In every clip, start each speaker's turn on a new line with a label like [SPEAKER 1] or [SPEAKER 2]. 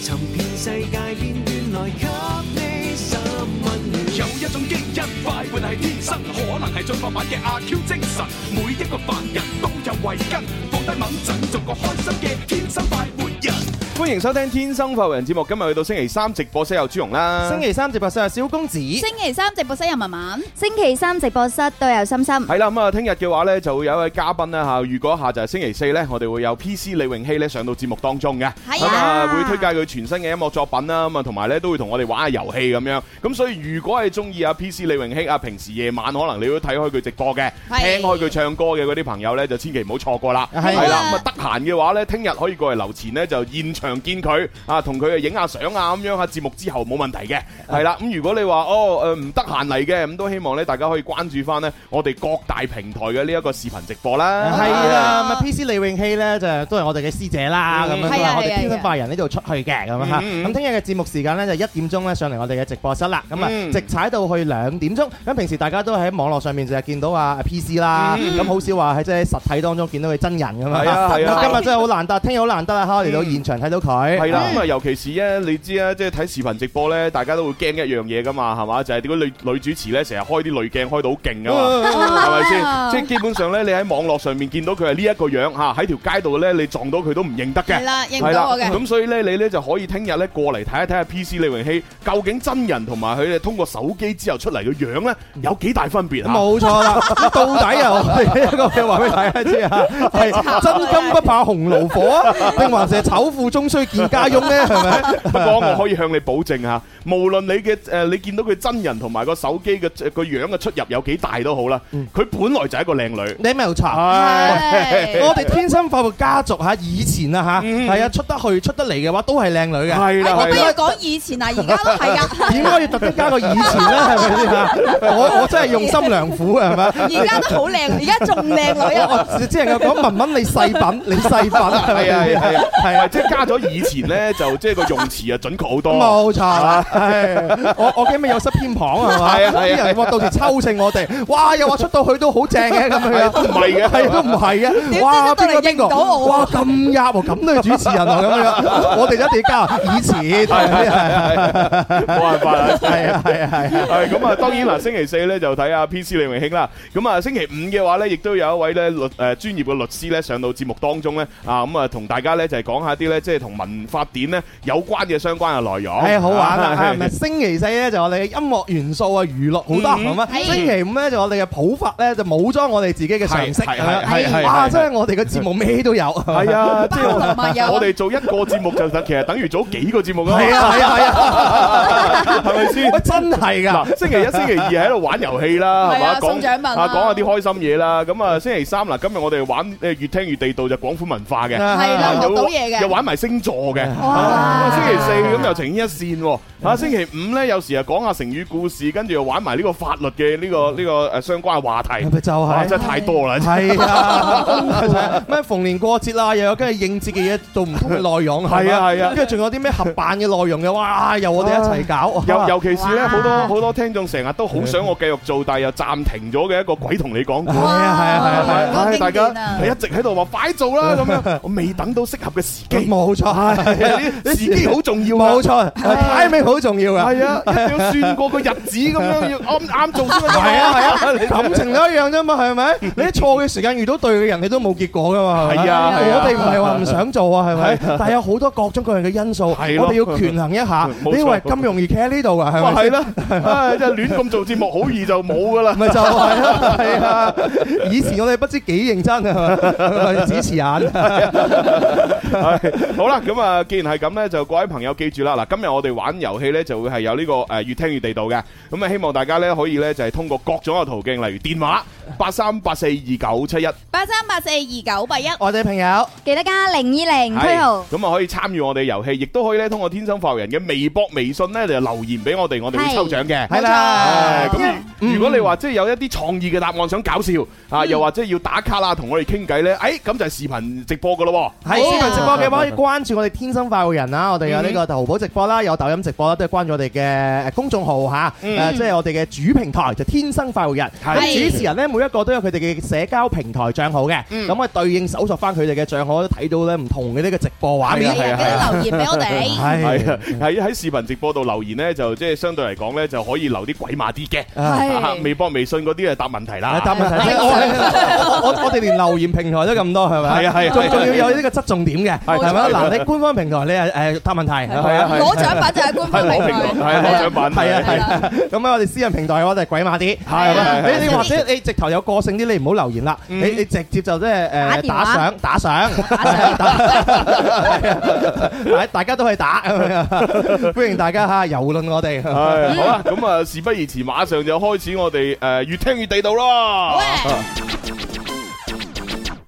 [SPEAKER 1] 尋遍世界邊緣來給你心温暖。
[SPEAKER 2] 有一種基因快活係天生，可能係進化版嘅阿 Q 精神。每一個凡人都有慧根，放低掹陣，做個開心嘅天生快活人。
[SPEAKER 3] 歡迎收聽《天生快活人》節目，今日去到星期三直播室有朱容啦，
[SPEAKER 4] 星期三直播室有小公子，
[SPEAKER 5] 星期三直播室有文文，
[SPEAKER 6] 星期三直播室都有心心。
[SPEAKER 3] 係啦，咁啊，聽日嘅話咧就會有一位嘉賓啦嚇，預告一下就係星期四咧，我哋會有 PC 李泳希咧上到節目當中嘅，
[SPEAKER 5] 係
[SPEAKER 3] 咁啊
[SPEAKER 5] 啊
[SPEAKER 3] 會推介佢全新嘅音樂作品啦，咁啊同埋咧都會同我哋玩下遊戲咁樣，咁所以如果係中意啊 PC 李泳希啊，平時夜晚可能你都睇開佢直播嘅，
[SPEAKER 5] 係
[SPEAKER 3] 聽開佢唱歌嘅嗰啲朋友咧就千祈唔好錯過啦，
[SPEAKER 4] 係
[SPEAKER 3] 係啦，
[SPEAKER 5] 啊
[SPEAKER 3] 咁啊得閒嘅話咧，聽日可以過嚟樓前咧就現場見佢啊，同佢啊影下相啊咁樣嚇，節目之後冇問題嘅，係啦。咁如果你話哦誒唔得閒嚟嘅，咁都希望咧大家可以關注翻咧我哋各大平台嘅呢一個視頻直播啦。
[SPEAKER 4] 係啦，咁啊 PC 李泳希咧就都係我哋嘅師姐啦，咁樣都
[SPEAKER 5] 係啊
[SPEAKER 4] 係我哋
[SPEAKER 5] 係啊
[SPEAKER 4] 天生快人呢度出去嘅咁樣啊嚇。
[SPEAKER 3] 嗯嗯
[SPEAKER 4] 咁聽日嘅節目時間咧就一點鐘咧上嚟我哋嘅直播室啦，咁啊
[SPEAKER 3] 嗯
[SPEAKER 4] 直踩到去兩點鐘。咁平時大家都喺網絡上面就係見到啊 PC 啦，咁好少話喺即係實體當中見到佢真人咁樣
[SPEAKER 3] 係啊係啊
[SPEAKER 4] 咁今日真係好難得，聽日好難得啊！嚇嚟到現場睇到佢，
[SPEAKER 3] 係啦，咁啊，尤其是咧，你知啊，即係睇視頻直播咧，大家都會驚一樣嘢噶嘛，係嘛？就係點解女女主持咧，成日開啲濾鏡開到好勁噶嘛？係咪先？即係基本上咧，你喺網絡上面見到佢係呢一個樣嚇，喺條街度咧，你撞到佢都唔認得嘅
[SPEAKER 5] 係。啦，認
[SPEAKER 3] 係
[SPEAKER 5] 唔到我嘅，
[SPEAKER 3] 咁所以咧，你咧就可以聽日咧過嚟睇一睇下 PC 李榮希究竟真人同埋佢哋通過手機之後出嚟嘅樣咧，有幾大分別啊？
[SPEAKER 4] 冇錯啦， 到底啊，我哋一個嘅話俾大家 知啊，係真金不怕紅爐火 啊，定還是係醜婦終須見家翁 咧？係咪？
[SPEAKER 3] 不過我可以向你保證啊，無論你嘅誒，你見到佢真人同埋個手機嘅個樣嘅出入有幾大都好啦，佢本來就係一個靚女。
[SPEAKER 4] 你咪有查？
[SPEAKER 5] 係
[SPEAKER 4] 我哋天生快活家族嚇，以前啊嚇，係啊，出得去出得嚟嘅話都係靚女嘅。
[SPEAKER 3] 係啦，
[SPEAKER 5] 我不
[SPEAKER 3] 係
[SPEAKER 5] 如
[SPEAKER 3] 啦。
[SPEAKER 5] 講以前啊，而家都係噶，
[SPEAKER 4] 點解要特登加個以前咧？ 係咪先嚇？我我真係用心良苦啊，係 咪？
[SPEAKER 5] 而家都好靚，而家仲靚女啊！
[SPEAKER 4] 我我只能夠講文文你細品，你細品係咪
[SPEAKER 3] 係啊係啊係啊，
[SPEAKER 4] 係
[SPEAKER 3] 係
[SPEAKER 4] 啊
[SPEAKER 3] 啊，。即係加咗以前咧，就即係個用詞啊準確好多。
[SPEAKER 4] 冇錯啦，係我我驚咩有失偏旁係嘛？
[SPEAKER 3] 係啊係啊
[SPEAKER 4] 啲人話到時抽秤我哋，哇又話出到去都好正嘅咁樣
[SPEAKER 3] 係都唔係嘅
[SPEAKER 4] 係都唔係嘅，
[SPEAKER 5] 知
[SPEAKER 4] 哇
[SPEAKER 5] 出到
[SPEAKER 4] 邊
[SPEAKER 5] 嚟
[SPEAKER 4] 個邊個，
[SPEAKER 5] 認到我
[SPEAKER 4] 哇咁入喎，咁都係主持人啊咁樣，我哋就一定要加以前，
[SPEAKER 3] 係係係係係冇辦法啦。
[SPEAKER 4] 係啊係啊係啊，
[SPEAKER 3] 係咁啊，當然嗱，星期四咧就睇下 PC 李榮興啦。咁啊，星期五嘅話咧，亦都有一位咧律誒專業嘅律師咧上到節目當中咧啊，咁啊同大家咧就係講下啲咧即係同民法典咧有關嘅相關嘅內容。
[SPEAKER 4] 係好玩啊！係咪
[SPEAKER 3] 係
[SPEAKER 4] 星期四咧就我哋嘅音樂元素啊，娛樂好多
[SPEAKER 3] 嗯
[SPEAKER 4] 咁啊！
[SPEAKER 5] 係
[SPEAKER 4] 星期五咧就我哋嘅普法咧就武裝我哋自己嘅常識
[SPEAKER 3] 係係
[SPEAKER 4] 啊
[SPEAKER 3] 係係
[SPEAKER 4] 哇！
[SPEAKER 3] 係
[SPEAKER 4] 真係我哋嘅節目咩都有，係
[SPEAKER 3] 係 啊，即係
[SPEAKER 5] 包羅萬有啊
[SPEAKER 3] 我我哋做一個節目就等，其實等於做幾個節目㗎嘛
[SPEAKER 4] 係啊係啊 係啊！
[SPEAKER 3] 係咪先
[SPEAKER 4] 喂，？真係㗎！
[SPEAKER 3] 嗱，星期一、星期二喺度玩遊 戲啦，係
[SPEAKER 5] 係
[SPEAKER 3] 嘛？
[SPEAKER 5] 啊送獎品啊
[SPEAKER 3] 啊，講下啲開心嘢啦。咁啊，星期三嗱，今日我哋玩誒越聽越地道就廣府文化嘅，
[SPEAKER 5] 係啦
[SPEAKER 3] 啊
[SPEAKER 5] 學到
[SPEAKER 3] 有
[SPEAKER 5] 嘢嘅
[SPEAKER 3] 又玩埋星座嘅。
[SPEAKER 5] 哇
[SPEAKER 3] 啊星期四咁又情牽一線喎，
[SPEAKER 4] Ừ.
[SPEAKER 3] 啊星期五咧有時又講下成語故事，跟住又玩埋呢個法律嘅呢個呢個誒相關嘅話 題。
[SPEAKER 4] 咪就係
[SPEAKER 3] 哇真係太多啦！
[SPEAKER 4] 係啊，咩逢年過節啦，又有跟住應節嘅嘢做唔同嘅內容，
[SPEAKER 3] 係啊
[SPEAKER 4] 嘛
[SPEAKER 3] 係啊
[SPEAKER 4] 跟住仲有啲咩合辦嘅內容嘅，哇！又我哋一齊搞，
[SPEAKER 3] 尤尤其是咧，
[SPEAKER 5] 哇
[SPEAKER 3] 好多好多聽眾成日都好想我繼續做，但係又暫停咗嘅一個鬼同你講故
[SPEAKER 4] 係啊係啊係啊
[SPEAKER 5] 哇
[SPEAKER 3] 唉，大家
[SPEAKER 5] 好經典啊
[SPEAKER 3] 係一直喺度話快 做啦咁樣，我未等到適合嘅時機。
[SPEAKER 4] 冇 錯，
[SPEAKER 3] 呢時機好重要啊
[SPEAKER 4] 冇錯，timing 好重要㗎。
[SPEAKER 3] 係啊，一定要算過個日子咁樣，要啱啱做先得㗎嘛。
[SPEAKER 4] 係啊係啊， 感情都一樣啫嘛，係 咪？你錯嘅時間遇到對嘅人，你都冇結果噶嘛。係咪
[SPEAKER 3] 係啊係啊
[SPEAKER 4] 我哋唔係話唔想做啊，係咪？但係有好多各種各樣嘅因素，我
[SPEAKER 3] 係咯
[SPEAKER 4] 哋要權衡一下。
[SPEAKER 3] 冇錯
[SPEAKER 4] 你以為咁容易企喺呢度 啊？係咪
[SPEAKER 3] 哇
[SPEAKER 4] 先
[SPEAKER 3] 係啦，唉真係亂咁做節目，好易就冇 噶啦。
[SPEAKER 4] 咪就係咯，係啊！以前我哋不知幾認真啊，係咪主持人
[SPEAKER 3] 係好啦，咁啊，既然係咁呢，就各位朋友記住啦，嗱，今日我哋玩遊戲呢，就會係有呢個誒越聽越地道嘅，咁啊，希望大家呢，可以呢，就係通過各種嘅途徑，例如電話八三八四二九七一，
[SPEAKER 5] 八三八四二九八一，
[SPEAKER 4] 我哋朋友
[SPEAKER 6] 記得加零二零推號
[SPEAKER 3] 係，咁啊可以參與我哋遊戲，亦都可以呢，通過天生快活人嘅微博、微信呢，就留言俾我哋，我哋會抽獎嘅。
[SPEAKER 4] 係啦
[SPEAKER 3] 係。咁如如果你話即係有一啲創意嘅答案想搞笑啊，又或者要打卡啦，同我哋傾偈呢，誒咁就係視頻直播噶咯喎。
[SPEAKER 4] 係視頻直播嘅話，可以關關注我哋天生快活人啊啦，我哋有呢
[SPEAKER 3] 嗯
[SPEAKER 4] 個淘寶直播啦，有抖音直播啦，都係關注我哋嘅誒公眾號嚇，
[SPEAKER 3] 嗯
[SPEAKER 4] 誒即係我哋嘅主平台就天生快活人。咁主持人咧每一個都有佢哋嘅社交平台帳號嘅，
[SPEAKER 3] 嗯
[SPEAKER 4] 咁啊對應搜索翻佢哋嘅帳號，都睇到咧唔同嘅呢個直播畫面。
[SPEAKER 3] 係啊係啊
[SPEAKER 5] 記得留言俾我哋。
[SPEAKER 3] 系
[SPEAKER 4] 係
[SPEAKER 3] 啊，喺喺視頻直播度留言咧，就即係相對嚟講咧，就可以留啲鬼馬啲嘅。
[SPEAKER 4] 啊
[SPEAKER 3] 啊 微博、微信嗰啲啊答問題啦。
[SPEAKER 4] 答問題啫，我我我我哋連留言平台都咁多係咪？
[SPEAKER 3] 係啊係啊
[SPEAKER 4] 仲
[SPEAKER 3] 係啊
[SPEAKER 4] 仲要有呢個側重點
[SPEAKER 3] 係
[SPEAKER 4] 嘅，係咪啊？
[SPEAKER 3] 冇錯
[SPEAKER 4] 嗱，你官方平台你係誒答問題，係
[SPEAKER 3] 啊係
[SPEAKER 5] 攞獎品就係
[SPEAKER 3] 係
[SPEAKER 5] 官方
[SPEAKER 3] 攞平
[SPEAKER 5] 平
[SPEAKER 3] 台，係
[SPEAKER 5] 台，
[SPEAKER 3] 攞獎品，
[SPEAKER 4] 係啊
[SPEAKER 5] 係啦
[SPEAKER 4] 咁啊，我哋私人平台我哋鬼馬啲，係
[SPEAKER 5] 係
[SPEAKER 4] 嘛？
[SPEAKER 5] 係
[SPEAKER 4] 你你
[SPEAKER 5] 係
[SPEAKER 4] 或者你直頭有個性啲，你唔好留言啦，你你直接就即係誒打
[SPEAKER 6] 打電話
[SPEAKER 4] 賞打賞，大大家都去打咁樣，歡迎大家嚇遊論我哋。
[SPEAKER 3] 係好啦，咁啊，事不宜遲，馬上就開始我哋誒越聽越地道啦。
[SPEAKER 5] 喂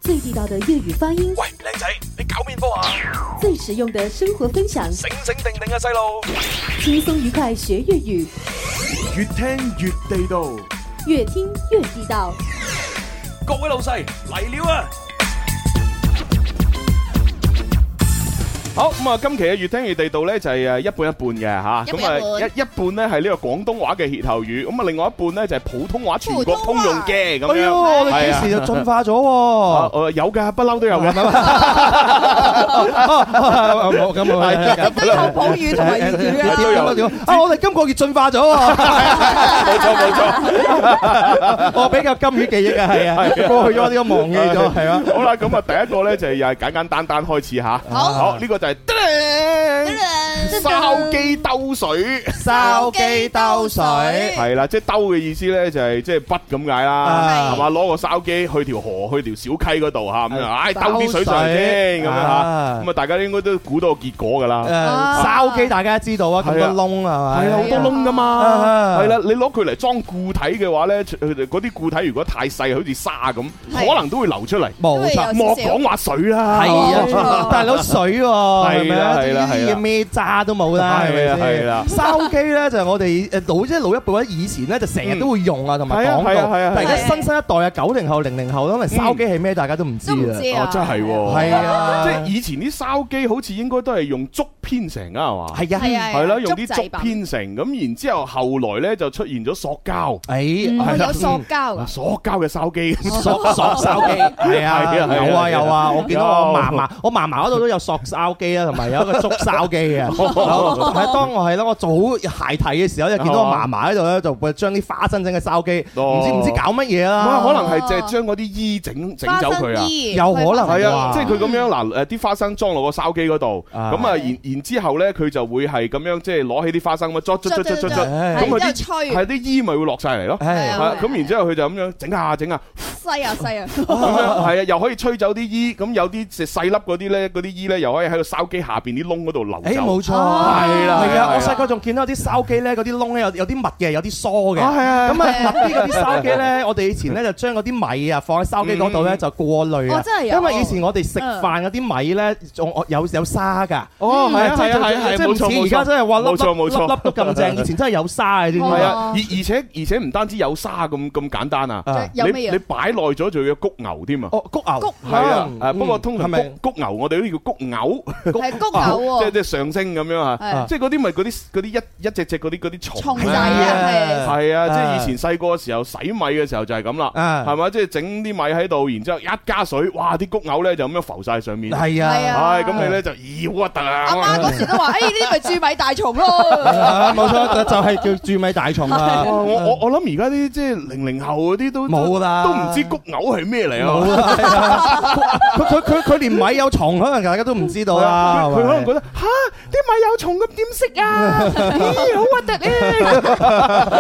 [SPEAKER 7] 最地道的粤语发音，
[SPEAKER 2] 喂，靚仔，你搞面科啊？
[SPEAKER 7] 最实用的生活分享，
[SPEAKER 2] 醒醒定定啊，細路！
[SPEAKER 7] 轻松愉快学粤语，
[SPEAKER 2] 越聽越地道。
[SPEAKER 7] 越听越地道。
[SPEAKER 2] 各位老細嚟了啊！
[SPEAKER 3] 好咁啊，今期嘅越聽越地道咧就係誒一半一半嘅嚇，
[SPEAKER 5] 一半
[SPEAKER 3] 咁啊
[SPEAKER 5] 一半
[SPEAKER 3] 一一半咧係呢個廣東話嘅歇後語，咁啊另外一半咧就係普通話全國通用嘅咁
[SPEAKER 4] 哎呦，
[SPEAKER 3] 樣。
[SPEAKER 4] 我哋幾時就進化咗喎
[SPEAKER 3] 啊？誒有㗎，不嬲都 有嘅。
[SPEAKER 4] 冇咁冇。
[SPEAKER 5] 都有普語同埋粵語啊！
[SPEAKER 3] 都有
[SPEAKER 4] 啊！我哋今個月進化咗喎，
[SPEAKER 3] 冇錯冇錯。
[SPEAKER 4] 我比較金魚記憶啊，係啊，過去咗呢
[SPEAKER 3] Ờ,
[SPEAKER 4] 個忘記咗，係啊。
[SPEAKER 3] 好啦，咁啊，第一個咧就係又係簡簡單單開始吓。
[SPEAKER 5] 好
[SPEAKER 3] 好呢個就係筲箕兜水，
[SPEAKER 4] 筲箕兜水，
[SPEAKER 3] 係啦，即係兜嘅意思咧就係即係筆咁解啦，
[SPEAKER 4] 啊
[SPEAKER 3] 係嘛？攞個筲箕去條河，去條小溪嗰度吓，咁樣，唉，兜啲水上嚟先咁樣吓
[SPEAKER 4] 啊，
[SPEAKER 3] 咁啊，大家應該都估到個結果噶啦
[SPEAKER 4] 誒。筲箕大家知道啊，咁多窿
[SPEAKER 3] 係
[SPEAKER 4] 係咪？
[SPEAKER 3] 啊，好多窿噶嘛，
[SPEAKER 4] 啊
[SPEAKER 3] 係啦，你攞佢嚟裝固體嘅話咧，佢哋嗰啲固體如果太細，好似沙咁，
[SPEAKER 5] 係
[SPEAKER 3] 可能都會流出嚟。
[SPEAKER 4] 冇錯，
[SPEAKER 3] 莫講話水啦，
[SPEAKER 4] 係啊，大佬水喎，係咪啊？
[SPEAKER 3] 係啦係啦係啦
[SPEAKER 4] 啲咩渣都冇啦，係
[SPEAKER 3] 係啊
[SPEAKER 4] 咪
[SPEAKER 3] 係
[SPEAKER 4] 先
[SPEAKER 3] 啦
[SPEAKER 4] 筲箕咧就係我哋誒老即係老一輩或者以前咧就成日都會用啊，同埋
[SPEAKER 3] 係啊
[SPEAKER 4] 講
[SPEAKER 3] 係啊
[SPEAKER 4] 到。
[SPEAKER 3] 係啊
[SPEAKER 4] 但而家
[SPEAKER 5] 係啊
[SPEAKER 4] 新生一代啊，九零後、零零後，可能筲箕係咩，大家都唔知
[SPEAKER 5] 都唔
[SPEAKER 4] 啦。
[SPEAKER 5] 知
[SPEAKER 3] 哦
[SPEAKER 5] 啊，，
[SPEAKER 3] 真係喎，
[SPEAKER 4] 係啊
[SPEAKER 3] 即係以前啲筲箕好似應該都係用竹編成啊，係嘛？
[SPEAKER 4] 係啊，
[SPEAKER 5] 係啊，
[SPEAKER 3] 係啦，用啲
[SPEAKER 5] 竹
[SPEAKER 3] 竹
[SPEAKER 5] 製品，
[SPEAKER 3] 編成，咁然之後後來咧就出現咗塑膠，
[SPEAKER 4] 誒，
[SPEAKER 5] 哦
[SPEAKER 4] 係 啦
[SPEAKER 5] 有塑膠啊，
[SPEAKER 3] 塑膠嘅筲箕，
[SPEAKER 4] 索索筲箕，係啊，
[SPEAKER 3] 係啊係啊
[SPEAKER 4] 有啊
[SPEAKER 3] 係啊
[SPEAKER 4] 有啊，我見到我
[SPEAKER 3] 有
[SPEAKER 4] 嫲嫲，我嫲嫲嗰度都有索筲箕啊，同埋有一個竹筲箕啊。係當我係啦，我做好鞋提嘅時候，就見到我嫲嫲喺度咧，就會將啲花生整嘅筲箕，
[SPEAKER 3] 哦啊
[SPEAKER 4] 唔知唔知搞啊乜嘢啦。
[SPEAKER 3] 哇可能係就係將嗰啲衣整整走佢啊。
[SPEAKER 4] 有可能
[SPEAKER 3] 係啊，
[SPEAKER 4] 哇
[SPEAKER 3] 即係佢咁樣嗱，誒啲花生裝落個筲箕嗰度，
[SPEAKER 4] 啊
[SPEAKER 3] 咁啊，然然之後咧，佢就會係咁樣，即係攞起啲花生咁樣，捽捽捽捽捽捽，
[SPEAKER 4] 唉
[SPEAKER 3] 咁佢
[SPEAKER 5] 然
[SPEAKER 3] 啲
[SPEAKER 5] 之後吹
[SPEAKER 3] 係啲衣咪會落晒嚟咯。
[SPEAKER 5] 係
[SPEAKER 4] 唉
[SPEAKER 5] 啊
[SPEAKER 3] 係啊咁然之後佢就咁樣整下整下，
[SPEAKER 5] 細啊細啊，
[SPEAKER 3] 咁樣係啊，又可以吹走啲衣，咁有啲隻細粒嗰啲咧，嗰啲衣咧又可以喺個筲箕下邊啲窿嗰度流
[SPEAKER 4] 誒
[SPEAKER 3] 走。
[SPEAKER 4] 冇錯，
[SPEAKER 3] 係啦
[SPEAKER 4] 係
[SPEAKER 3] 係啦
[SPEAKER 4] 啊！我細個仲見到有啲筲箕咧，嗰啲窿咧有有啲密嘅，有啲疏嘅。
[SPEAKER 3] 啊係啊係啊
[SPEAKER 4] 咁啊，密啲嗰啲筲箕咧，我哋以前咧就將嗰啲米啊放喺筲箕嗰度咧就過濾
[SPEAKER 5] 哦
[SPEAKER 4] 啊。
[SPEAKER 5] 真係有
[SPEAKER 4] 因為以前我哋食飯嗰啲米咧，仲有有沙㗎。
[SPEAKER 3] 哦，係啊，係啊，係啊，係啊
[SPEAKER 4] 即係
[SPEAKER 3] 冇
[SPEAKER 4] 唔似
[SPEAKER 3] 錯，冇
[SPEAKER 4] 而家
[SPEAKER 3] 錯。
[SPEAKER 4] 真係話粒
[SPEAKER 3] 冇錯冇
[SPEAKER 4] 粒
[SPEAKER 3] 錯
[SPEAKER 4] 粒粒都咁 正，以前真係有沙嘅啫。
[SPEAKER 3] 係啊，
[SPEAKER 5] 哦
[SPEAKER 3] 而而且而且唔單止有沙咁咁簡單啊，
[SPEAKER 4] 啊
[SPEAKER 5] 有
[SPEAKER 3] 你
[SPEAKER 5] 咩
[SPEAKER 3] 你
[SPEAKER 5] 嘢？
[SPEAKER 3] 擺耐咗仲要谷牛添啊。
[SPEAKER 4] 哦，谷牛，
[SPEAKER 5] 谷
[SPEAKER 3] 係啊，
[SPEAKER 4] 嗯
[SPEAKER 3] 誒不過通常
[SPEAKER 4] 係咪
[SPEAKER 3] 谷谷牛我哋都叫谷牛，
[SPEAKER 5] 哦係谷牛
[SPEAKER 3] 即係
[SPEAKER 5] 喎，
[SPEAKER 3] 即係上升咁樣啊，
[SPEAKER 5] 係
[SPEAKER 3] 即係嗰啲咪嗰啲嗰啲一一隻隻嗰啲嗰啲啊蟲
[SPEAKER 5] 蟲
[SPEAKER 3] 咧
[SPEAKER 5] 仔啊，
[SPEAKER 3] 係啊，即係
[SPEAKER 4] 啊
[SPEAKER 3] 以前細個嘅時候洗米嘅時候就係咁啦，
[SPEAKER 4] 啊
[SPEAKER 3] 係咪？即係整啲米喺度，然之後一加水，哇！啲谷藕咧就咁樣浮晒上面，
[SPEAKER 4] 係
[SPEAKER 5] 係
[SPEAKER 4] 啊
[SPEAKER 5] 啊。
[SPEAKER 3] 唉，咁你咧就咦好核突
[SPEAKER 5] 係阿媽
[SPEAKER 3] 啊！
[SPEAKER 5] 嗰時都話：，誒呢啲咪蛀米 大蟲咯，
[SPEAKER 4] 啊冇錯，就就係叫蛀米大蟲 啦
[SPEAKER 3] 哇。哦我我我諗而家啲即係零零後嗰啲都
[SPEAKER 4] 嗯冇啦
[SPEAKER 3] 都唔知谷藕係咩嚟啊！
[SPEAKER 4] 冇啦係啊佢佢佢佢連米有蟲，可能大家都唔知道啦。
[SPEAKER 3] 佢佢
[SPEAKER 4] 係咪
[SPEAKER 3] 可能覺得吓啲米有蟲咁點食 啊？咦，好核突啊！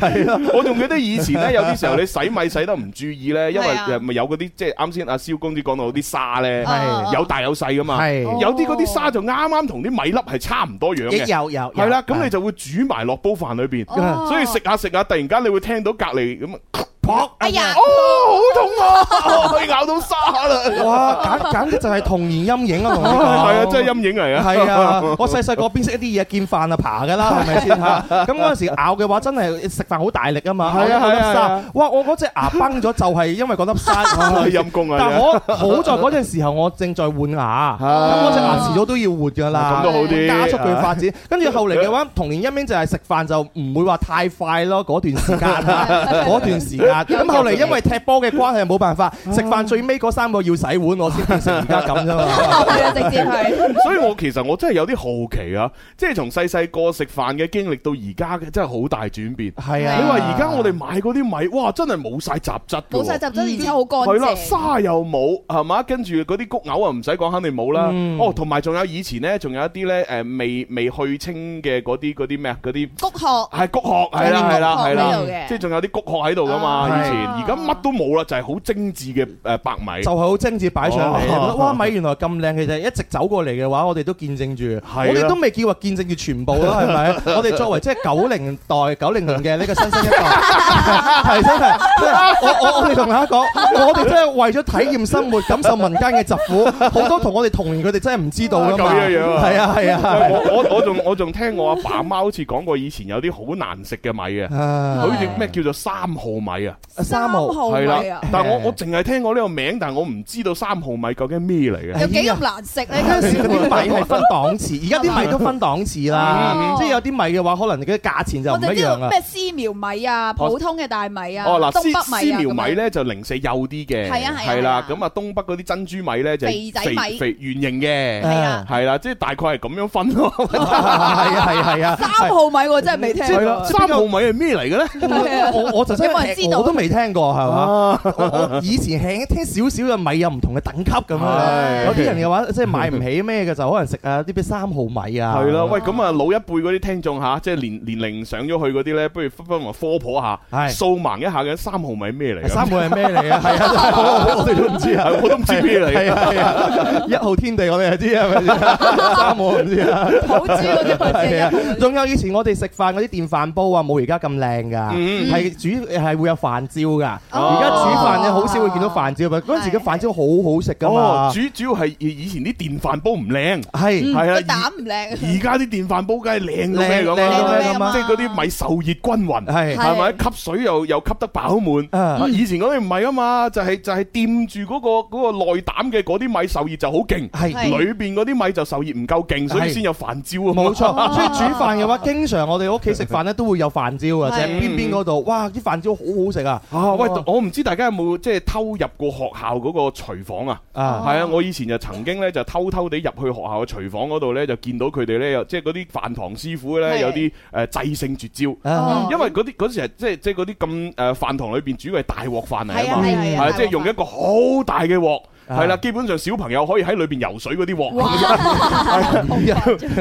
[SPEAKER 3] 係啊，我仲記得以前咧，有啲時候你洗米洗得唔注意咧，因為
[SPEAKER 5] 係啊
[SPEAKER 3] 誒咪有嗰啲即係啱先阿蕭公子講到嗰啲沙咧，
[SPEAKER 5] 啊
[SPEAKER 4] 係
[SPEAKER 3] 有大有細噶嘛。
[SPEAKER 4] 係
[SPEAKER 3] 有啲嗰啲沙就啱啱同啲米粒係差唔多樣
[SPEAKER 4] 亦
[SPEAKER 3] 嘅。
[SPEAKER 4] 有有
[SPEAKER 3] 係啦，咁你就會煮埋落煲飯裏邊，
[SPEAKER 5] 哦
[SPEAKER 3] 所以食下食下，突然間你會聽到隔離咁啊撲！
[SPEAKER 5] 哎呀
[SPEAKER 3] 哦，好痛啊！咬到沙啦！
[SPEAKER 4] 哇，簡簡直就係童年陰影啊！同你
[SPEAKER 3] 係
[SPEAKER 4] 講
[SPEAKER 3] 啊，真係陰影嚟啊！
[SPEAKER 4] 係啊，我細細個邊識一啲嘢見飯啊爬㗎啦，係咪先嚇？咁嗰陣時咬嘅話，真係食飯好大力啊嘛，
[SPEAKER 3] 啊係啊
[SPEAKER 4] 咬到粒
[SPEAKER 3] 係啊
[SPEAKER 4] 沙
[SPEAKER 3] 係啊
[SPEAKER 4] 哇！我嗰隻牙崩咗就係因為嗰粒 沙。
[SPEAKER 3] 唉陰公啊！
[SPEAKER 4] 但
[SPEAKER 3] 真係
[SPEAKER 4] 我好在嗰陣時候，我正在換牙，咁
[SPEAKER 3] 啊哦
[SPEAKER 4] 我隻牙遲早都要換㗎啦，
[SPEAKER 3] 咁都好啲啊
[SPEAKER 4] 加速佢發展。跟住後嚟嘅話，童年陰影就係食飯就唔會話太快咯，嗰段 時間啊，嗰段時間。咁後嚟因為踢波嘅關係冇辦法，
[SPEAKER 3] 嗯
[SPEAKER 4] 食飯最尾嗰三個要洗碗，我先變成而家咁啫 嘛。
[SPEAKER 5] 係啊，直接係。
[SPEAKER 3] 所以我其實我真係有啲好奇啊，即係從細細個食飯嘅經歷到而家嘅，真係好大轉變。
[SPEAKER 4] 係啊，
[SPEAKER 3] 你話而家我哋買嗰啲米，哇，真係冇晒雜質㗎喎
[SPEAKER 5] 冇晒雜質，而且好乾
[SPEAKER 3] 係啦，
[SPEAKER 5] 淨。
[SPEAKER 3] 沙又冇，係嘛？跟住嗰啲谷藕啊，唔使講，肯定冇啦。
[SPEAKER 4] 嗯
[SPEAKER 3] 哦，同埋仲有以前呢，仲有一啲呢，誒未未去清嘅嗰啲嗰啲咩啊，嗰啲
[SPEAKER 5] 谷殼
[SPEAKER 3] 係谷殼，係
[SPEAKER 5] 有
[SPEAKER 3] 啦
[SPEAKER 5] 啲
[SPEAKER 3] 係啦
[SPEAKER 5] 谷殼
[SPEAKER 3] 係
[SPEAKER 5] 喺
[SPEAKER 3] 啦
[SPEAKER 5] 度，嘅
[SPEAKER 3] 即係仲有啲谷殼喺度噶嘛。
[SPEAKER 4] 啊
[SPEAKER 3] 以前
[SPEAKER 5] 係
[SPEAKER 3] 而家乜都冇啦，就係好精緻嘅誒白米
[SPEAKER 4] 就。係好精緻擺上嚟，你覺得
[SPEAKER 3] 哦
[SPEAKER 4] 哇米原來咁靚，其實一直走過嚟嘅話，我哋都見證住，
[SPEAKER 3] 係啦
[SPEAKER 4] 我哋都未叫話見證住全部啦，係咪？ 我哋作為即係九零代、九零年嘅呢個新生一代，係真係，真係我我我哋同大家講，我哋真係為咗體驗生活、感受民間嘅疾苦，好多同我哋同年佢哋真係唔知道噶嘛，
[SPEAKER 3] 咁樣樣啊
[SPEAKER 4] 係啊係啊，
[SPEAKER 3] 我我我仲我仲聽我阿爸阿媽好似講過，以前有啲好難食嘅米嘅，
[SPEAKER 4] 啊
[SPEAKER 3] 好似咩叫做三號米啊，
[SPEAKER 4] 三毛，
[SPEAKER 5] 毫
[SPEAKER 3] 係
[SPEAKER 5] 米
[SPEAKER 3] 啦
[SPEAKER 5] 啊，。
[SPEAKER 3] 但我我淨係聽過呢個名，但我唔知道三號米究竟係咩嚟嘅。
[SPEAKER 5] 有幾咁難食咧？
[SPEAKER 4] 嗰
[SPEAKER 5] 嗰
[SPEAKER 4] 陣
[SPEAKER 5] 陣
[SPEAKER 4] 時
[SPEAKER 5] 時
[SPEAKER 4] 嗰啲米係分檔次，而家啲米都分檔次啦
[SPEAKER 5] 嗯，
[SPEAKER 4] 即係有啲米嘅話，可能佢嘅價錢就
[SPEAKER 5] 我
[SPEAKER 4] 唔
[SPEAKER 5] 哋
[SPEAKER 4] 一
[SPEAKER 5] 知道
[SPEAKER 4] 樣啊。
[SPEAKER 5] 咩絲苗米啊，普通嘅大米啊，
[SPEAKER 3] 哦，嗱，
[SPEAKER 5] 東
[SPEAKER 3] 絲
[SPEAKER 5] 北米
[SPEAKER 3] 絲
[SPEAKER 5] 啊，
[SPEAKER 3] 苗米
[SPEAKER 5] 咁樣
[SPEAKER 3] 咧就零舍幼啲嘅，
[SPEAKER 5] 係啊係啊
[SPEAKER 3] 係啦，
[SPEAKER 5] 係啊
[SPEAKER 3] 咁啊東北嗰啲珍珠米咧就
[SPEAKER 5] 肥仔米
[SPEAKER 3] 肥圓形嘅，
[SPEAKER 5] 係啊，
[SPEAKER 3] 係啦，即係大概係咁樣分咯。
[SPEAKER 4] 係啊係啊係啊，
[SPEAKER 5] 三毫米我真係未聽過。
[SPEAKER 4] 係啦
[SPEAKER 3] 三號米係咩嚟嘅咧？
[SPEAKER 5] 係啊
[SPEAKER 4] 我我就真
[SPEAKER 5] 有冇人知
[SPEAKER 4] 係
[SPEAKER 5] 道
[SPEAKER 4] 我都未聽過係嘛？
[SPEAKER 3] 啊，
[SPEAKER 4] 我我以前輕輕聽少少嘅米有唔同嘅等級咁樣，
[SPEAKER 3] 係
[SPEAKER 4] 有啲人嘅話即係買唔起咩嘅就可能食啊啲咩三毫米啊，
[SPEAKER 3] 係啦，喂，咁啊老一輩嗰啲聽眾吓，即係年年齡上咗去嗰啲咧，不如分分埋科普下，
[SPEAKER 4] 係
[SPEAKER 3] 掃盲一下嘅三毫米咩嚟㗎？
[SPEAKER 4] 三毫係咩嚟啊？ 係啊，我我我哋都唔知 啊，
[SPEAKER 3] 係我都唔知咩嚟
[SPEAKER 4] 係啊係啊，一號天地我哋係知係咪 先？三毫唔知啊。
[SPEAKER 5] 好知嗰啲咪
[SPEAKER 4] 係
[SPEAKER 5] 先
[SPEAKER 4] 啊，仲有以前我哋食飯嗰啲電飯煲啊，冇而家咁靚噶，
[SPEAKER 3] 嗯
[SPEAKER 4] 係啊煮係會有飯焦噶。
[SPEAKER 5] 哦
[SPEAKER 4] 而家煮飯嘅好少會見到飯焦，嗰陣時嘅飯焦好好食噶
[SPEAKER 3] 哦，
[SPEAKER 4] 嘛
[SPEAKER 3] 主。主要係以前啲電飯煲唔 靚，
[SPEAKER 4] 係
[SPEAKER 5] 嗯
[SPEAKER 3] 係啊
[SPEAKER 5] 個
[SPEAKER 3] 而
[SPEAKER 5] 膽唔靚。
[SPEAKER 3] 而家啲電飯煲梗係靚到咩咁
[SPEAKER 4] 靚
[SPEAKER 5] 到咩
[SPEAKER 3] 啊
[SPEAKER 5] 咁啊
[SPEAKER 3] 即係嗰啲米受熱均勻。
[SPEAKER 4] 係
[SPEAKER 3] 係咪吸水又又吸得飽滿？
[SPEAKER 4] 啊
[SPEAKER 3] 啊以前嗰啲唔係啊嘛，就係就係掂住嗰個嗰個內膽嘅嗰啲米受熱就好勁，
[SPEAKER 4] 係
[SPEAKER 5] 係
[SPEAKER 3] 裏邊嗰啲米就受熱唔夠勁，所以
[SPEAKER 4] 係
[SPEAKER 3] 先有飯焦啊嘛。
[SPEAKER 4] 冇錯，所以煮飯嘅話，經常我哋屋企食飯咧都會有飯焦啊，就係
[SPEAKER 5] 係
[SPEAKER 4] 邊邊嗰度，哇！啲飯焦好好食啊！
[SPEAKER 3] 啊！喂，我唔知大家有冇即係偷入過學校嗰個廚房啊？
[SPEAKER 4] 啊，
[SPEAKER 3] 係啊，我以前就曾經咧就偷偷地入去學校嘅廚房嗰度咧，就見到佢哋咧，有即係嗰啲飯堂師傅咧
[SPEAKER 5] 係
[SPEAKER 3] 有啲誒制勝絕招，
[SPEAKER 4] 啊
[SPEAKER 5] 哦
[SPEAKER 3] 因為嗰啲嗰時係即係即係嗰啲咁誒飯堂裏邊煮嘅係大鑊飯嚟
[SPEAKER 5] 係
[SPEAKER 3] 啊
[SPEAKER 5] 啊
[SPEAKER 3] 嘛。
[SPEAKER 5] 係啊係啊，
[SPEAKER 3] 係即係用一個好大嘅鑊。
[SPEAKER 4] 啊
[SPEAKER 3] 係啦，基本上小朋友可以喺裏邊游水嗰啲
[SPEAKER 5] 哇
[SPEAKER 3] 鑊，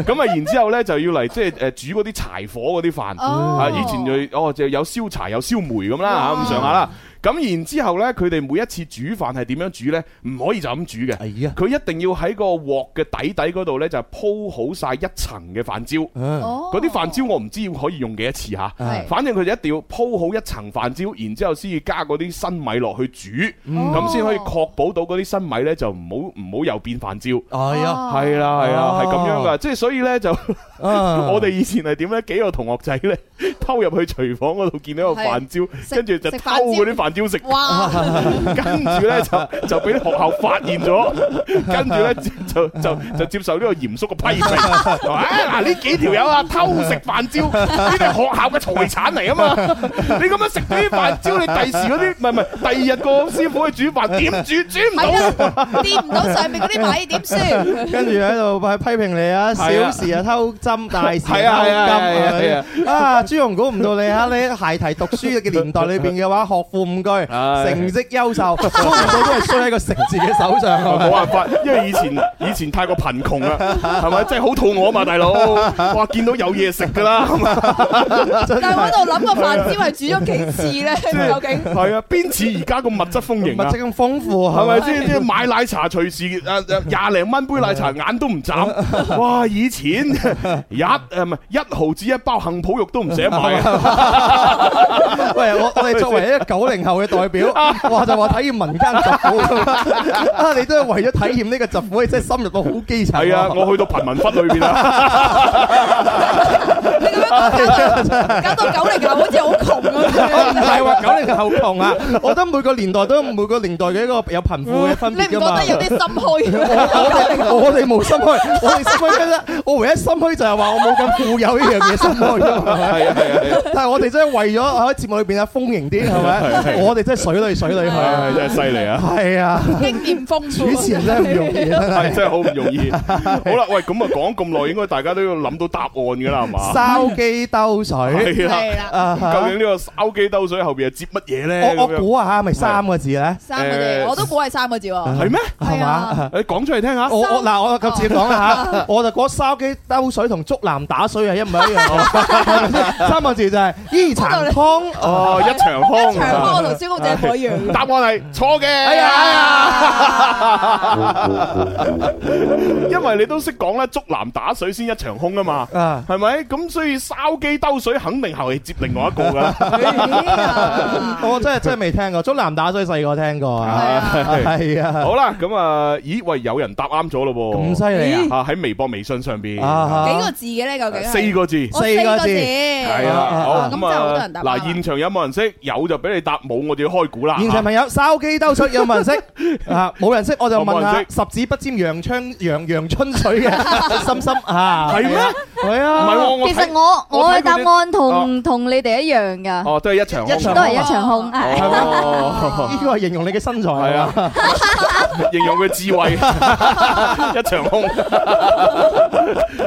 [SPEAKER 3] 咁啊，然之後咧就要嚟即係呃誒煮嗰啲柴火嗰啲飯，
[SPEAKER 5] 哦
[SPEAKER 3] 啊，以前就哦就有燒柴有燒煤咁啦嚇
[SPEAKER 5] 哇
[SPEAKER 3] 咁上下啦。咁然之後咧，佢哋每一次煮飯係點樣煮咧？唔可以就咁煮嘅，
[SPEAKER 4] 哎呀，
[SPEAKER 3] 佢一定要喺個鑊嘅底底嗰度咧就鋪好晒一層嘅飯焦。
[SPEAKER 4] 啊
[SPEAKER 5] 哦
[SPEAKER 3] 嗰
[SPEAKER 5] 嗯
[SPEAKER 3] 啲飯焦我唔知可以用幾多次嚇，
[SPEAKER 5] 係
[SPEAKER 3] 反正佢就一定要鋪好一層飯焦，然之後先至加嗰啲新米落去煮。
[SPEAKER 4] 嗯
[SPEAKER 3] 咁先可以確保到嗰啲新米咧就唔好唔好又變飯焦。
[SPEAKER 4] 哎呀，
[SPEAKER 5] 哦
[SPEAKER 3] 係啦係啦，係咁樣噶，即係所以咧就
[SPEAKER 5] 啊
[SPEAKER 4] 我
[SPEAKER 3] 我哋以前係點咧？幾個同學仔 咧偷入去廚房嗰度見到個飯焦，
[SPEAKER 5] 啊食
[SPEAKER 3] 跟住就
[SPEAKER 5] 食
[SPEAKER 3] 偷
[SPEAKER 5] 飯焦
[SPEAKER 3] 嗰啲飯焦食，
[SPEAKER 5] 哇！
[SPEAKER 3] 跟住咧就就俾啲學校發現 咗，跟住咧就就就就接受呢個嚴肅嘅批 評。啊嗱，呢幾條友啊偷食飯焦，呢啲係學校嘅財產嚟啊嘛！ 你咁樣食咗啲飯焦，你第時嗰啲唔係唔係第二日個師傅去煮飯點煮煮唔到
[SPEAKER 5] 係。啊，掂唔到上面嗰啲 米點算？
[SPEAKER 4] 跟住喺度批評你啊，小
[SPEAKER 3] 係啊
[SPEAKER 4] 事啊偷針，大事
[SPEAKER 3] 係啊係啊係啊係
[SPEAKER 4] 啊
[SPEAKER 3] 啊
[SPEAKER 4] 偷金啊！朱紅估唔到你啊，你喺孩提讀書嘅年代裏邊嘅話，學富五車，
[SPEAKER 3] 唉
[SPEAKER 4] 成績優秀，估唔到都係衰喺個食字嘅手上。係 咪
[SPEAKER 3] 冇辦法，因為以前以前太過貧窮 啦，係咪？真係好肚餓啊嘛，大佬！哇，見到有嘢食㗎啦，啊係咪
[SPEAKER 5] 但係
[SPEAKER 3] 啊
[SPEAKER 5] 我喺度諗個飯焦係煮咗幾次咧？究竟
[SPEAKER 3] 係啊，邊似而家個物質豐盈
[SPEAKER 4] 物
[SPEAKER 3] 啊
[SPEAKER 4] 質？咁豐富
[SPEAKER 3] 係
[SPEAKER 4] 係
[SPEAKER 3] 咪
[SPEAKER 4] 咪？
[SPEAKER 3] 先？即係買奶茶隨時誒誒廿零蚊杯奶 茶，眼 啊都唔眨。哇！以前一誒唔係一毫子一包杏脯肉都唔捨得買係啊，
[SPEAKER 4] 喂，我我哋作為一個九零後嘅 代表，哇就話體驗民間疾苦， 啊你都係為咗體驗呢個疾苦，你真係深入到好基層喎。
[SPEAKER 3] 係啊，我去到貧民窟裏邊啊啦。
[SPEAKER 5] 你咁樣講搞到搞到九零後好似好窮
[SPEAKER 4] 我唔
[SPEAKER 5] 咁
[SPEAKER 4] 係話九零後窮啊， 我覺得每個年代都有每個年代嘅一個有貧富嘅分
[SPEAKER 5] 你唔
[SPEAKER 4] 別
[SPEAKER 5] 覺
[SPEAKER 4] 㗎嘛
[SPEAKER 5] 得。有啲心 虛
[SPEAKER 4] 我我我哋冇心虛，我哋心虛咩咧？我唯一心虛就係話我冇咁富有呢樣嘢心虛啫 嘛。
[SPEAKER 3] 係啊係啊係啊，
[SPEAKER 4] 但係我哋真係為咗喺節目裏邊啊豐盈啲，係咪？我哋真係水裏水裏去。
[SPEAKER 3] 唉真係犀利啊！
[SPEAKER 4] 係啊，
[SPEAKER 5] 經驗豐
[SPEAKER 4] 主
[SPEAKER 5] 富，
[SPEAKER 4] 持人真係唔容易 啊！
[SPEAKER 3] 係真係好唔容易。好啦，喂，咁啊講咁耐，應該大家都要諗到答案㗎啦，係嘛？
[SPEAKER 4] 筲箕兜水
[SPEAKER 3] 係啦。
[SPEAKER 5] 係啦，
[SPEAKER 4] 啊
[SPEAKER 3] 究
[SPEAKER 4] 哈！
[SPEAKER 3] 竟呢個筲箕兜水後邊係接乜嘢咧？
[SPEAKER 4] 我我
[SPEAKER 3] 咁樣
[SPEAKER 4] 估下，咪三個字咧，
[SPEAKER 5] 三個字，我都估係三個字喎。
[SPEAKER 3] 係咩？
[SPEAKER 4] 係
[SPEAKER 5] 係
[SPEAKER 4] 嘛
[SPEAKER 5] 啊？
[SPEAKER 3] 你講出嚟聽下。
[SPEAKER 4] 我我嗱，我咁直接講啦嚇，我就覺得筲箕兜水同竹籃打水係一模 一樣喎，三個字就係依殘湯。
[SPEAKER 3] 哦，一場
[SPEAKER 5] 長
[SPEAKER 3] 空。
[SPEAKER 5] 毛我同蕭公姐 唔一樣。
[SPEAKER 3] 答案係錯嘅。哎
[SPEAKER 4] 呀哎
[SPEAKER 3] 因為你都識講啦，竹籃打水先一場空 啊 嘛，
[SPEAKER 4] 啊
[SPEAKER 3] 係咪？咁所以筲箕兜水肯定後嚟接另外一個噶啦。
[SPEAKER 4] 我真係真係未聽過，竹籃打水細個聽過啊，
[SPEAKER 3] 係
[SPEAKER 4] 係啊，
[SPEAKER 3] 好啦，咁啊，咦喂，有人答啱咗咯
[SPEAKER 4] 咁犀
[SPEAKER 3] 噃，
[SPEAKER 4] 利
[SPEAKER 3] 啊喺微博、微信上邊，
[SPEAKER 4] 啊啊！
[SPEAKER 5] 幾個字嘅咧？究竟
[SPEAKER 3] 四個字。
[SPEAKER 5] 四個字，係
[SPEAKER 3] 係
[SPEAKER 4] 啊
[SPEAKER 3] 啊，
[SPEAKER 4] 啊
[SPEAKER 3] 好
[SPEAKER 4] 啊
[SPEAKER 5] 咁真係好多人答啱啦
[SPEAKER 3] 嗱，現場有冇人識？有就俾你答，冇我哋要開估啦。
[SPEAKER 4] 現場朋友，筲箕兜水有 冇人識啊？冇人識我就問
[SPEAKER 3] 我冇
[SPEAKER 4] 下
[SPEAKER 3] 人
[SPEAKER 4] 十指不沾陽春陽陽春 水嘅心心啊，
[SPEAKER 3] 係咩？
[SPEAKER 4] 係
[SPEAKER 3] 唔係
[SPEAKER 4] 啊，
[SPEAKER 3] 喎，我
[SPEAKER 6] 其實
[SPEAKER 3] 睇
[SPEAKER 6] 我
[SPEAKER 3] 我
[SPEAKER 6] 我
[SPEAKER 3] 睇佢
[SPEAKER 6] 嘅答
[SPEAKER 3] 啲
[SPEAKER 6] 案同同你哋一樣㗎，
[SPEAKER 3] 哦，都係一場空
[SPEAKER 4] 一場
[SPEAKER 6] 都係一場空。
[SPEAKER 3] Ờ.
[SPEAKER 6] 係
[SPEAKER 3] 哦
[SPEAKER 4] 呢個係形容你嘅身材
[SPEAKER 3] 係
[SPEAKER 4] 係嘛？
[SPEAKER 3] 啊，形容佢智 慧，一場空。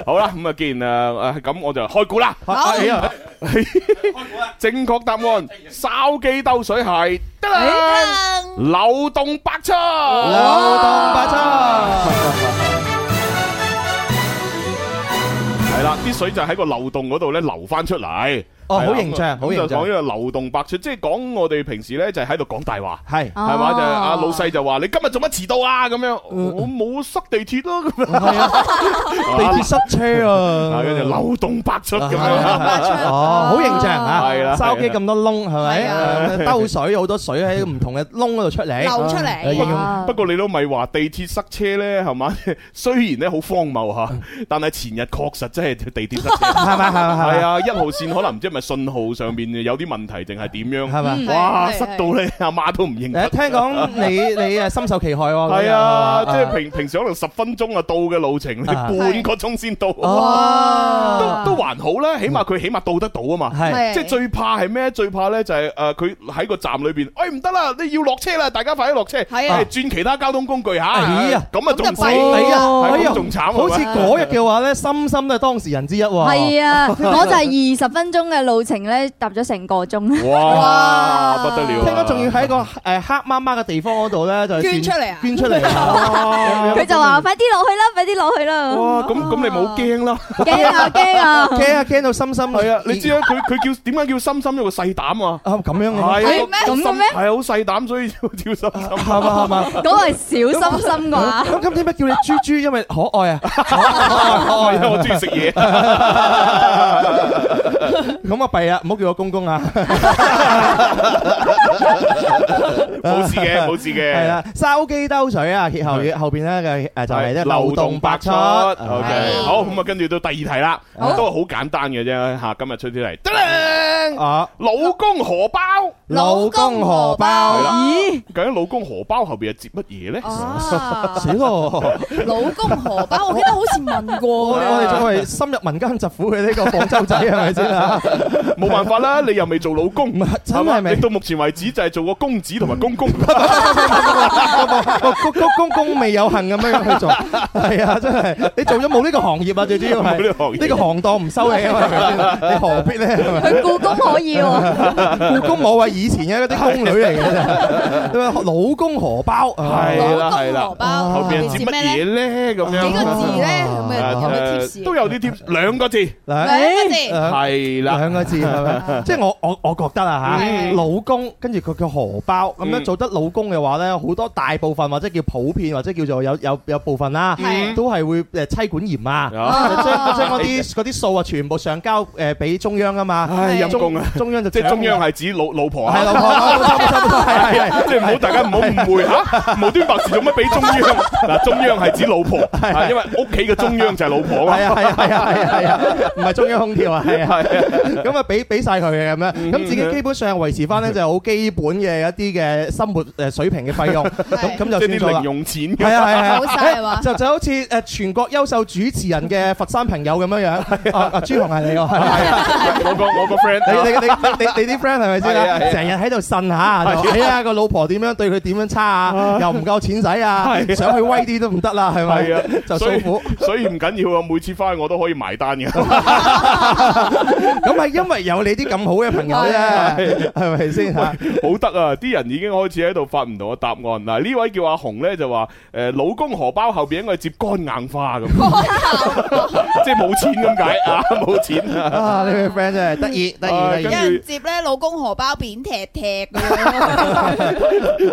[SPEAKER 3] 好啦，咁啊，既然誒誒咁，我就開估啦。
[SPEAKER 4] 係啊，
[SPEAKER 3] 正確答案，筲箕兜水係得啦，
[SPEAKER 5] 啊
[SPEAKER 3] 流動百出。
[SPEAKER 4] 流
[SPEAKER 3] 啊
[SPEAKER 4] 動百出，
[SPEAKER 3] 係啦，啲水就喺個漏洞嗰度咧流翻出嚟。
[SPEAKER 4] 哦
[SPEAKER 3] 係啦
[SPEAKER 4] 好形象
[SPEAKER 3] 咁
[SPEAKER 4] 好形
[SPEAKER 3] 就
[SPEAKER 4] 象
[SPEAKER 3] 講呢個流動百出，即係講我哋平時咧就係喺度講大話。
[SPEAKER 4] 係
[SPEAKER 3] 係嘛？就係阿
[SPEAKER 6] 哦
[SPEAKER 3] 老細就話你今日做乜遲到啊？咁樣我冇塞地鐵咯，咁樣
[SPEAKER 4] 係啊，嗯地
[SPEAKER 3] Ờ.
[SPEAKER 4] 鐵塞車
[SPEAKER 3] 啊
[SPEAKER 4] 啊，
[SPEAKER 3] 跟住漏洞百出
[SPEAKER 4] À,
[SPEAKER 3] 咁樣。
[SPEAKER 4] 哦，好形象啊！
[SPEAKER 3] 係啦
[SPEAKER 4] 筲箕咁多窿係
[SPEAKER 5] 係啊
[SPEAKER 4] 咪？誒兜水好多水喺唔同嘅窿嗰度出嚟，
[SPEAKER 5] 流出嚟
[SPEAKER 4] 誒形容
[SPEAKER 6] 哇
[SPEAKER 3] 不過你都咪話地鐵塞車咧，係嘛？ 雖然咧好荒謬嚇，但係前日確實真係地鐵塞車。
[SPEAKER 4] 係嗯 咪係咪
[SPEAKER 3] 係
[SPEAKER 4] 係啊？
[SPEAKER 3] 啊，一號線可能唔知係咪信號上邊有啲問題，定係點樣？
[SPEAKER 4] 係咪？
[SPEAKER 3] 哇，
[SPEAKER 5] 係係
[SPEAKER 3] 塞到你阿媽都唔認
[SPEAKER 4] 誒，
[SPEAKER 3] 得。
[SPEAKER 4] 聽講你你誒深受其害喎。
[SPEAKER 3] 係啊，即係
[SPEAKER 4] 嗰日係嘛
[SPEAKER 3] 平平時可能十分鐘啊到嘅路程，你
[SPEAKER 4] 啊
[SPEAKER 3] 半個鐘先到，都
[SPEAKER 4] Ờ. 哦，
[SPEAKER 3] 都還好啦，起碼佢起碼到得到啊嘛。
[SPEAKER 4] 係
[SPEAKER 3] 即係最怕係咩？最怕咧就係誒佢喺個站裏邊，哎唔得啦，你要落車啦，大家快啲落車，
[SPEAKER 5] 係啊
[SPEAKER 3] 誒轉其他交通工具嚇。
[SPEAKER 4] 哎呀
[SPEAKER 3] 咁啊仲
[SPEAKER 5] 咁就
[SPEAKER 3] 死，
[SPEAKER 5] 弊
[SPEAKER 4] 哎呀
[SPEAKER 3] 係
[SPEAKER 4] 哎呀
[SPEAKER 3] 咁仲慘
[SPEAKER 4] 好似
[SPEAKER 3] 係嘛
[SPEAKER 4] 嗰日嘅話咧，深深都係當事人之一喎。
[SPEAKER 6] 係啊，我就係二十分鐘嘅路程咧，搭咗成個鐘。
[SPEAKER 3] 哇，
[SPEAKER 5] 哇
[SPEAKER 3] 不得了啊！
[SPEAKER 4] 聽講仲要喺個誒黑麻麻嘅地方嗰度咧，就
[SPEAKER 5] 捐
[SPEAKER 4] 轉
[SPEAKER 5] 出嚟啊
[SPEAKER 4] 捐出 嚟啊！
[SPEAKER 6] 佢就話：快啲落去啦，快啲落去啦！
[SPEAKER 3] 哇，咁咁你冇驚啦？
[SPEAKER 6] 驚啊驚啊！
[SPEAKER 4] 驚啊驚到深深
[SPEAKER 3] 係啊，你知啦，佢佢叫點解叫心心有個細膽啊？
[SPEAKER 4] 啊咁樣啊，
[SPEAKER 3] 係
[SPEAKER 5] 係咩
[SPEAKER 3] 啊，
[SPEAKER 6] 咁嘅咩
[SPEAKER 3] 係好細膽，所以叫心心。
[SPEAKER 4] 係嘛係嘛。
[SPEAKER 6] 嗰個係小心心啩。
[SPEAKER 4] 咁咁點解叫你豬豬？因為可愛啊，可
[SPEAKER 3] 哦，
[SPEAKER 4] 愛
[SPEAKER 3] 因為
[SPEAKER 4] 可愛
[SPEAKER 3] 我。中意食 嘢，
[SPEAKER 4] 咁啊弊啊，唔好叫我公公啊。
[SPEAKER 3] 冇事 嘅，冇事嘅。
[SPEAKER 4] 係啦，筲箕兜水啊，歇後語後邊咧嘅誒就係咧流動百出。Ờ,
[SPEAKER 3] OK，
[SPEAKER 5] 係
[SPEAKER 3] 好咁啊，跟住到第二題啦，
[SPEAKER 5] 好
[SPEAKER 3] 都係好簡單嘅啫嚇。今日出啲嚟，得啦，
[SPEAKER 4] 啊，
[SPEAKER 3] 老公荷包。
[SPEAKER 4] 老公荷包。
[SPEAKER 5] 咦？
[SPEAKER 3] 究竟老公荷包後邊係接乜嘢咧？
[SPEAKER 5] 哦，
[SPEAKER 4] 死咯！
[SPEAKER 5] 老公荷包，我記得好似問
[SPEAKER 4] 我
[SPEAKER 5] 過
[SPEAKER 4] 我哋作為深入民間疾苦嘅呢個廣州仔係咪先啊？
[SPEAKER 3] 冇辦法 啦，你又未做老公，
[SPEAKER 4] 唔係真係哦
[SPEAKER 3] 嘛
[SPEAKER 4] 未
[SPEAKER 3] 你到目前為止就係做過公子同埋 公公，
[SPEAKER 4] 個公公公公未有幸咁樣樣去做，係啊，真係你做咗冇呢個行業啊，最主要
[SPEAKER 3] 冇呢個行
[SPEAKER 4] 係
[SPEAKER 3] 業
[SPEAKER 4] 呢個行當唔收你啊嘛，係咪先你何必咧？係咪
[SPEAKER 6] 佢故宮可以喎，
[SPEAKER 4] 故宮冇啊，以前嘅嗰啲宮女嚟嘅啫，對吧老公荷包
[SPEAKER 3] 係啦
[SPEAKER 4] 啊
[SPEAKER 3] 係
[SPEAKER 5] 老公
[SPEAKER 3] 啦
[SPEAKER 5] 荷包
[SPEAKER 3] 後邊係
[SPEAKER 5] 接
[SPEAKER 3] 接乜
[SPEAKER 5] 咩咧？
[SPEAKER 3] 嘢咧？咁樣啊
[SPEAKER 5] 幾
[SPEAKER 4] 啊
[SPEAKER 5] 個字咧？有
[SPEAKER 3] 誒
[SPEAKER 5] 冇有冇 tips？
[SPEAKER 3] 都有啲 tips，兩個字
[SPEAKER 4] 兩
[SPEAKER 5] 兩個字，
[SPEAKER 4] 兩
[SPEAKER 3] 係啦，
[SPEAKER 4] 兩個字，係咪即係我我我覺得啊嚇，
[SPEAKER 5] 係
[SPEAKER 4] 老公跟住佢嘅荷包咁樣
[SPEAKER 3] 嗯
[SPEAKER 4] 做得老公嘅話咧，好多大部分或者叫普遍或者叫做有有有部分啦
[SPEAKER 5] 係，
[SPEAKER 4] 都係會誒妻管嚴 啊，
[SPEAKER 3] 啊
[SPEAKER 4] 將將嗰啲嗰啲數啊全部上交誒俾中央啊嘛，
[SPEAKER 3] 唉，陰公啊！
[SPEAKER 4] 中中央就
[SPEAKER 3] 即係
[SPEAKER 4] 掌握
[SPEAKER 3] 中央係指老老婆啊
[SPEAKER 4] 係。老婆，冇錯冇錯冇錯係係係。
[SPEAKER 3] 即係唔好大家唔好誤 會嚇，無端白事做乜俾中央？ 嗱，中央係指老婆，啊因為屋企嘅中央就係老婆啊
[SPEAKER 4] 係
[SPEAKER 3] 嘛。
[SPEAKER 4] 啊係啊係啊係啊係啊，唔係中央空調啊， 係啊係啊，咁啊俾俾曬佢嘅咁樣，咁自己基本上維 持翻咧就係好基本嘅一啲嘅生活誒水平嘅費 用，咁咁就
[SPEAKER 3] 即係
[SPEAKER 4] 算
[SPEAKER 3] 啲
[SPEAKER 4] 數啦
[SPEAKER 3] 零。用錢
[SPEAKER 4] 係
[SPEAKER 3] 嘅。
[SPEAKER 4] 啊係啊，
[SPEAKER 5] 冇晒係嘛
[SPEAKER 4] 誒就就好似誒全國優秀主持人嘅佛山朋友咁 樣樣，啊啊朱紅係你喎，係啊
[SPEAKER 3] 我個我個 friend，啊
[SPEAKER 4] 你你你你你你啲 friend 係咪先
[SPEAKER 3] 係啊係
[SPEAKER 4] 啊？
[SPEAKER 3] 啊
[SPEAKER 4] 成日喺度呻下，就哎呀個老婆點樣對佢點樣差啊，又唔夠錢使啊，想去威啲都唔得啦，係咪？
[SPEAKER 3] 係啊
[SPEAKER 4] 就
[SPEAKER 3] 所以
[SPEAKER 4] 訴苦。
[SPEAKER 3] 所以唔緊要啊，每次翻去我都可以埋單 嘅。
[SPEAKER 4] 咁係因為有你啲咁好嘅朋友啫，係咪先嚇？
[SPEAKER 3] 好得啊！啲人已經開始喺度發唔同嘅答案。嗱，呢位叫阿紅咧就話：誒老公荷包後邊應該接乾硬花 咁，即係冇錢咁解啊，冇錢啊！
[SPEAKER 4] 啊，呢位 friend 真係得意得
[SPEAKER 3] 啊
[SPEAKER 4] 意
[SPEAKER 5] 有
[SPEAKER 4] 得
[SPEAKER 3] 跟
[SPEAKER 4] 意。
[SPEAKER 5] 人接咧，老公荷包扁踢踢咁樣，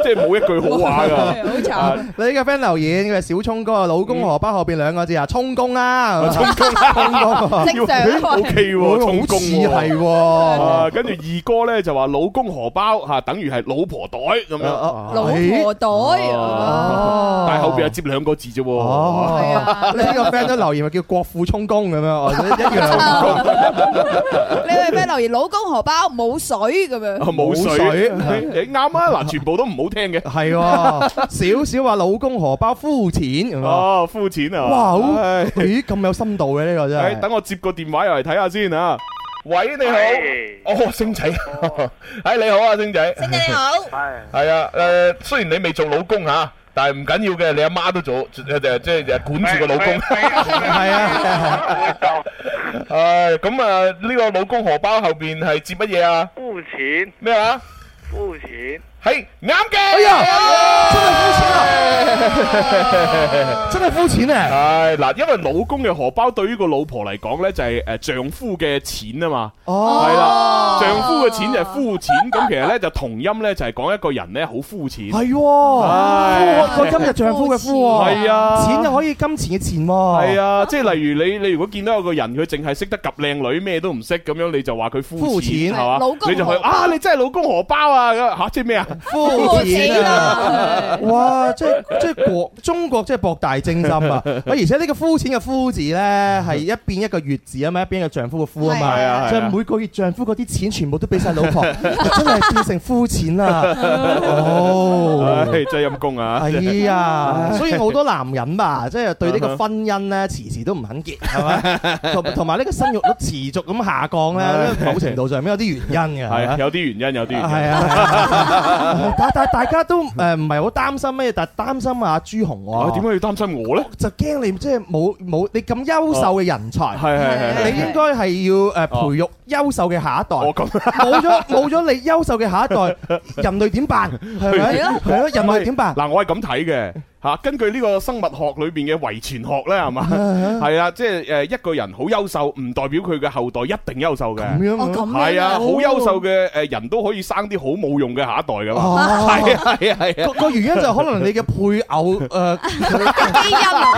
[SPEAKER 3] 即係冇一句好 話㗎。
[SPEAKER 5] 好
[SPEAKER 3] 啊
[SPEAKER 5] 慘。
[SPEAKER 4] 你呢個 friend 留言，佢係小聰哥，老公荷包後邊兩個字啊，充公啦，充公，充公，
[SPEAKER 5] 正常
[SPEAKER 3] 咦
[SPEAKER 5] 啊
[SPEAKER 3] O K
[SPEAKER 4] 好
[SPEAKER 3] 喎，
[SPEAKER 4] 似
[SPEAKER 3] 充公
[SPEAKER 4] 係
[SPEAKER 3] 喎。
[SPEAKER 4] 喎。
[SPEAKER 3] 啊，跟住二哥咧就話老公荷包嚇，等於係老婆袋咁樣，
[SPEAKER 5] 老婆袋啊，
[SPEAKER 4] 哦
[SPEAKER 3] 但係後邊係接兩個字啫喎。
[SPEAKER 5] 係
[SPEAKER 4] 哦，
[SPEAKER 5] 啊。
[SPEAKER 4] 呢個 friend 都留言咪叫國富充公咁樣，哦一樣
[SPEAKER 5] 呢位 friend 留言，老公荷包冇水咁
[SPEAKER 3] 啊
[SPEAKER 5] 樣，
[SPEAKER 3] 冇
[SPEAKER 4] 冇
[SPEAKER 3] 水，
[SPEAKER 4] 水
[SPEAKER 3] 你你啱 啊！嗱，全部都唔好聽嘅。
[SPEAKER 4] 係喎，啊少少話老公荷包膚淺咁樣。
[SPEAKER 3] 哦，膚淺啊！
[SPEAKER 4] 哇，好
[SPEAKER 3] 唉
[SPEAKER 4] 咦咁有深度嘅呢個真
[SPEAKER 3] 诶，
[SPEAKER 4] 係。
[SPEAKER 3] 哎等我接個電話又嚟睇下先啊！喂，你好，哦，星仔，哎，你好啊，星仔，
[SPEAKER 5] 你好，
[SPEAKER 3] 係啊，诶，雖然你未做老公吓，但係唔緊要嘅，你阿媽都做，即係即係管
[SPEAKER 4] 哎
[SPEAKER 3] 住個老公，
[SPEAKER 4] 係啊。
[SPEAKER 3] 唉，咁啊，呢個老公荷包後边係接乜嘢啊？
[SPEAKER 8] 付钱，
[SPEAKER 3] 咩話？
[SPEAKER 9] 哎
[SPEAKER 8] 付钱，
[SPEAKER 3] 係啱嘅，
[SPEAKER 4] 哎
[SPEAKER 3] 哎
[SPEAKER 4] 呀，真係膚淺啊！
[SPEAKER 3] 唉，嗱，因為老公嘅荷包對於個老婆嚟講呢，就係誒丈夫嘅錢啊嘛，
[SPEAKER 4] 哦
[SPEAKER 3] 係啦，丈夫嘅錢就係膚淺，咁其實呢，就同音呢，就係講一個人呢好膚淺，
[SPEAKER 4] 係啊喎，
[SPEAKER 3] 唉
[SPEAKER 4] 夫個今日丈夫嘅夫喎，
[SPEAKER 3] 係哎啊，
[SPEAKER 4] 錢就可以金錢嘅錢喎，
[SPEAKER 3] 係啊，即係例如你，你如果見到有個人佢淨係識得及靚女，咩都唔識咁樣，你就話佢膚
[SPEAKER 4] 膚
[SPEAKER 3] 淺
[SPEAKER 4] 淺
[SPEAKER 3] 係嘛
[SPEAKER 5] 老？公
[SPEAKER 3] 你就去
[SPEAKER 5] 荷包
[SPEAKER 3] 啊，你真係老公荷包啊！咁嚇，即係咩啊？
[SPEAKER 4] 膚淺啊！哇，即係即係國中國即係博大精 深啊！而且呢個膚淺嘅膚字咧，係一邊一個月字啊嘛，一邊一個丈夫嘅夫啊
[SPEAKER 5] 係
[SPEAKER 4] 嘛，
[SPEAKER 3] 啊
[SPEAKER 4] 即
[SPEAKER 3] 係啊
[SPEAKER 4] 係每個月丈夫嗰啲錢全部都俾晒老 婆，真係變成膚淺啦！
[SPEAKER 3] 哎
[SPEAKER 4] 哦。
[SPEAKER 3] 唉，真係陰公啊！
[SPEAKER 4] 哎呀，所以好多男人吧，即係
[SPEAKER 3] 嗯
[SPEAKER 4] 對呢個婚姻咧，遲遲都唔肯結，係咪？ 同同埋呢個生育率持續咁下降咧，某程度上面有啲原因嘅，係
[SPEAKER 3] 哎係
[SPEAKER 4] 咪？
[SPEAKER 3] 有啲原因，有啲原
[SPEAKER 4] 係
[SPEAKER 3] 因。
[SPEAKER 4] 啊， 但但大家都誒唔係好擔心咩，但擔心阿朱紅
[SPEAKER 3] 啊，
[SPEAKER 4] 喎，
[SPEAKER 3] 點解要擔心我咧？
[SPEAKER 4] 就驚你即係冇冇你咁優秀嘅人才，
[SPEAKER 3] 係係係係
[SPEAKER 4] 你應該係要誒培育優秀嘅下一代。
[SPEAKER 3] 我咁
[SPEAKER 4] 冇咗冇咗你優秀嘅下一代， 人類點辦？係咪？
[SPEAKER 5] 係咯
[SPEAKER 4] 係咯，人類點 辦？
[SPEAKER 3] 嗱，我係咁睇 嘅嚇，根據呢個生物學裏邊嘅遺傳學咧， 係嘛？係啊，即係誒一個人好優秀，唔代表佢嘅後代一定優秀嘅。
[SPEAKER 4] 咁樣
[SPEAKER 5] 哦
[SPEAKER 4] 啊
[SPEAKER 5] 咁
[SPEAKER 3] 係啊，好優秀
[SPEAKER 5] 嘅，
[SPEAKER 3] 嘅誒人都可以生啲好冇用嘅下一代噶嘛。
[SPEAKER 4] 哦
[SPEAKER 3] 係啊係啊係啊！
[SPEAKER 4] 個個原因就可能你嘅配偶 誒
[SPEAKER 5] 基因啊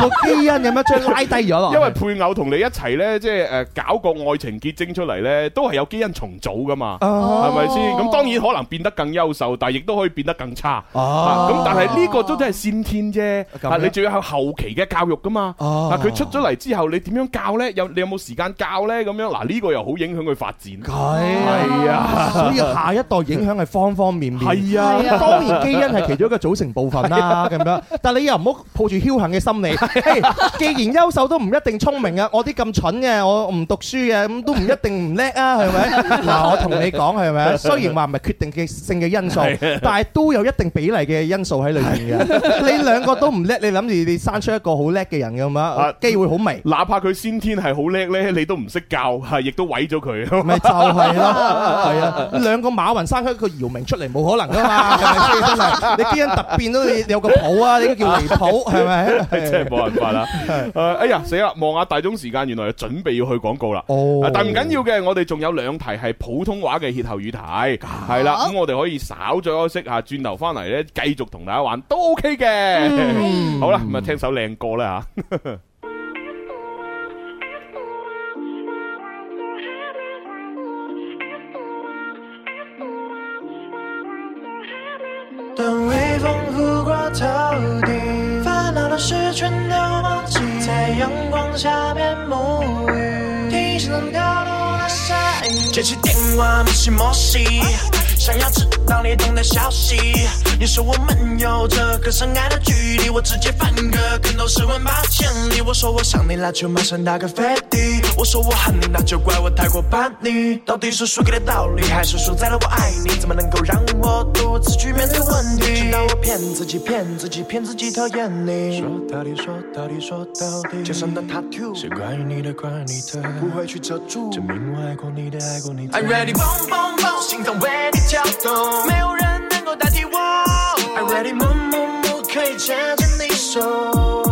[SPEAKER 4] 個基因咁樣將拉低咗咯，
[SPEAKER 3] 因為配偶同你一齊呢，即係誒搞個愛情結晶出嚟呢，都係有基因重組噶嘛，
[SPEAKER 4] 啊
[SPEAKER 3] 係咪先？咁當然可能變得更優秀，但係亦都可以變得更差。啊
[SPEAKER 4] 哦
[SPEAKER 3] 咁但係呢個都真係先天啫，
[SPEAKER 4] 咁
[SPEAKER 3] 啊
[SPEAKER 4] 樣
[SPEAKER 3] 你仲要有後期嘅教育噶嘛？
[SPEAKER 4] 哦
[SPEAKER 3] 啊佢出咗嚟之後，你點樣教呢？有你有冇時間教呢？咁樣嗱呢個又好影響佢發展。
[SPEAKER 4] 係
[SPEAKER 3] 係啊，
[SPEAKER 4] 所以下一代影響係方方面面。
[SPEAKER 3] 係啊
[SPEAKER 5] 係啊
[SPEAKER 4] 當然基因係其中一個組成部分啦，咁樣。但你又唔好抱住僥倖嘅心理，嘿既然優秀都唔一定聰明啊，我啲咁蠢嘅，我唔讀書嘅，咁都唔一定唔叻啊，係咪？嗱，我同你講係咪？雖然話唔係決定嘅性嘅因素，但係都有一定比例嘅因素喺裏面嘅。你兩兩個都唔叻，你諗住你生出一個好叻嘅人咁
[SPEAKER 3] 啊
[SPEAKER 4] 啊？機會好微，
[SPEAKER 3] 哪怕佢先天係好叻呢，你都唔識教， 係亦都毀咗佢。
[SPEAKER 4] 咪就係咯，係啊，兩個馬雲生出一個姚明出嚟冇可能噶嘛，係咪先真係？你基因突變都你有個譜啊，呢啲叫離譜 係咪？
[SPEAKER 3] 真係冇辦法啦！誒哎呀，死啦！望下大鐘時間，原來準備要去廣告啦。
[SPEAKER 4] 哦
[SPEAKER 3] 啊但唔緊要嘅，我哋仲有兩題係普通話嘅歇後語題，係啦，咁我哋可以稍作休息下，轉頭翻嚟咧繼續同大家玩都 OK
[SPEAKER 4] 嗯
[SPEAKER 3] 嘅。好啦，咁啊聽首靚歌啦嚇。
[SPEAKER 1] 当微风拂过头顶，烦恼的事全都忘记，在阳光下面沐浴，听心能跳动的声音。接起电话，密西摩西，想要知道你懂的消息。你说我们有着更深爱的距离，我直接翻个跟头十万八千里。我说我想你了，就马上打个飞的。我说我恨你，那就怪我太过叛逆。到底是输给了道理，还是输在了我爱你？怎么能够让我独自去面对问题？直到我骗自己，骗自己，骗自己讨厌你。说到底，说到底，说到底，肩上的 tattoo 是关于你的，关于你的，不会去遮住，证明我爱过你的，爱过你的。I'm ready，蹦蹦蹦，心脏为你跳动，没有人能够代替我。I'm ready，么么么，可以牵着你手。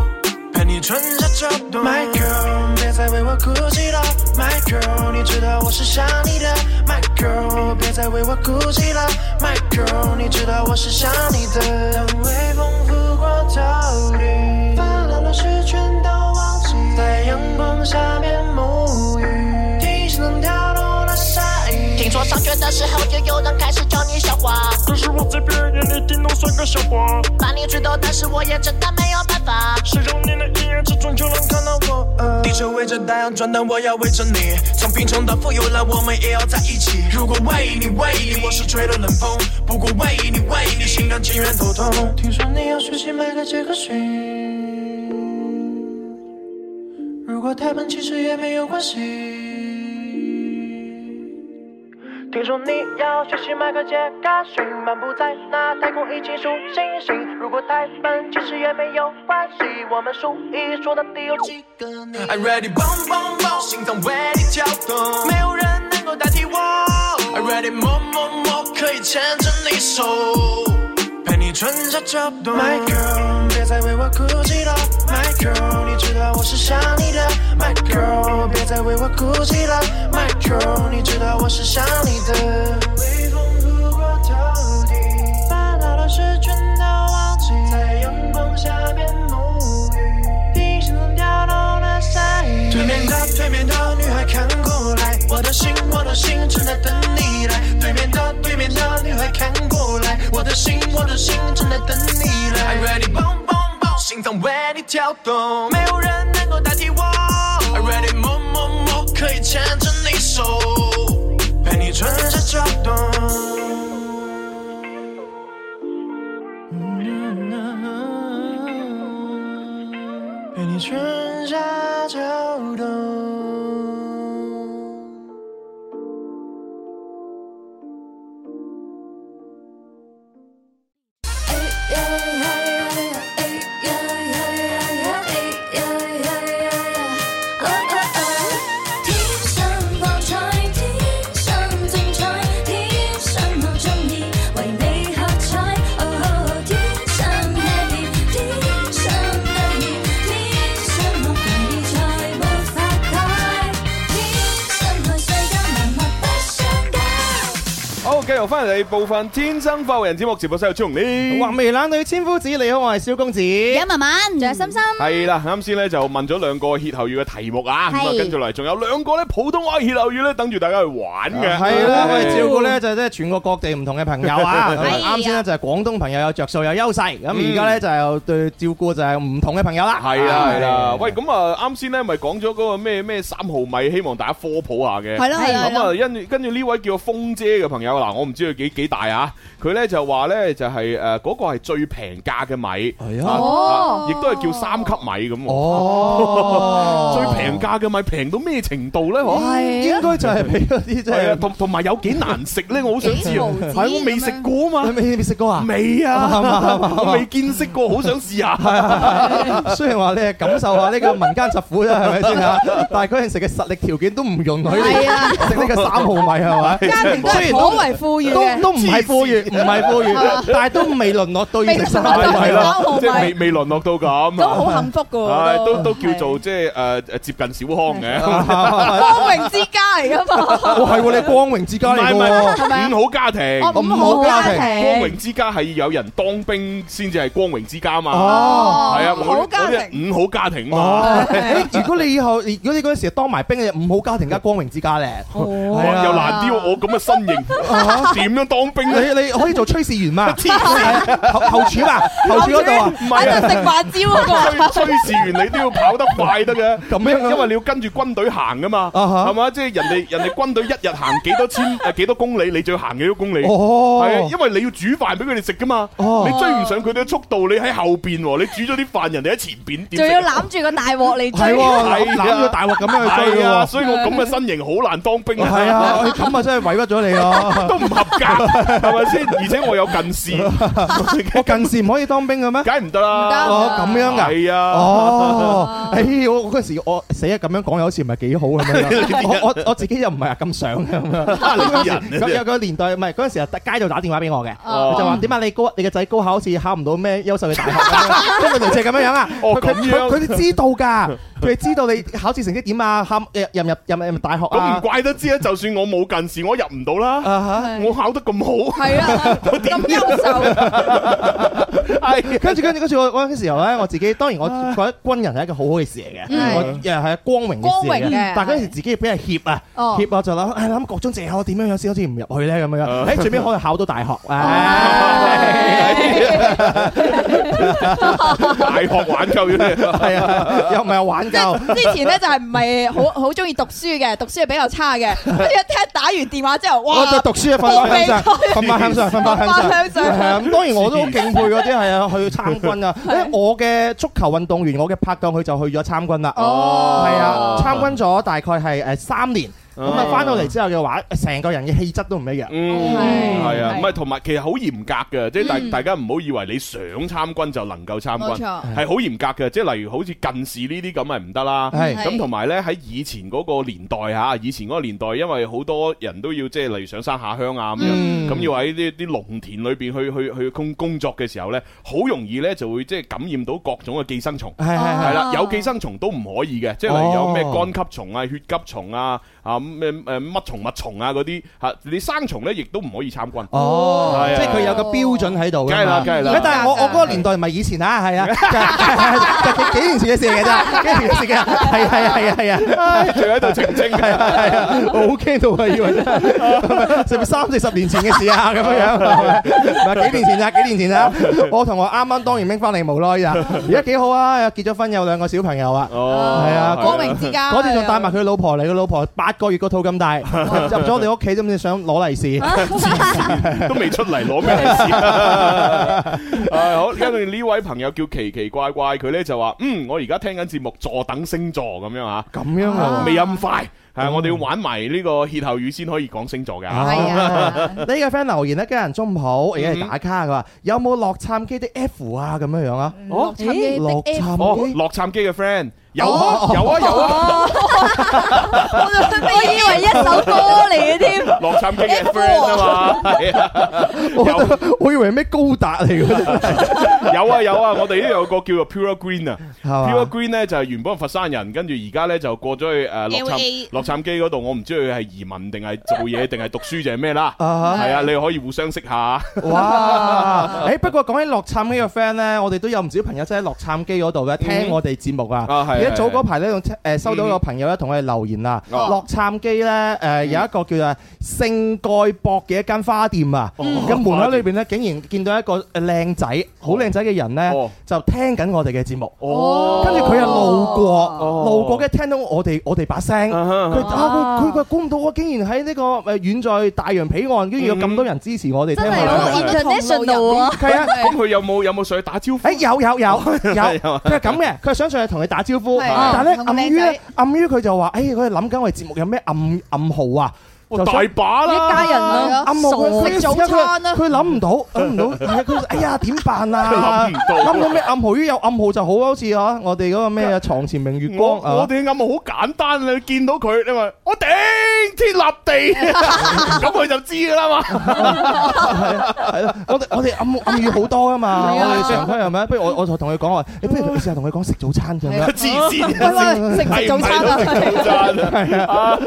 [SPEAKER 1] 陪你春夏秋冬。My girl，别再为我哭泣了。My girl，你知道我是想你的。My girl，别再为我哭泣了。My girl，你知道我是想你的。当微风拂过头顶，烦恼的事全都忘记，在阳光下面沐浴，听心能跳动的声音。
[SPEAKER 10] 听说上学的时候就有人开始教你笑话，
[SPEAKER 1] 可是我在别人眼里顶多算个笑话。
[SPEAKER 10] 把你追到，但是我也真的没有办法。
[SPEAKER 1] 谁让你的一眼之中就能看到我？呃地球围着太阳转，但我要围着你。从贫穷到富有来，我们也要在一起。如果为你为你，我是吹了冷风；不过为你为你，心甘情愿头痛。听说你要学习迈克杰克逊，如果太笨其实也没有关系。听说你要学习迈克杰克逊，漫步在那太空一起数星星。如果太笨，其实也没有关系，我们数一数到底有几个你。I'm ready，蹦蹦蹦，心脏为你跳动，没有人能够代替我。I'm ready，么么么，可以牵着你手，陪你春夏秋冬。My girl，别再为我哭泣了。My girl，你知道我是想你的。My girl，别再为我哭泣了。My girl，你知道我是想你的。微风拂过头顶，烦恼的事全都忘记，在阳光下面沐浴，听心能跳动的声音。对面的对面的女孩看过来，我的心我的心正在等你来。对面的对面的女孩看过来，我的心我的心正在等你来。I'm ready，蹦蹦蹦，心脏为你跳动，没有人能够代替我。I'm ready，么么么，可以牵着你手，陪你春夏秋冬。陪你春夏秋冬。
[SPEAKER 11] 天生博彩，天生精彩，天生我中意，為你喝彩。哦，天生 happy，天生得意，天生我容易才沒法解，天生愛世間萬物不相解。
[SPEAKER 3] 好，繼續翻嚟部分天生發人節目直播室有朱紅啊呢。
[SPEAKER 4] 畫眉冷女千夫指，你好，我係蕭公子。
[SPEAKER 5] Dạ,
[SPEAKER 6] 有文文，仲有心心，
[SPEAKER 3] 係啦，啱先咧就問咗兩個歇後語嘅題目啊，咁啊
[SPEAKER 6] 係
[SPEAKER 3] 跟住嚟仲有兩個咧普通話歇後語咧等住大家去玩嘅。
[SPEAKER 4] 係啦，我哋照顧
[SPEAKER 3] 係
[SPEAKER 4] 咧就係即係全國各地唔同嘅 朋友啊。
[SPEAKER 5] 係啊
[SPEAKER 4] 啱先咧就係廣東朋友有着數有優勢，咁而家咧就係對照顧就係唔同嘅朋友啦。
[SPEAKER 3] 系啦系啦，喂咁啊啱先咧咪講咗嗰個咩咩三毫米，希望大家科普下嘅。
[SPEAKER 5] 係咯係咯係
[SPEAKER 3] 咁
[SPEAKER 5] 咯
[SPEAKER 3] 啊，跟住跟住呢位叫風姐嘅朋友嗱，我我唔知佢幾幾大啊。佢咧就話咧就係誒嗰個係最平價嘅米，
[SPEAKER 4] 係
[SPEAKER 3] 啊
[SPEAKER 5] 哦
[SPEAKER 3] 啊亦都係叫三級米咁喎。
[SPEAKER 4] 哦，
[SPEAKER 3] 最平價嘅米平到咩程度咧？嗬，
[SPEAKER 6] 係
[SPEAKER 4] 應
[SPEAKER 6] 啊，
[SPEAKER 4] 該就係俾嗰啲即
[SPEAKER 3] 係啊，
[SPEAKER 4] 係
[SPEAKER 3] 同同埋有幾難食咧？我好想知
[SPEAKER 5] 幾
[SPEAKER 3] 啊
[SPEAKER 5] 毫，子
[SPEAKER 3] 係我未食過啊嘛
[SPEAKER 4] 你。未未食過啊？
[SPEAKER 3] 未
[SPEAKER 4] 啱啊啱啊
[SPEAKER 3] 啊，我未見識過，好想試下。
[SPEAKER 4] 雖然話你係感受下呢個民間疾苦啫，係咪先嚇？但係嗰陣時嘅實力條件都唔容許你
[SPEAKER 5] 係啊
[SPEAKER 4] 食呢個三毫米係咪？
[SPEAKER 5] 家庭都
[SPEAKER 4] 雖然
[SPEAKER 5] 係頗為富裕嘅啊
[SPEAKER 4] 都。都唔係富裕，唔係富裕，但係都未淪落到要食三毫
[SPEAKER 5] 未淪
[SPEAKER 4] 米
[SPEAKER 5] 落
[SPEAKER 3] 係
[SPEAKER 5] 到
[SPEAKER 4] 啦。
[SPEAKER 5] 三毫
[SPEAKER 3] 啦，
[SPEAKER 5] 米
[SPEAKER 3] 即係未未淪落到咁。
[SPEAKER 5] 咁好幸福噶
[SPEAKER 3] 唉
[SPEAKER 5] 喎，
[SPEAKER 3] 都都叫做即係誒誒接近小康嘅。
[SPEAKER 4] 哇，
[SPEAKER 5] 光榮之家嚟噶嘛，
[SPEAKER 4] 哦係喎，你光榮之家
[SPEAKER 3] 唔係
[SPEAKER 4] 嚟
[SPEAKER 3] 唔
[SPEAKER 4] 㗎
[SPEAKER 5] 係咪
[SPEAKER 3] 係，
[SPEAKER 5] 啊
[SPEAKER 3] 五好家庭。
[SPEAKER 5] 哦
[SPEAKER 4] 咁好啊家庭
[SPEAKER 3] 光榮之家係有人當兵先至係光榮之家嘛。
[SPEAKER 4] 哦
[SPEAKER 3] 係啊，
[SPEAKER 5] 五好家庭
[SPEAKER 3] 庭，五好家庭嘛。
[SPEAKER 4] 哦，誒如果你以後，如果你嗰陣時當埋兵嘅，五好家庭加光榮之家咧，
[SPEAKER 5] 哦
[SPEAKER 3] 哇
[SPEAKER 4] 係啊
[SPEAKER 3] 又難啲喎，我咁嘅身形，點樣當兵咧？
[SPEAKER 4] 你你可以做炊事員嘛？後後廚嘛，後廚嗰度啊，
[SPEAKER 3] 唔係
[SPEAKER 5] 喺度
[SPEAKER 3] 啊。
[SPEAKER 5] 食飯焦嗰 個。
[SPEAKER 3] 炊炊事員你都要跑得快得嘅，
[SPEAKER 4] 咁樣啊
[SPEAKER 3] 因為你要跟住軍隊行噶嘛，
[SPEAKER 4] 啊哈
[SPEAKER 3] 係嘛？即係人哋人哋軍隊一日行幾多千誒幾多公里，你就要行幾多公里。
[SPEAKER 4] 哦
[SPEAKER 3] 係啊，因為你要煮飯俾佢哋食噶嘛，你
[SPEAKER 4] 哦
[SPEAKER 3] 追唔上佢哋嘅速度，你喺後邊喎，你煮咗啲飯，人哋喺前邊點
[SPEAKER 6] 仲要
[SPEAKER 3] 食？
[SPEAKER 6] 攬住個大鑊嚟
[SPEAKER 4] 係
[SPEAKER 6] 追，
[SPEAKER 4] 喎，
[SPEAKER 3] 係啊
[SPEAKER 4] 攬咗大鑊咁樣去
[SPEAKER 3] 係
[SPEAKER 4] 追
[SPEAKER 3] 啊，
[SPEAKER 4] 喎。
[SPEAKER 3] 所以我咁嘅身形好難當兵
[SPEAKER 4] 係啊，咁啊真係委屈咗你 咯。
[SPEAKER 3] 都唔合格，係咪先？而且我有近視，
[SPEAKER 4] 我近視唔可以當兵 嘅咩？
[SPEAKER 3] 梗係唔得啦。
[SPEAKER 4] 哦，咁樣噶。
[SPEAKER 3] 係啊，
[SPEAKER 4] 哦，哎，我我嗰陣時我死啊咁樣講，又好似唔係幾好咁 樣。我我我自己又唔係啊咁想咁 樣。
[SPEAKER 3] 你人啊
[SPEAKER 4] 咁有個年代唔係嗰陣時啊，街度打電話俾我嘅，
[SPEAKER 3] 哦
[SPEAKER 4] 佢就話點解你高你個仔高考好似考唔到咩優秀嘅大學 啊，即係類似係咁樣樣啊。
[SPEAKER 3] 哦
[SPEAKER 4] 佢佢
[SPEAKER 3] 咁樣
[SPEAKER 4] 佢佢哋知道㗎，佢哋知道你考試成績點啊，考入入入入入大學
[SPEAKER 3] 咁唔
[SPEAKER 4] 啊。
[SPEAKER 3] 怪得知啊！就算我冇近視，我入唔到
[SPEAKER 4] 啊
[SPEAKER 3] 啦。
[SPEAKER 4] 哈
[SPEAKER 3] 我考得 咁好，
[SPEAKER 5] 係啊，咁優 秀，
[SPEAKER 3] 係啊
[SPEAKER 4] 跟住跟住跟住我嗰陣時候咧，我自己當然我覺得軍人係一個好好嘅事嚟嘅，
[SPEAKER 5] 嗯
[SPEAKER 4] 我誒係光榮嘅事
[SPEAKER 5] 光榮
[SPEAKER 4] 嚟嘅
[SPEAKER 5] 嘅。
[SPEAKER 4] 但係嗰陣時自己俾人怯啊，
[SPEAKER 5] 哦
[SPEAKER 4] 怯我就諗，誒諗各種藉口點樣樣先好似唔入去咧咁樣樣。
[SPEAKER 3] 哦
[SPEAKER 4] 誒最尾可以考到大學，啊
[SPEAKER 5] 哦
[SPEAKER 4] 唉
[SPEAKER 5] 唉
[SPEAKER 3] 大學玩夠咗
[SPEAKER 4] 係啊，又唔係話玩
[SPEAKER 5] 即
[SPEAKER 4] 夠。
[SPEAKER 5] 係之前咧就係唔係好好中意讀書嘅，讀書係比較 差嘅，跟住一聽打完電話之後，
[SPEAKER 4] 我就
[SPEAKER 5] 哇！
[SPEAKER 4] 讀書啊，瞓翻向上，瞓翻向 上，瞓翻向上，
[SPEAKER 5] 瞓返向上
[SPEAKER 4] 係啊！咁當然我都好敬佩嗰啲係啊，去參軍啊。因為我嘅足球運動員，我嘅拍檔佢就去咗參軍啦。
[SPEAKER 5] 哦
[SPEAKER 4] 係啊，參軍咗大概係誒三年，咁啊
[SPEAKER 3] 哦
[SPEAKER 4] 翻到嚟之後嘅話，成個人嘅氣質都唔一樣。
[SPEAKER 3] 嗯，
[SPEAKER 5] 係
[SPEAKER 3] 係啊，
[SPEAKER 5] 係嗯
[SPEAKER 3] 唔係同埋其實好嚴格嘅，即係大大家唔好以為你想參軍就能夠參軍，
[SPEAKER 5] 冇
[SPEAKER 3] 係
[SPEAKER 5] 錯
[SPEAKER 3] 好嚴格嘅。即係例如好似近視呢啲咁係唔得啦。
[SPEAKER 4] 係
[SPEAKER 3] 咁同埋呢，喺以前嗰個年代嚇，以前嗰個年代，因為好多人都要即係例如上山下鄉啊咁樣，
[SPEAKER 4] 嗯
[SPEAKER 3] 咁要喺啲啲農田裏邊去去去工工作嘅時候呢，好容易呢就會即係感染到各種嘅寄生蟲。
[SPEAKER 4] 係係
[SPEAKER 3] 係
[SPEAKER 4] 係。
[SPEAKER 3] 啦，有寄生蟲都唔可以嘅，即係例如有咩
[SPEAKER 4] 啊哦
[SPEAKER 3] 肝吸蟲啊、血吸蟲啊、啊咩誒乜蟲乜蟲啊嗰啲嚇，你生蟲咧亦都唔可以參軍。
[SPEAKER 4] 哦
[SPEAKER 3] 係，啊
[SPEAKER 4] 即係佢有個標準喺度㗎嘛
[SPEAKER 3] 梗係啦梗係啦
[SPEAKER 4] 咁但係我我嗰個年代唔係以前啊，係啊， 就係幾幾年前嘅事嚟嘅咋，幾年前嘅事嘅，係係係係啊。
[SPEAKER 3] 仲喺度澄清
[SPEAKER 4] 係啊係啊，我好驚到啊！以為真係，係咪三四十年前嘅事啊？咁樣樣係咪唔係幾年前咋？幾年前咋？我同學啱啱當完兵翻嚟無耐咋，而家幾好啊！結咗婚有兩個小朋友啊！
[SPEAKER 3] 哦，
[SPEAKER 4] 係啊
[SPEAKER 5] 光榮之家，
[SPEAKER 4] 嗰次仲帶埋佢老婆嚟，佢老婆八個月個肚咁 大，入咗我哋屋企，知唔知想攞利是？
[SPEAKER 3] 都未出嚟攞咩 利是啊！唉好，跟住呢位朋友叫奇奇怪怪，佢咧就話：嗯，我而家聽緊節目，坐等星座咁樣啊，
[SPEAKER 4] 咁樣啊！
[SPEAKER 3] 未咁快。係啊
[SPEAKER 4] 嗯
[SPEAKER 3] 我哋要玩埋呢個歇後語先可以講星座㗎。
[SPEAKER 5] 係啊，
[SPEAKER 4] 呢個 friend 留言咧，家人中午好，而家係打卡，佢話有冇洛杉磯的 F 啊？咁樣樣啊？
[SPEAKER 3] 哦
[SPEAKER 5] 咦
[SPEAKER 4] 洛杉
[SPEAKER 3] 哦，
[SPEAKER 4] 磯。
[SPEAKER 3] 洛杉磯嘅 friend 有啊
[SPEAKER 4] 哦
[SPEAKER 3] 有啊有啊！
[SPEAKER 6] 我以為一首歌嚟嘅添。
[SPEAKER 3] 洛杉磯嘅 friend 啊嘛，係啊
[SPEAKER 4] 我覺得我以為咩高達嚟嘅啫，
[SPEAKER 3] 有啊有啊，我哋呢度有個叫做 Pure Green 啊
[SPEAKER 4] 係
[SPEAKER 3] ，Pure
[SPEAKER 4] 嘛？
[SPEAKER 3] Green 咧就係原本係佛山人，跟住而家咧就過咗去誒洛杉
[SPEAKER 5] LA
[SPEAKER 3] 洛杉磯嗰度，我唔知佢係移民定係做嘢定係讀書定係咩啦。
[SPEAKER 4] 啊哈
[SPEAKER 3] 係啊，你可以互相識下。
[SPEAKER 4] 哇！誒，不過講起洛杉磯嘅 friend 咧，我哋都有唔少朋友真係喺洛杉磯嗰度咧聽我哋節目啊
[SPEAKER 3] 嗯啊係啊，嗯
[SPEAKER 4] 記得早嗰排呢，用誒收到一個朋友咧同我哋留言啊，
[SPEAKER 3] 哦嗯
[SPEAKER 4] 洛杉磯咧誒有一個叫做聖蓋博嘅一間花店啊，
[SPEAKER 3] 哦
[SPEAKER 4] 咁門口裏邊咧竟然見到一個誒靚仔，好靚仔嘅人
[SPEAKER 3] 哦
[SPEAKER 4] 咧就聽緊我哋嘅節目，跟住佢又路
[SPEAKER 3] 哦
[SPEAKER 4] 過，路過嘅聽到我哋我哋把聲，佢啊佢佢佢估唔到我竟然喺呢個誒遠在大洋彼岸，跟住有咁多人支持我哋聽我哋節目。係啊，
[SPEAKER 3] 咁佢有冇有冇上去打招呼？
[SPEAKER 4] 誒 有有有有，
[SPEAKER 3] 有啊
[SPEAKER 4] 佢係咁嘅，佢係想上去同你打招呼，
[SPEAKER 3] 係
[SPEAKER 4] 但係咧
[SPEAKER 5] 啊同個
[SPEAKER 4] 暗
[SPEAKER 5] 靚
[SPEAKER 4] 於
[SPEAKER 5] 仔
[SPEAKER 4] 咧暗於佢就話：，誒佢係諗緊我哋節目有咩暗暗號啊！就想
[SPEAKER 3] 大把啦
[SPEAKER 5] 一家人啊
[SPEAKER 4] 係暗號佢
[SPEAKER 5] 食早餐啊
[SPEAKER 4] 佢諗唔到，諗唔到，係啊佢哎呀點辦
[SPEAKER 3] 諗
[SPEAKER 4] 啊？
[SPEAKER 3] 唔到
[SPEAKER 4] 諗到咩暗號？於有暗號就好，好似啊我哋嗰個咩床前明月
[SPEAKER 3] 我
[SPEAKER 4] 光啊
[SPEAKER 3] 我！哋嘅暗號好簡單，你見到佢，你話我頂天立 地，咁佢就知噶啦嘛。
[SPEAKER 4] 係咯，我哋我哋暗暗語好多啊嘛，
[SPEAKER 5] 係啊
[SPEAKER 4] 我哋常規係咪？不如我我就同佢講話，你不如你試下同佢講食早餐咁樣。
[SPEAKER 3] 自私
[SPEAKER 5] 啊喂喂，食唔食
[SPEAKER 3] 係
[SPEAKER 5] 早
[SPEAKER 3] 唔係
[SPEAKER 5] 餐
[SPEAKER 3] 都
[SPEAKER 5] 啊？
[SPEAKER 3] 食早 餐啊？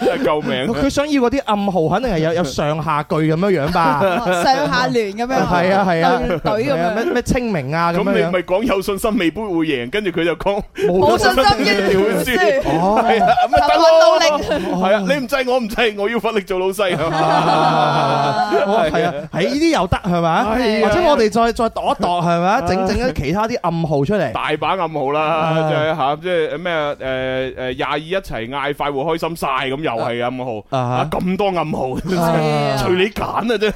[SPEAKER 3] 真係救 命！啊
[SPEAKER 4] 佢想要嗰啲暗號，肯定係有有上下句咁樣樣吧？
[SPEAKER 5] 上下聯咁樣，
[SPEAKER 4] 係啊係啊，
[SPEAKER 5] 對對
[SPEAKER 4] 係
[SPEAKER 5] 咁
[SPEAKER 4] 啊咩
[SPEAKER 5] 樣，
[SPEAKER 4] 咩清明啊咁
[SPEAKER 3] 咁
[SPEAKER 4] 樣
[SPEAKER 3] 你
[SPEAKER 4] 樣，
[SPEAKER 3] 咪講有信心未必會贏，跟住佢就講
[SPEAKER 5] 冇信心
[SPEAKER 3] 一定會輸。
[SPEAKER 5] 嘅書，
[SPEAKER 3] 係
[SPEAKER 4] 哦。
[SPEAKER 3] 啊，咪得
[SPEAKER 5] 努
[SPEAKER 3] 咯，
[SPEAKER 5] 力
[SPEAKER 3] 係啊，你唔制我唔制，我要奮力做老 細。
[SPEAKER 4] 哦，啊係啊，係呢啲又得係咪？或者我哋再再度一度係咪？整整咗其他啲暗號出嚟，
[SPEAKER 3] 大把暗號啦，
[SPEAKER 4] 啊
[SPEAKER 3] 即係嚇，即係咩啊誒誒廿二一齊嗌快活開心晒咁，又係暗號
[SPEAKER 4] 啊
[SPEAKER 3] 啊！咁多暗號，
[SPEAKER 5] 係啊
[SPEAKER 3] 隨你揀啊啫。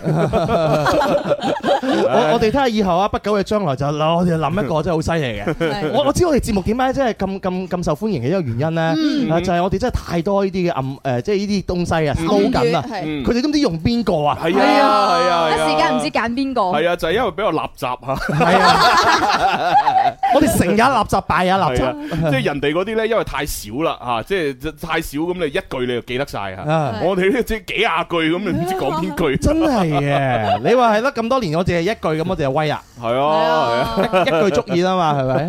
[SPEAKER 4] 我我哋睇下以後啊，不久嘅將來就嗱我哋諗一個真係好啊犀利 嘅。
[SPEAKER 5] 係
[SPEAKER 4] 我我知我哋節目點解真係咁咁咁受歡迎嘅一個原因
[SPEAKER 5] 嗯
[SPEAKER 4] 咧，啊就係我哋真係太多呢啲嘅暗誒，即係呢啲東西啊，
[SPEAKER 5] 暗
[SPEAKER 4] 撈
[SPEAKER 5] 語
[SPEAKER 4] 緊啊！
[SPEAKER 5] 係
[SPEAKER 3] 嗯
[SPEAKER 4] 佢哋都唔知用邊個啊？
[SPEAKER 3] 係啊，係啊，係啊係
[SPEAKER 6] 一時間唔知揀邊個。
[SPEAKER 3] 啊，就係因為比較垃圾嚇，
[SPEAKER 4] 係啊！我哋成也垃圾，敗也垃
[SPEAKER 3] 係
[SPEAKER 4] 圾
[SPEAKER 3] 啊， 即係人哋嗰啲咧，因為太少啦嚇，即係太少咁，你一句你就記得晒嚇。
[SPEAKER 4] 啊！
[SPEAKER 3] 我哋呢即係幾廿句咁，你唔知講邊句。
[SPEAKER 4] 真係嘅，你話係啦，咁多年我淨係一句咁，我哋就 威啊，
[SPEAKER 3] 係啊，係啊。
[SPEAKER 4] 一句足以啦嘛，係咪？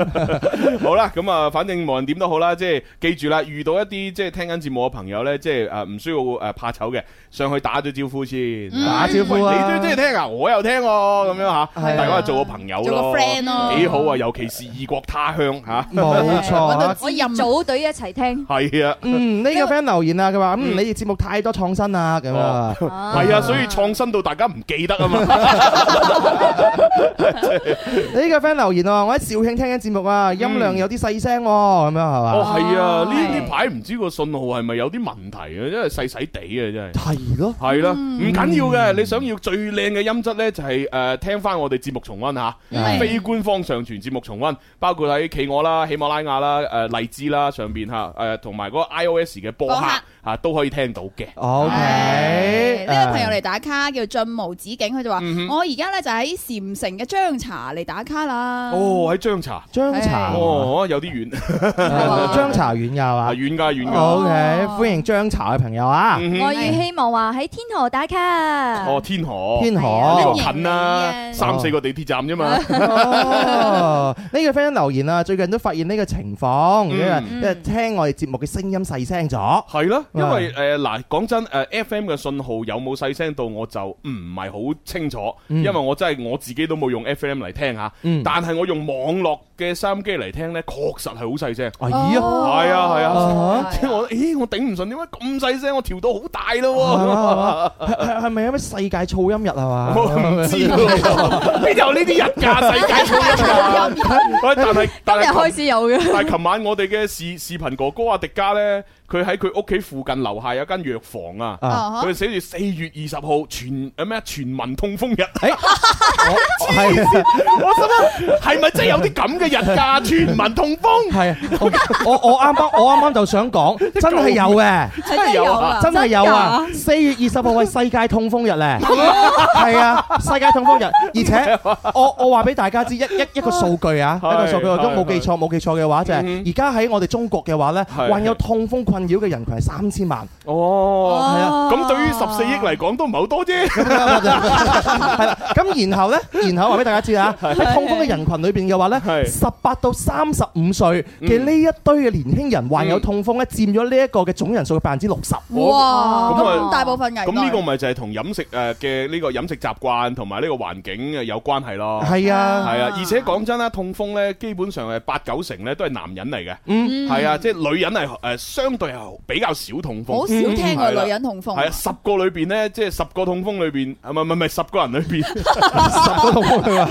[SPEAKER 3] 好啦，咁啊，反正無論點都好啦，即係記住啦，遇到一啲即係聽緊節目嘅朋友咧，即係誒唔需要誒怕醜嘅，上去打咗招呼先，
[SPEAKER 4] 打招呼啊
[SPEAKER 3] 喂你都中意聽啊，我又聽喎，咁樣吓，
[SPEAKER 4] 係啊
[SPEAKER 3] 大家做個朋友
[SPEAKER 5] 做
[SPEAKER 3] 哦咯
[SPEAKER 5] 個 friend 咯，
[SPEAKER 3] 幾好啊，尤其是異國他鄉吓，
[SPEAKER 4] 冇錯啊。
[SPEAKER 5] 我任
[SPEAKER 6] 組隊一齊聽。
[SPEAKER 3] 係啊，
[SPEAKER 4] 嗯，呢個 friend 留言啊，佢話嗯，你哋節目太多創新啦，咁啊，
[SPEAKER 3] 係啊，所以創新到大家唔記得啊嘛，
[SPEAKER 4] 呢個 friend 留言啊，我喺肇慶聽緊節目啊，音量有啲細聲喎，咁樣係嘛？
[SPEAKER 3] 哦係啊，呢
[SPEAKER 5] 係
[SPEAKER 3] 呢排唔知個信號係咪有啲問題啊，因為細細地啊真係。
[SPEAKER 4] 係咯，
[SPEAKER 3] 係啦，唔緊要嘅。你想要最靚嘅音質呢，就係誒聽翻我哋節目重温吓，
[SPEAKER 4] 係
[SPEAKER 3] 非官方上傳節目重温，包括喺企鵝啦、喜馬拉雅啦、誒荔枝啦上邊吓，誒同埋嗰個 iOS 嘅播
[SPEAKER 5] 播
[SPEAKER 3] 客
[SPEAKER 5] 客
[SPEAKER 3] 吓都可以聽到嘅。
[SPEAKER 4] ，OK，
[SPEAKER 5] 哎呢個朋友嚟打卡叫進無止境，佢就話：
[SPEAKER 3] 嗯
[SPEAKER 5] 我而家咧就喺禪城嘅張茶嚟打卡啦。
[SPEAKER 3] 哦，喺張茶，
[SPEAKER 4] 張茶，
[SPEAKER 3] 哦有啲遠，
[SPEAKER 4] 張茶軟友
[SPEAKER 3] 啊
[SPEAKER 4] 啊
[SPEAKER 3] 遠㗎遠㗎。
[SPEAKER 4] ，OK，歡迎張茶嘅朋友啊，
[SPEAKER 3] 嗯哼
[SPEAKER 6] 我要希望話喺天河打卡。
[SPEAKER 3] 哦天河，
[SPEAKER 4] 天河
[SPEAKER 3] 呢個近啦，
[SPEAKER 5] 迎你嘅
[SPEAKER 3] 三四個地鐵站啫嘛。
[SPEAKER 4] 哦，呢個 friend 留言啊，最近都發現呢個情況，因為
[SPEAKER 5] 嗯
[SPEAKER 4] 因為聽我哋節目嘅聲音細聲咗。
[SPEAKER 3] 係啦，因為誒嗱，講真誒，FM 嘅信號有冇細聲到我就唔係好清楚，
[SPEAKER 4] 嗯
[SPEAKER 3] 因為我真係我自己都冇用 FM 嚟聽吓，
[SPEAKER 4] 嗯
[SPEAKER 3] 但係我用網絡嘅收音機嚟聽呢，確實係好細聲。
[SPEAKER 4] 哎呀，
[SPEAKER 6] 哦
[SPEAKER 3] 係啊係啊，
[SPEAKER 4] 啊
[SPEAKER 3] 即係我咦我頂唔順，點解咁細聲？我調到好大
[SPEAKER 4] 係嘛
[SPEAKER 3] 咯
[SPEAKER 4] 係係係咪有咩世界噪音日啊嘛
[SPEAKER 3] 喎，？我唔知喎，邊有呢啲日㗎世界噪音㗎？啊喂，但係但係
[SPEAKER 6] 今日開始有嘅。
[SPEAKER 3] 但係琴晚我哋嘅視視頻哥哥阿迪加呢，佢喺佢屋企附近樓下有間藥房啊。
[SPEAKER 4] 啊，
[SPEAKER 5] 哦，
[SPEAKER 3] 佢寫住四月二十號全誒咩啊全民痛風日，
[SPEAKER 4] 我係啊
[SPEAKER 3] 我心諗係咪真係有啲咁嘅日㗎？全民痛風
[SPEAKER 4] 係啊，我我我啱啱我啱啱就想 講，真係有嘅，
[SPEAKER 5] 真係有啊！
[SPEAKER 4] 真係有啊！四月二十號係世界痛風日 咧，係啊，世界痛風日，而且我我話俾大家知一一一個數據啊，
[SPEAKER 3] 係
[SPEAKER 4] 一個數據，我都冇記錯冇記錯嘅話就
[SPEAKER 3] 嗯
[SPEAKER 4] 係而家喺我哋中國嘅話咧，
[SPEAKER 3] 係
[SPEAKER 4] 患有痛風困擾嘅人群係三千萬。
[SPEAKER 3] 哦。
[SPEAKER 4] 係啊，
[SPEAKER 3] 咁對於十四億嚟講都唔係好多啫，
[SPEAKER 4] 啊 係啦，咁然後咧，然後話俾大家知啊，喺痛風嘅人群裏邊嘅話咧，
[SPEAKER 3] 係嗯
[SPEAKER 4] 十八到三十五歲嘅呢一堆嘅年輕人患有痛風咧，佔咗呢一個嘅總人數嘅百分之六
[SPEAKER 3] 哦
[SPEAKER 4] 十。
[SPEAKER 5] 哇！
[SPEAKER 3] 咁啊
[SPEAKER 5] 咁大部分危
[SPEAKER 3] 咁呢個
[SPEAKER 5] 代
[SPEAKER 3] 咪就係同飲食呃誒嘅呢個飲食習慣同埋呢個環境誒有關係咯。
[SPEAKER 4] 係啊，
[SPEAKER 3] 係啊，而且講真啦，痛風中咧，基本上係八九成咧都係男人嚟嘅。
[SPEAKER 5] 嗯
[SPEAKER 3] 係啊，即係女人係誒相對係比較少痛風。
[SPEAKER 5] 好少聽過
[SPEAKER 3] 嗯係啦
[SPEAKER 5] 女人痛風
[SPEAKER 3] 係啊，十個裏邊咧，即係十個痛風裏邊，啊唔係唔係唔係十個人裏邊，
[SPEAKER 4] 十個痛風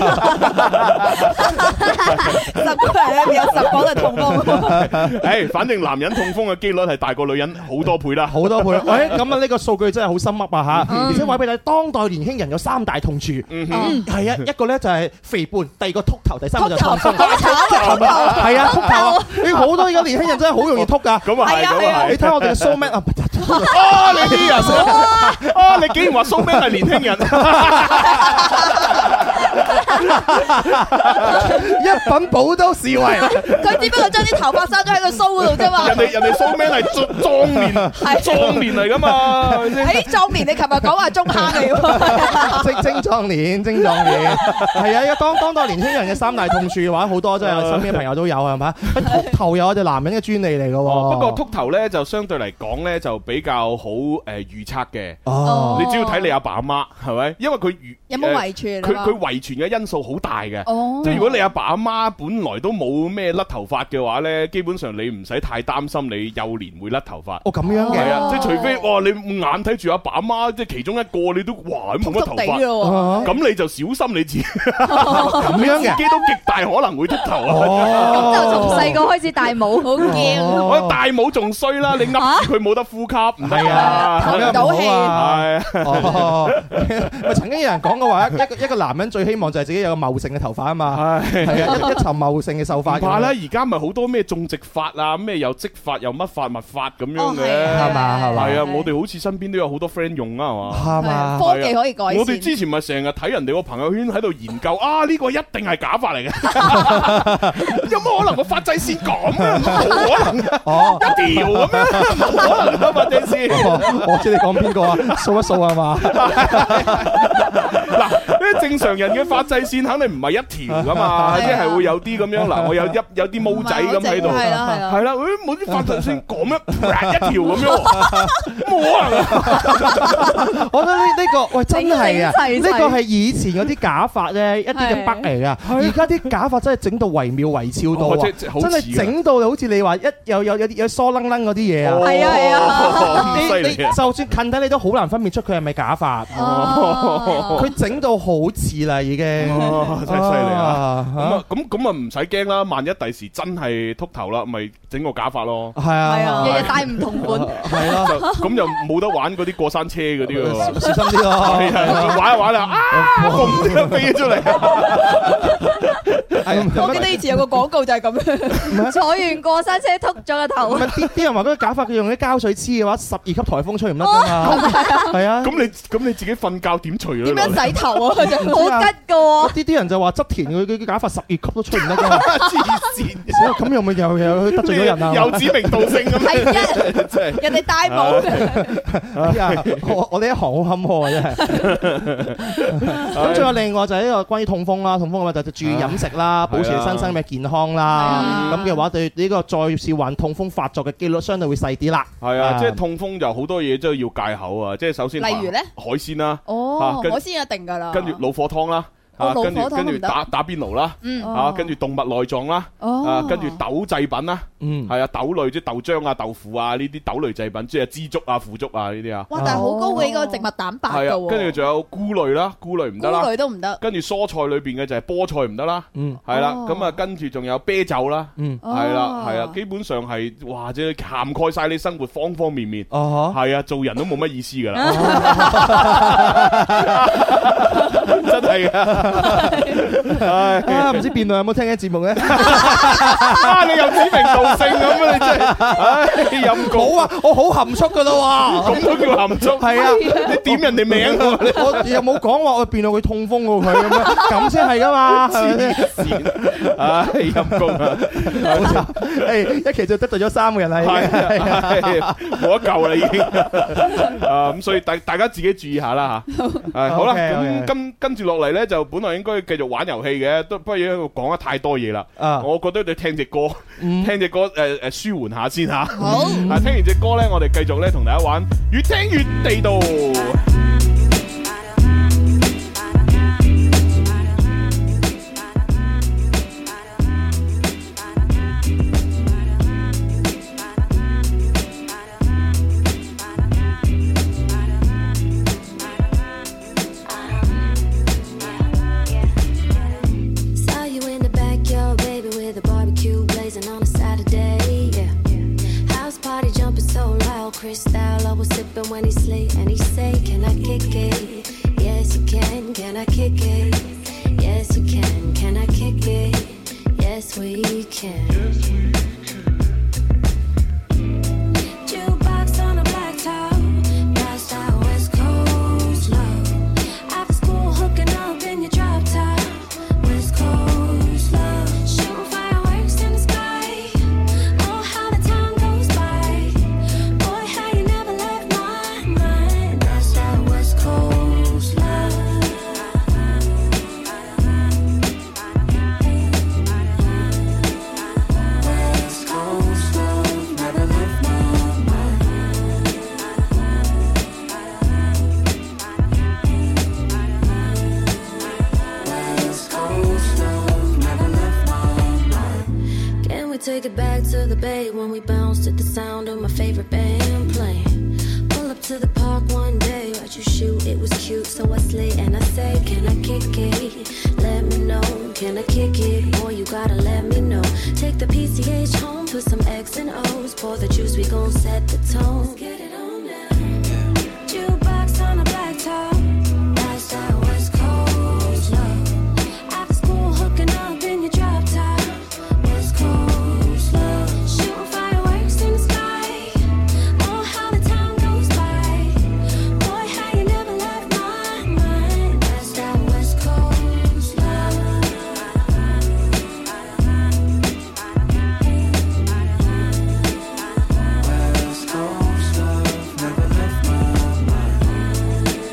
[SPEAKER 5] 十個人咧有十個都係痛 風。
[SPEAKER 3] 誒，反正男人痛風嘅機率係大過女人好多倍啦。
[SPEAKER 4] 好多倍，喂，咁啊呢個數據真係好深刻啊嚇！而且話俾你，當代年輕人有三大痛處，係 啊，一個咧就係肥胖，第二個禿頭，第三個就係痛風。係啊，禿頭啊！你好多而家年輕人真係好容易禿噶。
[SPEAKER 3] 咁啊係，
[SPEAKER 5] 係啊
[SPEAKER 3] 咁啊
[SPEAKER 4] 你
[SPEAKER 3] 係。
[SPEAKER 4] 睇我哋嘅 show man 啊，哦
[SPEAKER 3] 啊 你啲人死啦啊你竟然話蘇咩係年輕 人？
[SPEAKER 4] 一品寶都視為。
[SPEAKER 5] 佢只不過將啲頭髮生咗喺個鬚嗰度 啫嘛。
[SPEAKER 3] 人哋人哋蘇咩係壯壯年壯年嚟噶 嘛？係咪先
[SPEAKER 5] 喺壯年，你琴日講話中坑嚟
[SPEAKER 4] 精
[SPEAKER 5] 喎。
[SPEAKER 4] 精壯年，精壯年，係啊！一當當代年輕人嘅三大痛處嘅話，好多真係我身邊嘅朋友都有啊係咪？禿頭有我哋男人嘅專利嚟嘅
[SPEAKER 3] 哦，
[SPEAKER 4] 喎。
[SPEAKER 3] 不過禿頭咧就相對嚟講咧就比較好誒預測嘅，
[SPEAKER 4] 哦，
[SPEAKER 3] 你只要睇你阿爸阿媽係咪？因為佢預
[SPEAKER 5] 有冇
[SPEAKER 3] 誒
[SPEAKER 5] 遺傳
[SPEAKER 3] 佢
[SPEAKER 5] 啊？
[SPEAKER 3] 佢遺傳嘅因素好大嘅。
[SPEAKER 5] 哦，
[SPEAKER 3] 即係如果你阿爸阿媽本來都冇咩甩頭髮嘅話呢，基本上你唔使太擔心你幼年會甩頭髮。
[SPEAKER 4] 哦咁樣
[SPEAKER 3] 係
[SPEAKER 4] 嘅。
[SPEAKER 3] 啊，即係除非哇，你眼睇住阿爸阿媽，即係其中一個你都哇冇乜頭
[SPEAKER 5] 地
[SPEAKER 3] 髮，
[SPEAKER 5] 咯喎。
[SPEAKER 4] 哦
[SPEAKER 3] 咁你就小心你自己，
[SPEAKER 4] 咁樣
[SPEAKER 3] 自
[SPEAKER 4] 嘅。
[SPEAKER 3] 己都極大可能會禿頭啊！
[SPEAKER 4] 哦，
[SPEAKER 6] 就從細個開始戴帽，好驚。
[SPEAKER 4] 哦
[SPEAKER 3] 我大帽仲衰啦，你噏住佢冇得呼吸，唔得
[SPEAKER 4] 係啊，
[SPEAKER 3] 啊！
[SPEAKER 4] 咁樣
[SPEAKER 5] 唞唔到
[SPEAKER 4] 唔好
[SPEAKER 3] à?
[SPEAKER 4] 啊。
[SPEAKER 3] 係啊
[SPEAKER 4] 哦，咪曾經有人講過話，一個一個男人最希望就係自己有個茂盛嘅頭髮 啊嘛，係啊，一一層茂盛嘅秀髮
[SPEAKER 3] 唔
[SPEAKER 4] 咁樣。
[SPEAKER 3] 怕啦，而家咪好多咩種植法啊，咩又織法又乜法物法咁樣
[SPEAKER 5] 哦
[SPEAKER 3] 嘅，
[SPEAKER 5] 啊
[SPEAKER 4] 係嘛係嘛
[SPEAKER 3] 係啊，我哋好似身邊都有好多 friend 用啊，係嘛。
[SPEAKER 4] 係嘛？
[SPEAKER 5] 科技可以改善。
[SPEAKER 3] 我哋之前咪成日睇人哋個朋友圈喺度研究啊，呢個一定係假髮嚟嘅， 有冇可能個髮際線咁啊？冇可能
[SPEAKER 4] 哦，
[SPEAKER 3] 一條咁樣，冇可能啊髮際線。
[SPEAKER 4] 我我知你講邊個啊？掃一掃係 嘛？
[SPEAKER 3] 嗱，呢正常人嘅髮際線肯定唔係一條噶嘛，即係會有啲咁 樣嗱，我有一有啲毛仔咁喺度。
[SPEAKER 5] 係啦係啦
[SPEAKER 3] 係。啦，誒冇啲髮際線咁樣啪一條咁樣喎，冇可能啊！
[SPEAKER 4] 我覺得呢呢個喂真係啊，
[SPEAKER 6] 整齊
[SPEAKER 4] 呢個係以前嗰啲假髮咧一啲嘅北嚟噶，而家啲假髮真係整到惟妙惟肖到
[SPEAKER 3] 哦
[SPEAKER 4] 啊，
[SPEAKER 3] 即即好似
[SPEAKER 4] 真係整到好似你話一有有有啲有疏楞楞嗰啲嘢啊。
[SPEAKER 5] 係啊係啊
[SPEAKER 3] 哦
[SPEAKER 4] 你
[SPEAKER 3] 犀
[SPEAKER 4] 你
[SPEAKER 3] 利啊！
[SPEAKER 4] 就算近睇你都好難分辨出佢係咪假髮，
[SPEAKER 5] 哦
[SPEAKER 4] 佢整到好似啦已經，
[SPEAKER 5] 嗯
[SPEAKER 3] 哦真係犀利啊！咁
[SPEAKER 4] 啊！
[SPEAKER 3] 啊，咁咁啊，唔使驚啦。萬一第時真係禿頭啦，咪整個假髮咯。
[SPEAKER 4] 係
[SPEAKER 5] 係
[SPEAKER 4] 啊
[SPEAKER 5] 啊，，日日戴 唔同款。
[SPEAKER 4] 係啊咯，
[SPEAKER 3] 就咁就冇得玩嗰啲過山車嗰啊 啲
[SPEAKER 4] 小
[SPEAKER 3] 喎。
[SPEAKER 4] 啊小心啲咯
[SPEAKER 3] 係。啊玩一玩啦， 啊，咁樣飛咗出嚟。
[SPEAKER 4] 係啊
[SPEAKER 5] 我記得以前有個廣告就係咁樣。
[SPEAKER 6] 坐完過山車，禿咗個頭
[SPEAKER 4] 唔。係啲啲人話嗰個假髮佢用啲膠水黐嘅話，十二級颱風吹唔甩㗎
[SPEAKER 5] 哦
[SPEAKER 4] 嘛。係啊，
[SPEAKER 3] 咁你咁你自己瞓覺點除咧？
[SPEAKER 5] 點樣洗頭啊？就
[SPEAKER 4] 好
[SPEAKER 6] 好吉噶喎，
[SPEAKER 4] 啲啲人就話側田佢佢佢假髮十二級都吹唔 得 㗎，
[SPEAKER 3] 黐線，
[SPEAKER 4] 咁又咪又又得罪咗人啊！
[SPEAKER 3] 有指名道姓 咁
[SPEAKER 5] 係
[SPEAKER 3] 樣，
[SPEAKER 5] 一
[SPEAKER 3] 真係。
[SPEAKER 5] 人哋戴帽嘅，
[SPEAKER 4] 哎呀我我哋一行好坎坷啊，真係。 咁仲有另外就係呢個關於痛風啦，痛風嘅話就注意飲食啦，保持你身身嘅健康啦。咁嘅話對呢個再次患痛風發作嘅機率相對會細啲啦。
[SPEAKER 3] 係啊，
[SPEAKER 4] 啊
[SPEAKER 3] 即係痛風就好多嘢都要戒口啊！即係首先，
[SPEAKER 5] 例如呢
[SPEAKER 3] 海鮮啦，啊
[SPEAKER 5] 哦，
[SPEAKER 3] 跟
[SPEAKER 5] 我先一定㗎啦。
[SPEAKER 3] 跟住老火湯啦，
[SPEAKER 5] 哦
[SPEAKER 3] 啊
[SPEAKER 5] 老火
[SPEAKER 3] 跟住
[SPEAKER 5] 湯都
[SPEAKER 3] 跟住
[SPEAKER 5] 唔得
[SPEAKER 3] 打打邊爐啦，
[SPEAKER 5] 嗯
[SPEAKER 3] 啊，跟住動物內臟啦，啊
[SPEAKER 5] 哦，，
[SPEAKER 3] 跟住豆製品啦。
[SPEAKER 4] 嗯，
[SPEAKER 3] 係啊，豆類即係豆漿啊、豆腐啊呢啲豆類製品，即係枝竹啊、腐竹啊呢啲啊，
[SPEAKER 5] 哇，但係好高嘅呢個植物蛋白㗎
[SPEAKER 3] 係
[SPEAKER 5] 喎。
[SPEAKER 3] 啊，跟住仲有菇類啦，菇類唔
[SPEAKER 5] 菇
[SPEAKER 3] 得啦，
[SPEAKER 5] 類都唔得。
[SPEAKER 3] 跟住蔬菜裏邊嘅就係菠菜唔得啦，
[SPEAKER 4] 嗯
[SPEAKER 3] 係啦，
[SPEAKER 5] 哦
[SPEAKER 3] 咁啊跟住仲有啤酒啦，
[SPEAKER 4] 嗯，
[SPEAKER 3] 係啦
[SPEAKER 5] 哦
[SPEAKER 3] 係啊，基本上係哇，即係涵蓋晒你生活方方面面，
[SPEAKER 4] 哦
[SPEAKER 3] 係啊，做人都冇乜意思噶
[SPEAKER 5] 哦
[SPEAKER 3] 啦， 真係噶，
[SPEAKER 4] 呵啊唔知辯論有冇聽緊節目 咧？
[SPEAKER 3] 啊你又指名道姓咁啊，你真係，唉陰
[SPEAKER 4] 冇
[SPEAKER 3] 公，
[SPEAKER 4] 啊，我好含蓄㗎啦喎。
[SPEAKER 3] 咁都叫含蓄，
[SPEAKER 4] 啊係啊。
[SPEAKER 3] 你點人哋 名啊？
[SPEAKER 4] 我又冇講話我變到佢痛風喎佢咁樣，咁先係噶嘛，係咪先？
[SPEAKER 3] 線，唉陰公啊！
[SPEAKER 4] 誒一期就得罪咗三個 人啦，已經
[SPEAKER 3] 係啊係啊冇得救啦已經。啊咁，所以大大家自己注意下啦吓。係好啦，
[SPEAKER 4] OK，OK
[SPEAKER 3] 咁跟跟住落嚟咧，就本來應該繼續玩遊戲嘅，都不如喺度講得太多嘢啦。
[SPEAKER 4] 啊
[SPEAKER 3] 我覺得你聽隻歌，
[SPEAKER 4] 嗯
[SPEAKER 3] 聽隻歌誒誒舒緩下先吓。
[SPEAKER 5] 好
[SPEAKER 3] 啊，聽完隻歌咧，我哋繼續咧同大家玩，越聽越地道。
[SPEAKER 11] Crystal, I was sipping when he slay, and he say, Can I kick it? Yes, you can. Can I kick it? Yes, you can. Can I kick it? Yes, we can. Jukebox on a black top, passed out West Coast love. After school, hooking up in your drop top. West Coast love, shooting fireworks in the sky. Oh, how the time goes by. Boy, how you never left my mind. That's that West Coast love. West Coast love, never left my mind. West Coast love, never left my mind. Can we take it back to the bay when we bounced at the sound of my favorite band playing? Pull up to the park one day, watch you shoot, it was cute, so I slay and I say, Can I kick it? Let me know, can I kick it? Boy, you gotta let me know. Take the PCH home, put some X and O's, pour the juice, we gon' set the tone. Let's get it on now. Jukebox on a black top, that's that West Coast love. After school, hooking up in your drop top. West Coast love, shooting fireworks in the sky. Oh, how the time goes by. Boy, how you never left my mind. That's that West Coast love. West Coast love, never left my mind.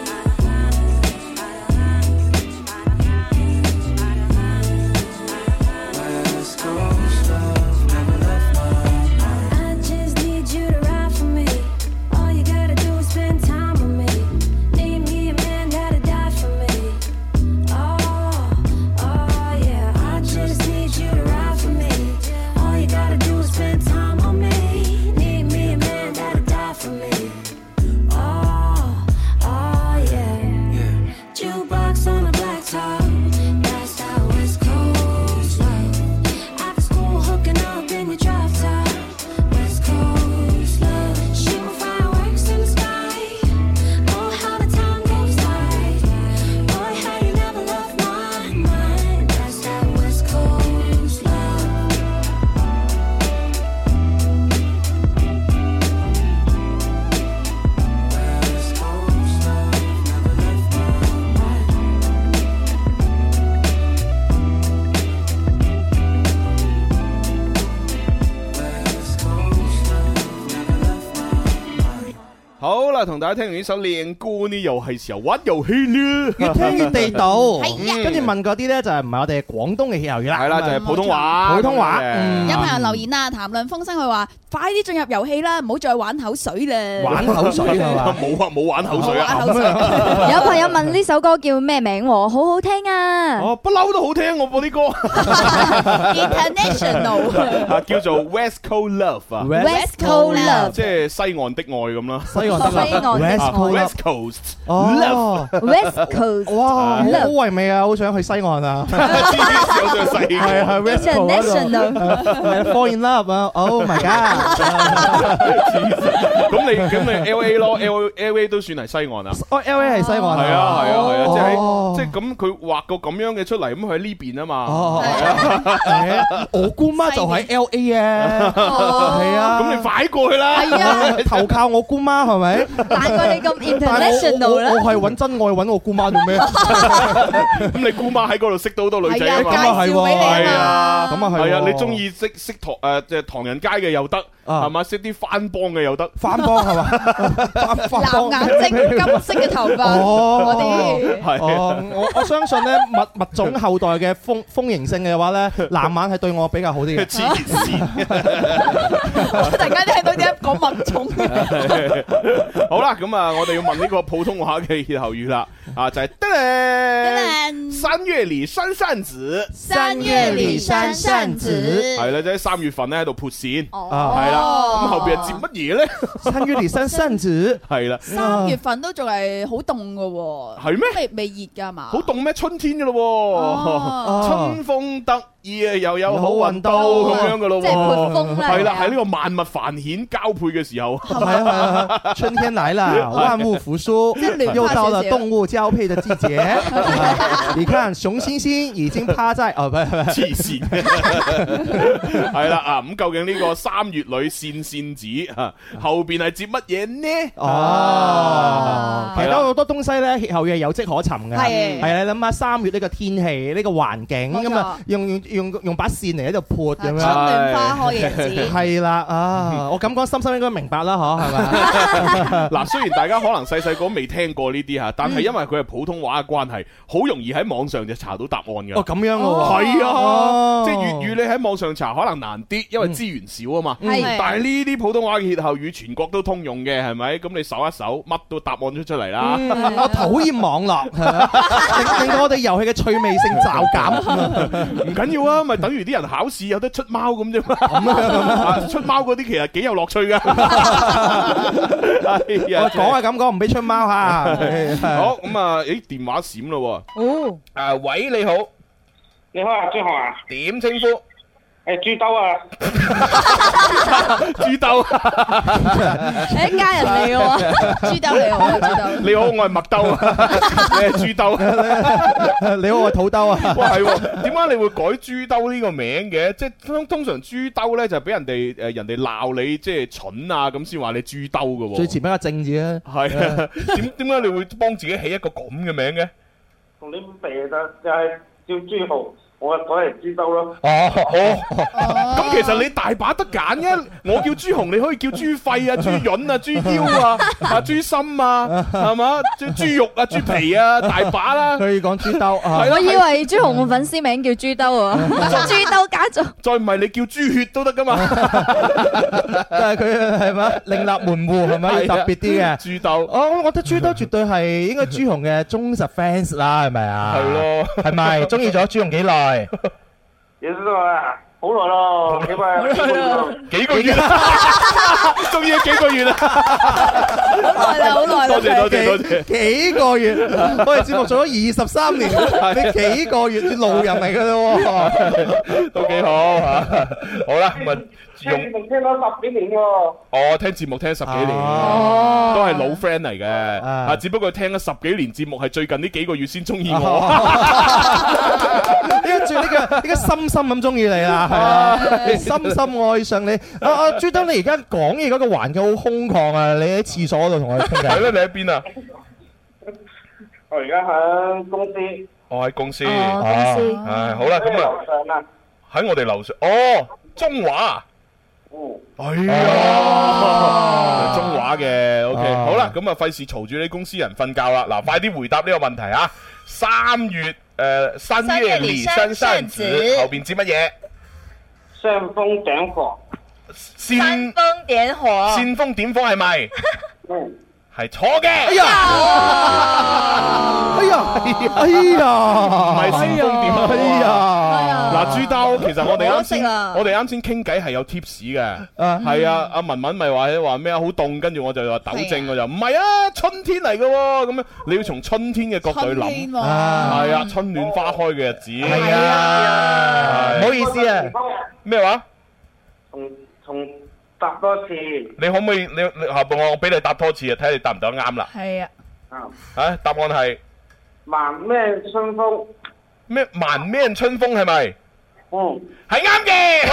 [SPEAKER 11] West Coast love, never left my mind. I just need you to ride for me. All you gotta do is spend time with me. Need me a man that'll die for me. Oh, oh yeah. I just need you to ride for me. All you gotta do is spend time on me. Need me a man that'll die for me. Oh, oh yeah. Jukebox on a black top. That's that West Coast love. After school, hooking up in your drop top. West Coast love. Shooting fireworks in the sky. Oh, how the time goes by. Boy, how you never left my mind. That's that West Coast love. West Coast love never left my mind.
[SPEAKER 3] 好啦，同大家聽完呢首靚歌呢，又係時候玩遊戲啦。
[SPEAKER 4] 越聽越地道。
[SPEAKER 5] 係啊
[SPEAKER 4] 跟住問嗰啲咧就係唔係我哋廣東嘅歇後語啦。
[SPEAKER 3] 係啦，就係普通話，
[SPEAKER 4] 啊普通話嗯
[SPEAKER 5] 有朋友留言啊，談論風聲，佢話：快啲進入遊戲啦，唔好再玩口水啦。
[SPEAKER 4] 玩口水係嘛？
[SPEAKER 3] 冇啊，冇玩口水啊
[SPEAKER 5] 玩。口水。
[SPEAKER 6] 有朋友問呢首歌叫咩名喎？好好聽啊！
[SPEAKER 3] 哦，不嬲都好聽我播啲歌
[SPEAKER 5] International
[SPEAKER 3] 啊，叫做 West Coast Love 啊，
[SPEAKER 6] West Coast Love，
[SPEAKER 3] 即係西岸的愛咁啦。
[SPEAKER 4] 西岸得啦
[SPEAKER 6] 西岸的
[SPEAKER 4] West
[SPEAKER 6] 愛
[SPEAKER 4] Coast
[SPEAKER 3] West Coast
[SPEAKER 4] 哦，
[SPEAKER 6] West Coast，
[SPEAKER 4] 哇，好
[SPEAKER 6] Love
[SPEAKER 4] 唯美啊！好想去西岸 啊！
[SPEAKER 3] 有上西
[SPEAKER 4] 係
[SPEAKER 3] 岸，
[SPEAKER 4] 係 à. West Coast 嗰 度
[SPEAKER 6] International，
[SPEAKER 4] 係 Fall in Love 啊！Oh my god！
[SPEAKER 3] 咁你咁你 L A 咯，L L A 都算係西岸啊。
[SPEAKER 4] 哦，L A 係西岸
[SPEAKER 3] 係啊係啊係啊，即係喺
[SPEAKER 4] 哦
[SPEAKER 3] 即係咁佢畫個咁樣嘅出嚟，咁佢喺呢邊啊嘛。
[SPEAKER 4] 哦，係啊我姑媽就喺 L A à. 啊，係啊，
[SPEAKER 3] 咁你快過去啦。
[SPEAKER 5] 係啊，
[SPEAKER 4] 投靠我姑媽係咪？
[SPEAKER 6] 難怪你咁
[SPEAKER 4] 但係我
[SPEAKER 6] international
[SPEAKER 4] 我我
[SPEAKER 6] 啦。
[SPEAKER 4] 係揾真愛揾我姑媽做咩？
[SPEAKER 3] 咁你姑媽喺嗰度識到好多女仔
[SPEAKER 5] 係
[SPEAKER 3] 啊
[SPEAKER 5] 啊，
[SPEAKER 3] 嘛。
[SPEAKER 5] 介紹俾你
[SPEAKER 3] 係
[SPEAKER 5] 啊
[SPEAKER 4] 咁
[SPEAKER 5] 嘛。
[SPEAKER 4] 啊係喎。
[SPEAKER 3] 係啊，你中意識識唐誒即係唐人街嘅又得，
[SPEAKER 4] 啊
[SPEAKER 3] 係嘛？識啲番幫嘅又得。
[SPEAKER 4] 翻幫 係嘛？翻翻幫
[SPEAKER 5] 藍眼睛、金色嘅頭髮嗰
[SPEAKER 4] 哦。
[SPEAKER 5] 啲，
[SPEAKER 3] 係
[SPEAKER 4] 哦，我我相信咧物物種後代嘅豐豐盈性嘅話 咧，南眼係對我比較好啲嘅。
[SPEAKER 3] 黐線！
[SPEAKER 5] 我突然間聽到啲講物種，
[SPEAKER 3] 好啦，咁啊，我哋要問呢個普通話嘅歇後語啦，啊，就係得咧，三月裏扇扇子，
[SPEAKER 5] 三月裏扇扇子，
[SPEAKER 3] 係
[SPEAKER 4] 嗯
[SPEAKER 3] 啦，即係三月份咧喺度潑扇，
[SPEAKER 5] 哦，
[SPEAKER 3] 係啦，
[SPEAKER 5] Ờ.
[SPEAKER 3] 咁後邊係接乜嘢咧？
[SPEAKER 4] 三啊月裏三扇子，
[SPEAKER 3] 係啦，
[SPEAKER 5] 三月份都仲係好凍嘅喎，
[SPEAKER 3] 係咩？
[SPEAKER 5] 未未熱㗎嘛？
[SPEAKER 4] 啊
[SPEAKER 3] 好凍咩？春天嘅咯
[SPEAKER 5] 哦
[SPEAKER 3] 喎，春風得意啊，又有好運到咁樣嘅咯喎，
[SPEAKER 4] 即係潑風啦
[SPEAKER 3] 係啦，
[SPEAKER 4] 係啊
[SPEAKER 3] 喺呢個萬物繁衍交配嘅時候，
[SPEAKER 4] 係啊係啊，春天 來了，萬物復甦
[SPEAKER 3] 真聯，化
[SPEAKER 4] 又到了
[SPEAKER 3] 學姐
[SPEAKER 4] 动物交配的季节。啊你看，熊猩猩已经趴在哦，不不不，
[SPEAKER 3] 黐線， 係啦啊！咁究竟呢個三月裏線線子啊，後邊係接乜嘢呢？
[SPEAKER 5] 啊
[SPEAKER 4] 哦，其
[SPEAKER 3] 係
[SPEAKER 4] 實
[SPEAKER 3] 啦
[SPEAKER 4] 都好多東西咧，氣候嘢有跡可尋嘅。
[SPEAKER 3] 係
[SPEAKER 4] 係啊，你諗下三月呢個天氣，呢個環境
[SPEAKER 5] 冇錯
[SPEAKER 4] 咁啊，用用用用把扇嚟喺度潑咁樣。
[SPEAKER 5] 春暖花開嘅 日子
[SPEAKER 4] 係啦，啊，我咁講，心心應該明白啦，嗬，係咪？
[SPEAKER 3] 啊嗱，雖然大家可能細細個未聽過呢啲嚇，但係因為佢係普通話嘅關係，好容易喺網上就查到答案嘅。
[SPEAKER 4] 哦咁樣嘅喎
[SPEAKER 3] 係啊
[SPEAKER 4] 哦，
[SPEAKER 3] 即係粵語你喺網上查可能難啲，因為資源少啊嘛。
[SPEAKER 4] 嗯係
[SPEAKER 3] 但係呢啲普通話嘅歇後語全國都通用嘅，係咪？咁你搜一搜，乜都答案咗出嚟啦。
[SPEAKER 4] 嗯我討厭網絡，係啊令令到我哋遊戲嘅趣味性驟減。
[SPEAKER 3] 唔緊要啊，咪等於啲人考試有得出貓咁啫嘛。啊出貓嗰啲其實幾有樂趣 哎噶。
[SPEAKER 4] 我
[SPEAKER 3] 我
[SPEAKER 4] 講係啊咁講，唔俾出貓嚇。
[SPEAKER 3] 啊好咁啊！咦，電話閃咯喎。
[SPEAKER 4] 哦，
[SPEAKER 3] 啊，喂，你好。
[SPEAKER 9] 你好啊，朱紅啊。
[SPEAKER 3] 點稱呼？
[SPEAKER 9] 诶，豬兜啊，
[SPEAKER 3] 豬兜。
[SPEAKER 5] 一家人嚟嘅喎，豬兜嚟喎，豬兜。
[SPEAKER 3] 你好，我係麥 兜啊，你係豬兜。
[SPEAKER 4] 你好，我係土兜啊。
[SPEAKER 3] 哇，係喎，點解你會改豬兜呢個名嘅？即係通通常豬兜咧就係俾人哋誒人哋鬧你即係蠢啊咁先話你豬兜嘅喎。
[SPEAKER 4] 最前比較政治啊。
[SPEAKER 3] 係啊，點點解你會幫自己起一個咁嘅名嘅？
[SPEAKER 9] 同你鼻就就係叫豬紅，我改嚟豬兜咯。
[SPEAKER 3] 哦，哦，咁其實你大把得揀嘅，我叫朱紅，你可以叫豬肺啊、豬潤啊、豬腰啊、啊豬心啊，係嘛？豬豬肉啊、豬皮啊，大把啦。
[SPEAKER 4] 佢講豬兜 啊
[SPEAKER 6] 我以為朱紅嘅粉絲名叫豬兜啊，豬兜家族。
[SPEAKER 3] 再唔係你叫豬血都得噶嘛，
[SPEAKER 4] 但係佢係咪另立門户係咪
[SPEAKER 3] 啊
[SPEAKER 4] 要特別啲嘅？
[SPEAKER 3] 豬兜，
[SPEAKER 4] 我我覺得豬兜絕對係應該朱紅嘅忠實 fans 啦，係咪啊？
[SPEAKER 9] 係咯
[SPEAKER 4] 係咪中意咗朱紅幾耐？
[SPEAKER 9] 你知道啊，好耐 咯，啊起碼幾個月咯。
[SPEAKER 3] 幾個月 啦，仲要幾個月啦，
[SPEAKER 5] 好耐啦，好耐啦，
[SPEAKER 3] 多謝多謝多謝
[SPEAKER 4] 幾個月，我哋節目做咗二十三年，你幾個月你路人嚟㗎咯
[SPEAKER 3] 都幾好嚇。好啦，咁啊
[SPEAKER 9] 聽節目聽咗十幾年喎。
[SPEAKER 3] 我聽節目聽十幾年，
[SPEAKER 9] 哦
[SPEAKER 3] 都係老 friend 嚟嘅，啊，只不過聽咗十幾年節目係最近呢幾個月先中意我。
[SPEAKER 4] 喎！呢個最呢個呢個深深咁中意你啦，係啊，深深愛上你。啊啊，朱登，你而家講嘢嗰個環境好空曠啊！你喺廁所度同我哋傾偈。
[SPEAKER 3] 係咯，你喺邊啊？
[SPEAKER 9] 我哦而家喺公司。
[SPEAKER 3] 我喺公司，
[SPEAKER 9] 哦
[SPEAKER 4] Ờ.
[SPEAKER 9] 公司
[SPEAKER 3] 唉，好啦，咁啊
[SPEAKER 9] 樓上啊。
[SPEAKER 3] 喺我哋樓上，哦，中華啊。
[SPEAKER 9] 哦
[SPEAKER 3] 哎
[SPEAKER 4] 啊
[SPEAKER 3] 呀，中華嘅，OK，
[SPEAKER 2] 啊
[SPEAKER 3] 好啦，咁啊，費事嘈住你公司人瞓覺啦，嗱，快啲回答呢個問題啊！三月呃誒，三月離山山子後邊指乜嘢？
[SPEAKER 9] 煽風點火。
[SPEAKER 3] 煽
[SPEAKER 12] 風點火。
[SPEAKER 4] 啊
[SPEAKER 3] 煽風點火係咪？
[SPEAKER 9] 嗯，
[SPEAKER 3] 係錯嘅。哎
[SPEAKER 4] 呀，哎呀，哎呀，
[SPEAKER 3] 唔係煽風點火。
[SPEAKER 4] 哎呀，
[SPEAKER 3] 嗱，豬兜，其實我哋啱先，
[SPEAKER 4] 可惜啊
[SPEAKER 3] 我哋啱先傾偈係有 tips 嘅，
[SPEAKER 4] 啊
[SPEAKER 3] 係啊，阿文文咪話話咩啊，好凍，跟住我就話糾正，我就唔係啊，春天嚟嘅喎，咁樣你要從春天嘅角度去
[SPEAKER 4] 春天
[SPEAKER 3] 諗，
[SPEAKER 4] 喎
[SPEAKER 3] 係啊，春暖花開嘅日子，係
[SPEAKER 4] 啊唔好意思啊，
[SPEAKER 3] 咩話？
[SPEAKER 9] 重重答多次。
[SPEAKER 3] 你可唔可以你你下部我我俾你答多次啊，睇你答唔答得啱啦？
[SPEAKER 5] 係啊。
[SPEAKER 9] 啊，
[SPEAKER 3] 啊，答案係
[SPEAKER 9] 萬咩春風？
[SPEAKER 3] 咩萬咩春風係咪？
[SPEAKER 9] 嗯，
[SPEAKER 3] 係啱嘅。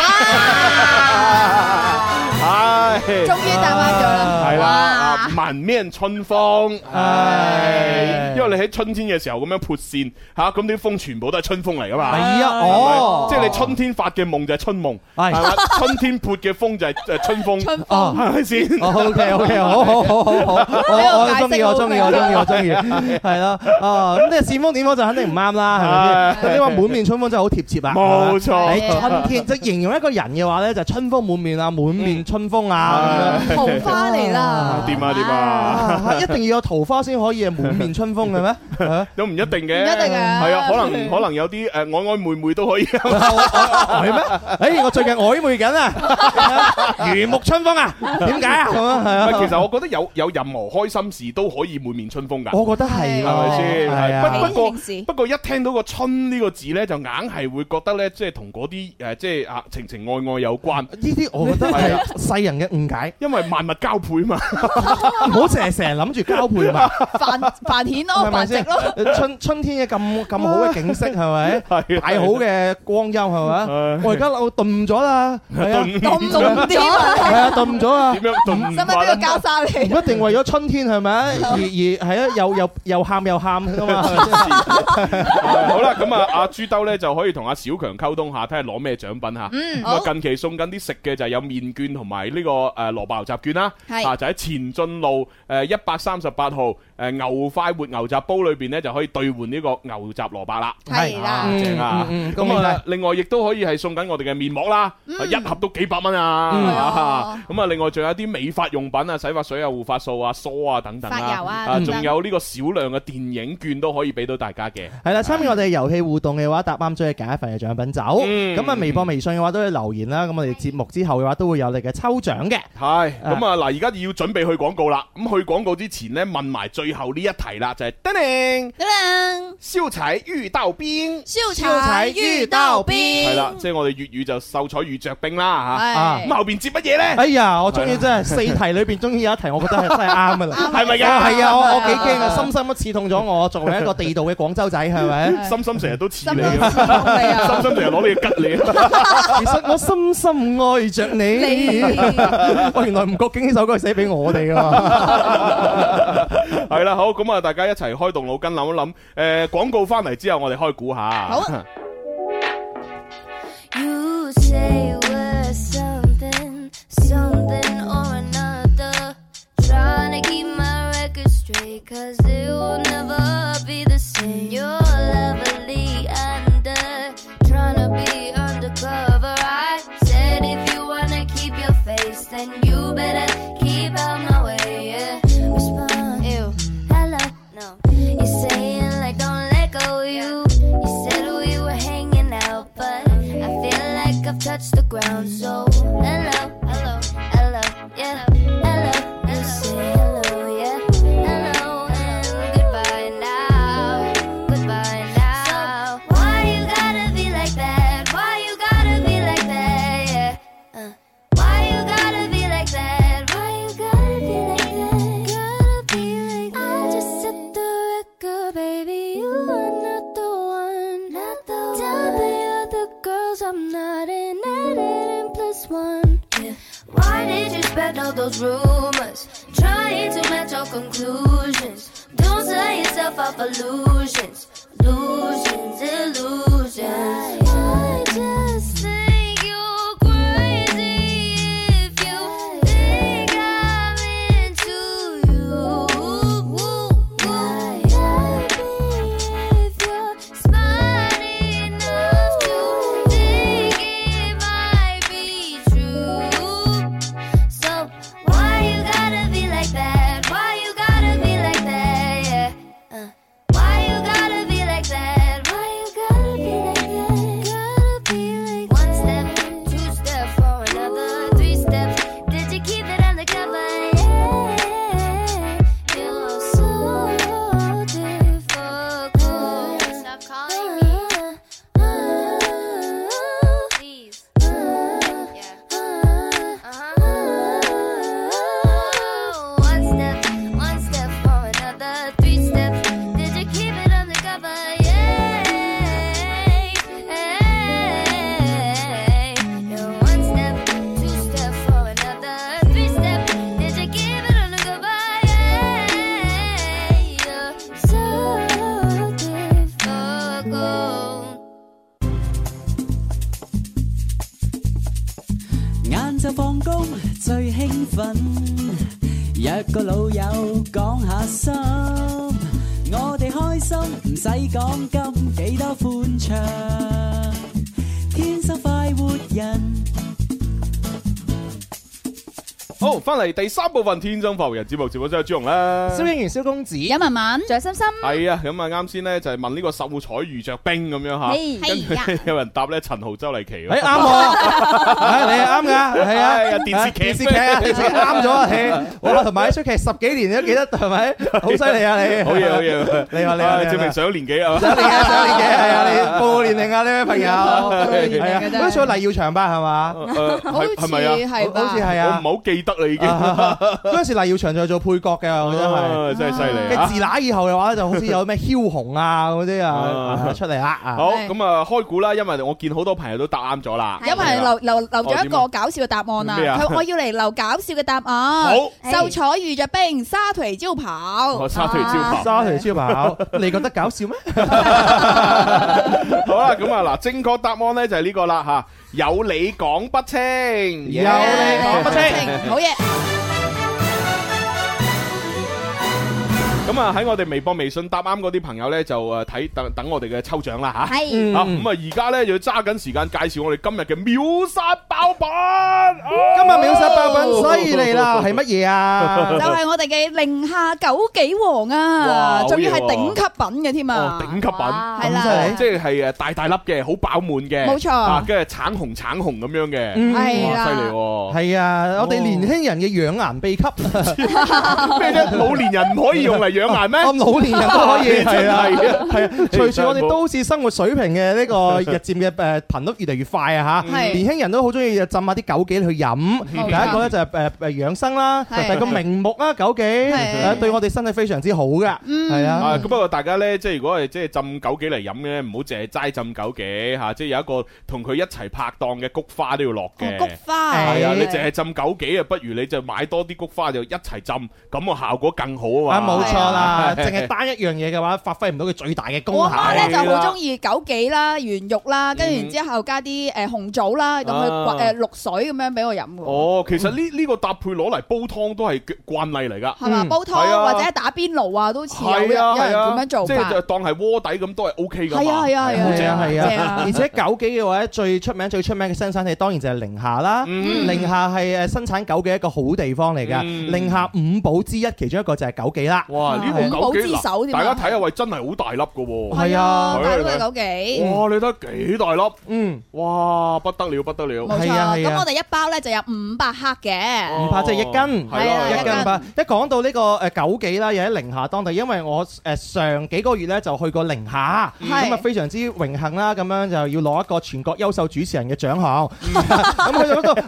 [SPEAKER 3] 唉，
[SPEAKER 5] 終於答啱咗啦
[SPEAKER 3] 係啦，
[SPEAKER 5] 哇
[SPEAKER 3] 啊萬面春風，唉，因為你喺春天嘅時候咁樣潑扇嚇，咁啲風全部都係春風嚟噶嘛。
[SPEAKER 4] 係啊
[SPEAKER 3] 係咪
[SPEAKER 4] 哦
[SPEAKER 3] 即係你春天發嘅夢就係春夢，係 嘛？春天潑嘅風就係誒春風，
[SPEAKER 4] 春風
[SPEAKER 3] 係咪先
[SPEAKER 4] ？OK OK，好哦好好好好，我我中意我中意我中意我中意，係咯，哦，咁你煽風點火就肯定唔啱啦，係咪先？咁你話滿面春風真係好貼切啊，
[SPEAKER 3] 冇錯
[SPEAKER 4] 你春天即係形容一個人嘅話咧，就春風滿面啊，滿面春風啊，咁樣
[SPEAKER 5] 桃花嚟啦，
[SPEAKER 3] 點啊點啊？
[SPEAKER 4] 啊一定要有桃花先可以係滿面春風嘅 咩？
[SPEAKER 3] 都唔一定嘅，唔一定
[SPEAKER 4] 嘅
[SPEAKER 3] 係啊，可能可能有啲誒愛愛妹妹都 可以。
[SPEAKER 4] 係咩？誒，我最近曖昧緊啊，如沐春 風啊，點解啊？咁啊，係啊
[SPEAKER 3] 唔係其實我覺得有有任何開心事都可以滿面春風㗎。
[SPEAKER 4] 我覺得係喎
[SPEAKER 3] 係咪先？
[SPEAKER 4] 係啊
[SPEAKER 3] 係不不過
[SPEAKER 5] 喜慶事
[SPEAKER 3] 不過一聽到個春呢個字咧，就硬係會覺得咧，即係同嗰啲誒即係啊情情愛愛有關。 呢
[SPEAKER 4] 啲我覺得係世人嘅誤解，
[SPEAKER 3] 因為萬物交配嘛，
[SPEAKER 4] 唔好成日成日諗住交配 嘛，
[SPEAKER 5] 繁繁衍
[SPEAKER 4] 係
[SPEAKER 5] 咯，
[SPEAKER 4] 咪
[SPEAKER 5] 繁殖
[SPEAKER 4] 先
[SPEAKER 5] 咯。？
[SPEAKER 4] 春春天嘅咁咁好嘅景色係 咪？
[SPEAKER 3] 係
[SPEAKER 4] 大好嘅光陰係咪？我而家我 頓咗啦，係啊，
[SPEAKER 3] 頓
[SPEAKER 5] 頓咗
[SPEAKER 4] 係啊，頓咗啊，
[SPEAKER 3] 點樣
[SPEAKER 5] 使唔使俾個交沙
[SPEAKER 4] 唔
[SPEAKER 5] 你？
[SPEAKER 4] 一定為咗春天係咪？而而係啊，又又又喊又喊 噶嘛，係咪先
[SPEAKER 3] 好啦，咁啊，阿朱兜咧就可以同阿小強溝通下，睇下攞咩獎品吓。
[SPEAKER 5] 嗯
[SPEAKER 3] 咁啊
[SPEAKER 5] 好，
[SPEAKER 3] 近期送緊啲食嘅就係有麵券同埋呢個誒蘿蔔牛雜券啦。
[SPEAKER 5] 係
[SPEAKER 3] 啊，就喺前進路誒一百三十八號誒牛快活牛雜煲裏邊咧，就可以兌換呢個牛雜蘿蔔啦。
[SPEAKER 5] 係啦
[SPEAKER 3] 啊正啊！
[SPEAKER 4] 嗯嗯嗯
[SPEAKER 3] 咁
[SPEAKER 4] 恭喜晒
[SPEAKER 3] 啊，另外亦都可以係送緊我哋嘅面膜啦，
[SPEAKER 5] 嗯
[SPEAKER 3] 啊一盒都幾百蚊
[SPEAKER 4] 嗯
[SPEAKER 5] 哦
[SPEAKER 3] 啊！咁啊，另外仲有啲美髮用品啊，洗髮水啊、護髮素啊、梳啊等等
[SPEAKER 5] 髮油啊
[SPEAKER 3] 啊，
[SPEAKER 5] 等等
[SPEAKER 3] 仲有呢個少量嘅電影券都可以俾到大家嘅。
[SPEAKER 4] 係啦，參與我哋遊戲互動嘅話，答啱咗嘅揀一份嘅獎品走。
[SPEAKER 3] 嗯
[SPEAKER 4] 咁啊，微博、微信嘅話都可以留言啦。咁我哋節目之後嘅話都會有你嘅抽獎嘅。
[SPEAKER 3] 係咁啊！嗱，而家要準備去廣告啦。咁去廣告之前呢，問埋最後呢一題啦，就係叮鈴
[SPEAKER 5] 等等，
[SPEAKER 3] 燒柴遇到邊？
[SPEAKER 5] 秀
[SPEAKER 4] 才
[SPEAKER 5] 才
[SPEAKER 4] 遇
[SPEAKER 5] 遇
[SPEAKER 4] 到
[SPEAKER 5] 到
[SPEAKER 4] 兵
[SPEAKER 5] 兵，
[SPEAKER 3] 係啦，即係我哋粵語就秀才遇着兵啦
[SPEAKER 5] 係
[SPEAKER 3] 吓。咁後邊接乜嘢呢？
[SPEAKER 4] 哎呀，我終於真係四題裏邊，終於有一題我覺得係真係啱噶啦。
[SPEAKER 3] 係咪㗎
[SPEAKER 4] 哦係啊，我我幾驚
[SPEAKER 5] 啱
[SPEAKER 4] 啊，
[SPEAKER 5] 啊
[SPEAKER 4] 深深都刺痛咗我作為一個地道嘅廣州 仔，係咪？
[SPEAKER 3] 心心成日都似
[SPEAKER 5] 心
[SPEAKER 3] 你
[SPEAKER 5] 都
[SPEAKER 3] 啊，
[SPEAKER 5] 刺痛你 啊
[SPEAKER 3] 心心成日攞你嘅吉你啊。
[SPEAKER 4] 其實我深深愛着你
[SPEAKER 5] 你。
[SPEAKER 4] 喂，原來吳國敬呢首歌係寫俾我 哋㗎。
[SPEAKER 3] 係啦，好咁啊，大家一齊開動腦筋諗一諗。誒，廣告翻嚟之後，我哋開估下。
[SPEAKER 5] 好
[SPEAKER 13] You say we're something, something or another. Trying to keep my record straight, cause it will never be the same. You're lovely under, trying to be undercover. I said if you wanna keep your face, then you better keep out my way. Yeah. Respond, ew, hello, no. You're saying like don't let go, you. You said we were hanging out, but I feel like I've touched the ground. So hello, hello, hello, yeah, hello. You say hello, yeah, hello, and goodbye now, goodbye now. Why you gotta be like that? Why you gotta be like that? Yeah. Uh. Why you gotta be like that? Why you gotta be like that? Gotta be like that. I just set the record, baby. You are not the one. Not the Tell the other girls I'm not an edit and plus one. Yeah. Why did you spread all those rumors? Trying to match your conclusions. Don't sell yourself up illusions. Illusions, illusions. I just think you're crazy if you think I'm into you. Maybe if you're smart enough to think it might be true. So why you gotta be like that? Why you gotta be like that? Yeah. Uh. Why you gotta be like that? Why you gotta be like that? Gotta be like One step, two step for another, three steps. Did you keep it undercover? Yeah. You're so difficult. Stop calling me. Please. Uh-huh. One step, one step for another, three steps. Did you keep it undercover? Yeah. One step, two step for another, three steps. Did you keep it undercover? Yeah. You're so difficult.
[SPEAKER 14] 晏晝放工最興奮，約個老友講下心，我哋開心唔使講金，幾多歡暢，天生快活人。
[SPEAKER 3] 好，翻嚟第三部分《天生浮人》節目，直播室有朱紅啦。
[SPEAKER 4] 蕭敬元、蕭公子，
[SPEAKER 6] 有文文，仲有心心，
[SPEAKER 3] 系啊，咁啊，啱先咧就係問呢個秀才遇着冰咁樣
[SPEAKER 6] 係
[SPEAKER 3] 吓，跟
[SPEAKER 6] 係呀
[SPEAKER 3] 住 有人答咧陳豪、周麗琪喎。
[SPEAKER 4] 誒啱喎，誒你係啱㗎，係啊，
[SPEAKER 3] 哎呀電視劇
[SPEAKER 4] 電視劇啊，電視劇啱咗啊，係哇，同埋呢出劇十幾年都記得， 係咪？好犀利啊你！
[SPEAKER 3] 好嘢好嘢，
[SPEAKER 4] 你話你話
[SPEAKER 3] 啊
[SPEAKER 4] 你話
[SPEAKER 3] 證明上咗年紀啊。
[SPEAKER 4] 上 年啊上年嘅係啊，你報年齡啊呢位朋友，
[SPEAKER 3] 係
[SPEAKER 4] 係啊，嗰出黎耀祥吧係嘛？
[SPEAKER 3] 誒呃係係咪啊？
[SPEAKER 4] 好似係啊。
[SPEAKER 3] 我唔係好記得啦已經。
[SPEAKER 4] 嗰陣時黎耀祥就做配角 嘅，我
[SPEAKER 3] 啊
[SPEAKER 4] 真係
[SPEAKER 3] 真係犀利啊
[SPEAKER 4] 跟住自那以後嘅話就好似有咩枭雄啊嗰啲啊
[SPEAKER 3] 啊
[SPEAKER 4] 出嚟啦啊！
[SPEAKER 3] 好，咁啊開估啦，因為我見好多朋友都答啱咗啦。
[SPEAKER 5] 有人留留留咗一個
[SPEAKER 3] 哦
[SPEAKER 5] 搞笑嘅答案啊！
[SPEAKER 3] 咩啊
[SPEAKER 5] 佢話我要嚟留搞笑嘅答案。
[SPEAKER 3] 好
[SPEAKER 5] 秀才遇着冰，沙腿招跑。
[SPEAKER 3] 哦沙腿招跑
[SPEAKER 4] 沙皮超跑，你覺得搞笑咩？
[SPEAKER 3] 好啦，咁啊嗱，正確答案咧就係呢個啦吓，有理講不清，
[SPEAKER 4] 有理講不
[SPEAKER 5] 清好嘢。
[SPEAKER 3] 咁啊喺我哋微博、微信答啱嗰啲朋友咧，就誒睇等等我哋嘅抽獎啦吓，
[SPEAKER 11] 係
[SPEAKER 3] 嗯啊咁啊而家咧就要揸緊時間介紹我哋今日嘅秒殺爆品。今
[SPEAKER 4] 日秒殺爆品犀利啦，係乜嘢啊？
[SPEAKER 5] 就係我哋嘅寧夏九幾王啊，
[SPEAKER 3] 哇
[SPEAKER 5] 仲要係
[SPEAKER 3] 好嘢喎
[SPEAKER 5] 頂級品嘅添啊！
[SPEAKER 3] 頂級品係
[SPEAKER 5] 啦
[SPEAKER 3] 啦，即係係誒大大粒嘅，好飽滿嘅，
[SPEAKER 5] 冇錯
[SPEAKER 3] 啊，跟住橙紅橙紅咁樣嘅，
[SPEAKER 4] 嗯
[SPEAKER 3] 哇
[SPEAKER 4] 係啦
[SPEAKER 3] 犀利喎，
[SPEAKER 4] 係啊，我哋年輕人嘅養顏秘笈
[SPEAKER 3] 咩啫？老年人唔可以用嚟養 顏咩？
[SPEAKER 4] 我老年人都可以 係啊，
[SPEAKER 3] 真係啊
[SPEAKER 4] 係啊。隨住我哋都市生活水平嘅呢個日漸嘅誒頻率越嚟越快啊嚇，
[SPEAKER 3] 係
[SPEAKER 4] 年輕人都好中意浸下啲枸杞去飲。
[SPEAKER 3] 冇錯
[SPEAKER 4] 第一個咧就係誒誒養生啦，第
[SPEAKER 3] 係
[SPEAKER 4] 二個明目啦，枸杞誒對我哋身體非常之好㗎，係啊。
[SPEAKER 3] 咁不過大家咧，即係如果係即係浸枸杞嚟飲咧，唔好淨係齋浸枸杞嚇，即係有一個同佢一齊拍檔嘅菊花都要落嘅。菊
[SPEAKER 5] 花
[SPEAKER 3] 係啊，
[SPEAKER 4] 係
[SPEAKER 3] 你淨係浸枸杞啊，不如你就買多啲菊花就一齊浸，咁個效果更好啊
[SPEAKER 4] 啊，
[SPEAKER 3] 嘛。
[SPEAKER 4] 冇錯 啦，
[SPEAKER 3] 係
[SPEAKER 4] 淨係單一樣嘢嘅話，發揮唔到佢最大嘅功效。
[SPEAKER 5] 我媽咧就好中意枸杞啦、圓肉啦，跟住然之後加啲誒紅棗啦，咁去
[SPEAKER 3] 嗯啊
[SPEAKER 5] 誒綠水咁樣俾我飲嘅喎。
[SPEAKER 3] 哦，其
[SPEAKER 5] 嗯
[SPEAKER 3] 實呢呢個搭配攞嚟煲湯都係慣例嚟㗎，
[SPEAKER 5] 係嘛？煲湯
[SPEAKER 3] 係啊
[SPEAKER 5] 或者打邊爐啊，都似有有
[SPEAKER 3] 係啊
[SPEAKER 5] 人
[SPEAKER 3] 係啊，
[SPEAKER 5] 咁樣做
[SPEAKER 3] 即係就
[SPEAKER 5] 法。
[SPEAKER 3] 當係鍋底咁都係 O K 㗎嘛。
[SPEAKER 5] 係啊係啊係啊
[SPEAKER 3] 好
[SPEAKER 4] 係
[SPEAKER 3] 正
[SPEAKER 4] 啊係
[SPEAKER 5] 正啊
[SPEAKER 4] 啊，而且枸杞嘅話咧，最出名最出名嘅生產地當然就係寧夏啦。
[SPEAKER 3] 嗯
[SPEAKER 4] 寧夏係呃誒生產枸杞一個好地方嚟㗎。
[SPEAKER 3] 嗯
[SPEAKER 4] 寧夏五寶之一，其中一個就係枸杞啦。
[SPEAKER 3] 哇！呢部
[SPEAKER 5] 五寶
[SPEAKER 3] 枸
[SPEAKER 5] 之
[SPEAKER 3] 杞嗱，
[SPEAKER 5] 首添
[SPEAKER 3] 大
[SPEAKER 5] 啊
[SPEAKER 3] 家睇下喂，真係好大粒㗎喎。
[SPEAKER 4] 係啊
[SPEAKER 5] 大佬
[SPEAKER 3] 係
[SPEAKER 5] 嘅
[SPEAKER 3] 啊
[SPEAKER 5] 枸杞，
[SPEAKER 3] 哇！你睇幾大粒？
[SPEAKER 4] 嗯，
[SPEAKER 3] 哇，不得了，不得了。
[SPEAKER 5] 冇錯。
[SPEAKER 3] 啊
[SPEAKER 5] 咁我哋一包咧就有五百克
[SPEAKER 3] 哦
[SPEAKER 5] 嘅。
[SPEAKER 4] 唔怕即係一斤，
[SPEAKER 5] 係啊
[SPEAKER 4] 一
[SPEAKER 5] 一斤
[SPEAKER 4] 斤吧。一講到呢個誒枸杞啦，又喺寧夏當地，因為我誒上幾個月咧就去過寧夏，
[SPEAKER 5] 係
[SPEAKER 4] 咁啊非常之榮幸啦，咁樣就要攞一個全國優秀主持人嘅獎項。 咁去到嗰度，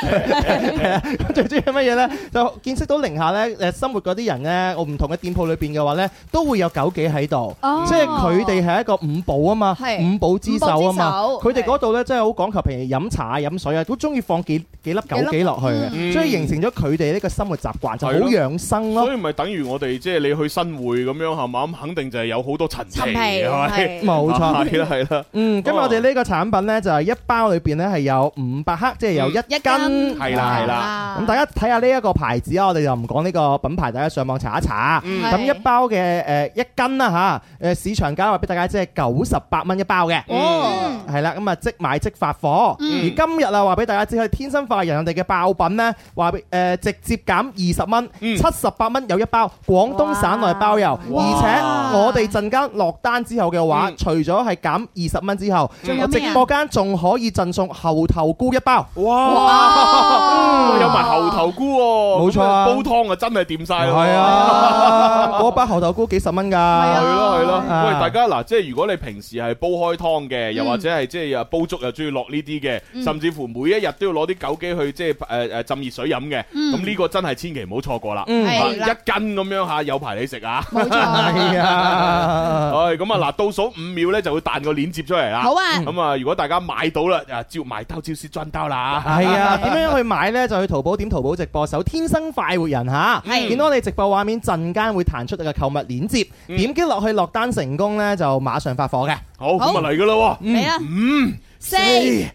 [SPEAKER 4] 係啊咁最主要係乜嘢咧？就見識到寧夏咧誒生活嗰啲人咧，我唔同嘅店鋪裏邊嘅話咧，都會有枸杞喺度
[SPEAKER 5] 哦，
[SPEAKER 4] 即係佢哋係一個五寶啊嘛，
[SPEAKER 5] 係
[SPEAKER 4] 五寶之首啊嘛
[SPEAKER 5] 五。寶
[SPEAKER 4] 佢
[SPEAKER 5] 之首
[SPEAKER 4] 哋嗰度咧真係好講求平時飲茶啊、飲水啊，都中意放幾幾粒枸杞落去嘅。
[SPEAKER 3] 嗯
[SPEAKER 4] 所以形成咗佢哋呢個生活習慣，就好
[SPEAKER 3] 係咯
[SPEAKER 4] 養生咯
[SPEAKER 3] 所。以咪等於我哋即係你去新會咁樣係嘛，咁肯定就係有好多陳皮，
[SPEAKER 5] 陳皮
[SPEAKER 3] 係咪
[SPEAKER 5] 係
[SPEAKER 4] 冇錯
[SPEAKER 3] 係啦係啦，
[SPEAKER 4] 嗯，今日
[SPEAKER 5] 哦
[SPEAKER 4] 我哋呢個產品呢，就係一包裏邊呢係有五百克，即係有一
[SPEAKER 5] 嗯一斤
[SPEAKER 4] 斤，
[SPEAKER 5] 係
[SPEAKER 3] 啦係
[SPEAKER 5] 啦
[SPEAKER 4] 咁大家睇下呢一個牌子啊，我哋就唔講呢個品牌，大家上網查一查。
[SPEAKER 5] 嗯
[SPEAKER 4] 咁
[SPEAKER 5] 係
[SPEAKER 4] 一包嘅誒一斤啦嚇，誒市場價話俾大家知係九十八蚊一包嘅。
[SPEAKER 5] 哦，
[SPEAKER 4] 係啦，咁啊即買即發貨。
[SPEAKER 5] 嗯
[SPEAKER 4] 而今日啊，話俾大家知，佢天生化人我哋嘅爆品呢，話俾誒直接減二十蚊，七十八蚊有一包，廣東省內包郵。
[SPEAKER 5] 嗯哇
[SPEAKER 4] 而
[SPEAKER 5] 嗯
[SPEAKER 4] 且我哋陣間落單之後嘅話，除咗係減二十蚊之後，
[SPEAKER 5] 仲有
[SPEAKER 4] 我
[SPEAKER 5] 咩
[SPEAKER 4] 直
[SPEAKER 5] 啊
[SPEAKER 4] 播間仲可以贈送猴頭菇一包。嗯
[SPEAKER 3] 哇，哦有埋猴頭菇喎，
[SPEAKER 4] 冇錯啊
[SPEAKER 3] 咁煲湯啊真係掂晒啦，
[SPEAKER 4] 係。 啊，嗰包猴頭菇幾十蚊㗎。
[SPEAKER 3] 系咯系咯，
[SPEAKER 4] 啊嗯
[SPEAKER 3] 喂大家嗱，即係如果你平時係煲開湯嘅，又或者係即係煲粥又中意落呢啲嘅，甚至乎每一日都要攞啲枸杞去即係誒誒浸熱水飲嘅，咁呢個真係千祈唔好錯過啦，
[SPEAKER 4] 嗯
[SPEAKER 3] 啊一
[SPEAKER 5] 係啦
[SPEAKER 3] 斤咁樣嚇有排你食啊！
[SPEAKER 5] 冇錯。
[SPEAKER 4] 係啊。
[SPEAKER 3] 唉，咁啊嗱，倒數五秒咧就會彈個鏈接出嚟啦。
[SPEAKER 5] 好啊
[SPEAKER 3] 咁啊，如果大家買到啦，啊，照埋兜，照是賺兜啦。
[SPEAKER 4] 係啊，點樣去買呢？就去淘寶點淘寶直播搜「天生快活人」嚇，
[SPEAKER 5] 係
[SPEAKER 3] 嗯
[SPEAKER 4] 見到我哋直播畫面陣間會彈出你嘅購物鏈接，
[SPEAKER 3] 嗯
[SPEAKER 4] 點擊落去落單成功呢，就馬上發貨嘅。
[SPEAKER 3] 好，咁啊嚟噶啦喎。
[SPEAKER 5] 嚟啊！
[SPEAKER 3] 五、
[SPEAKER 5] 四、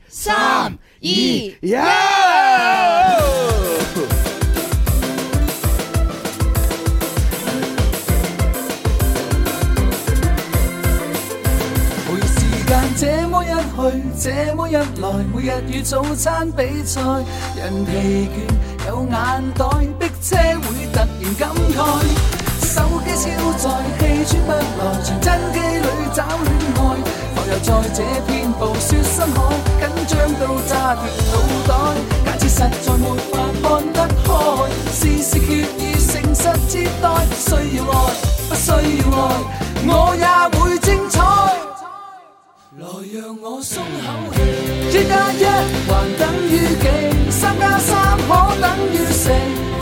[SPEAKER 5] 三、二、一。
[SPEAKER 3] 一。
[SPEAKER 12] 每時間這麼一去，這麼一來，每日與早餐比賽，人疲倦，有眼袋，逼車會突然感慨。手機超載，氣喘不來，傳真機裏找戀愛。浮游在這片暴雪深海，緊張到炸斷腦袋。假設實在沒法看得開，事事決意誠實接待，需要愛，不需要愛，我也會精彩。來讓我鬆口氣，一加一還等於幾？三加三可等於四？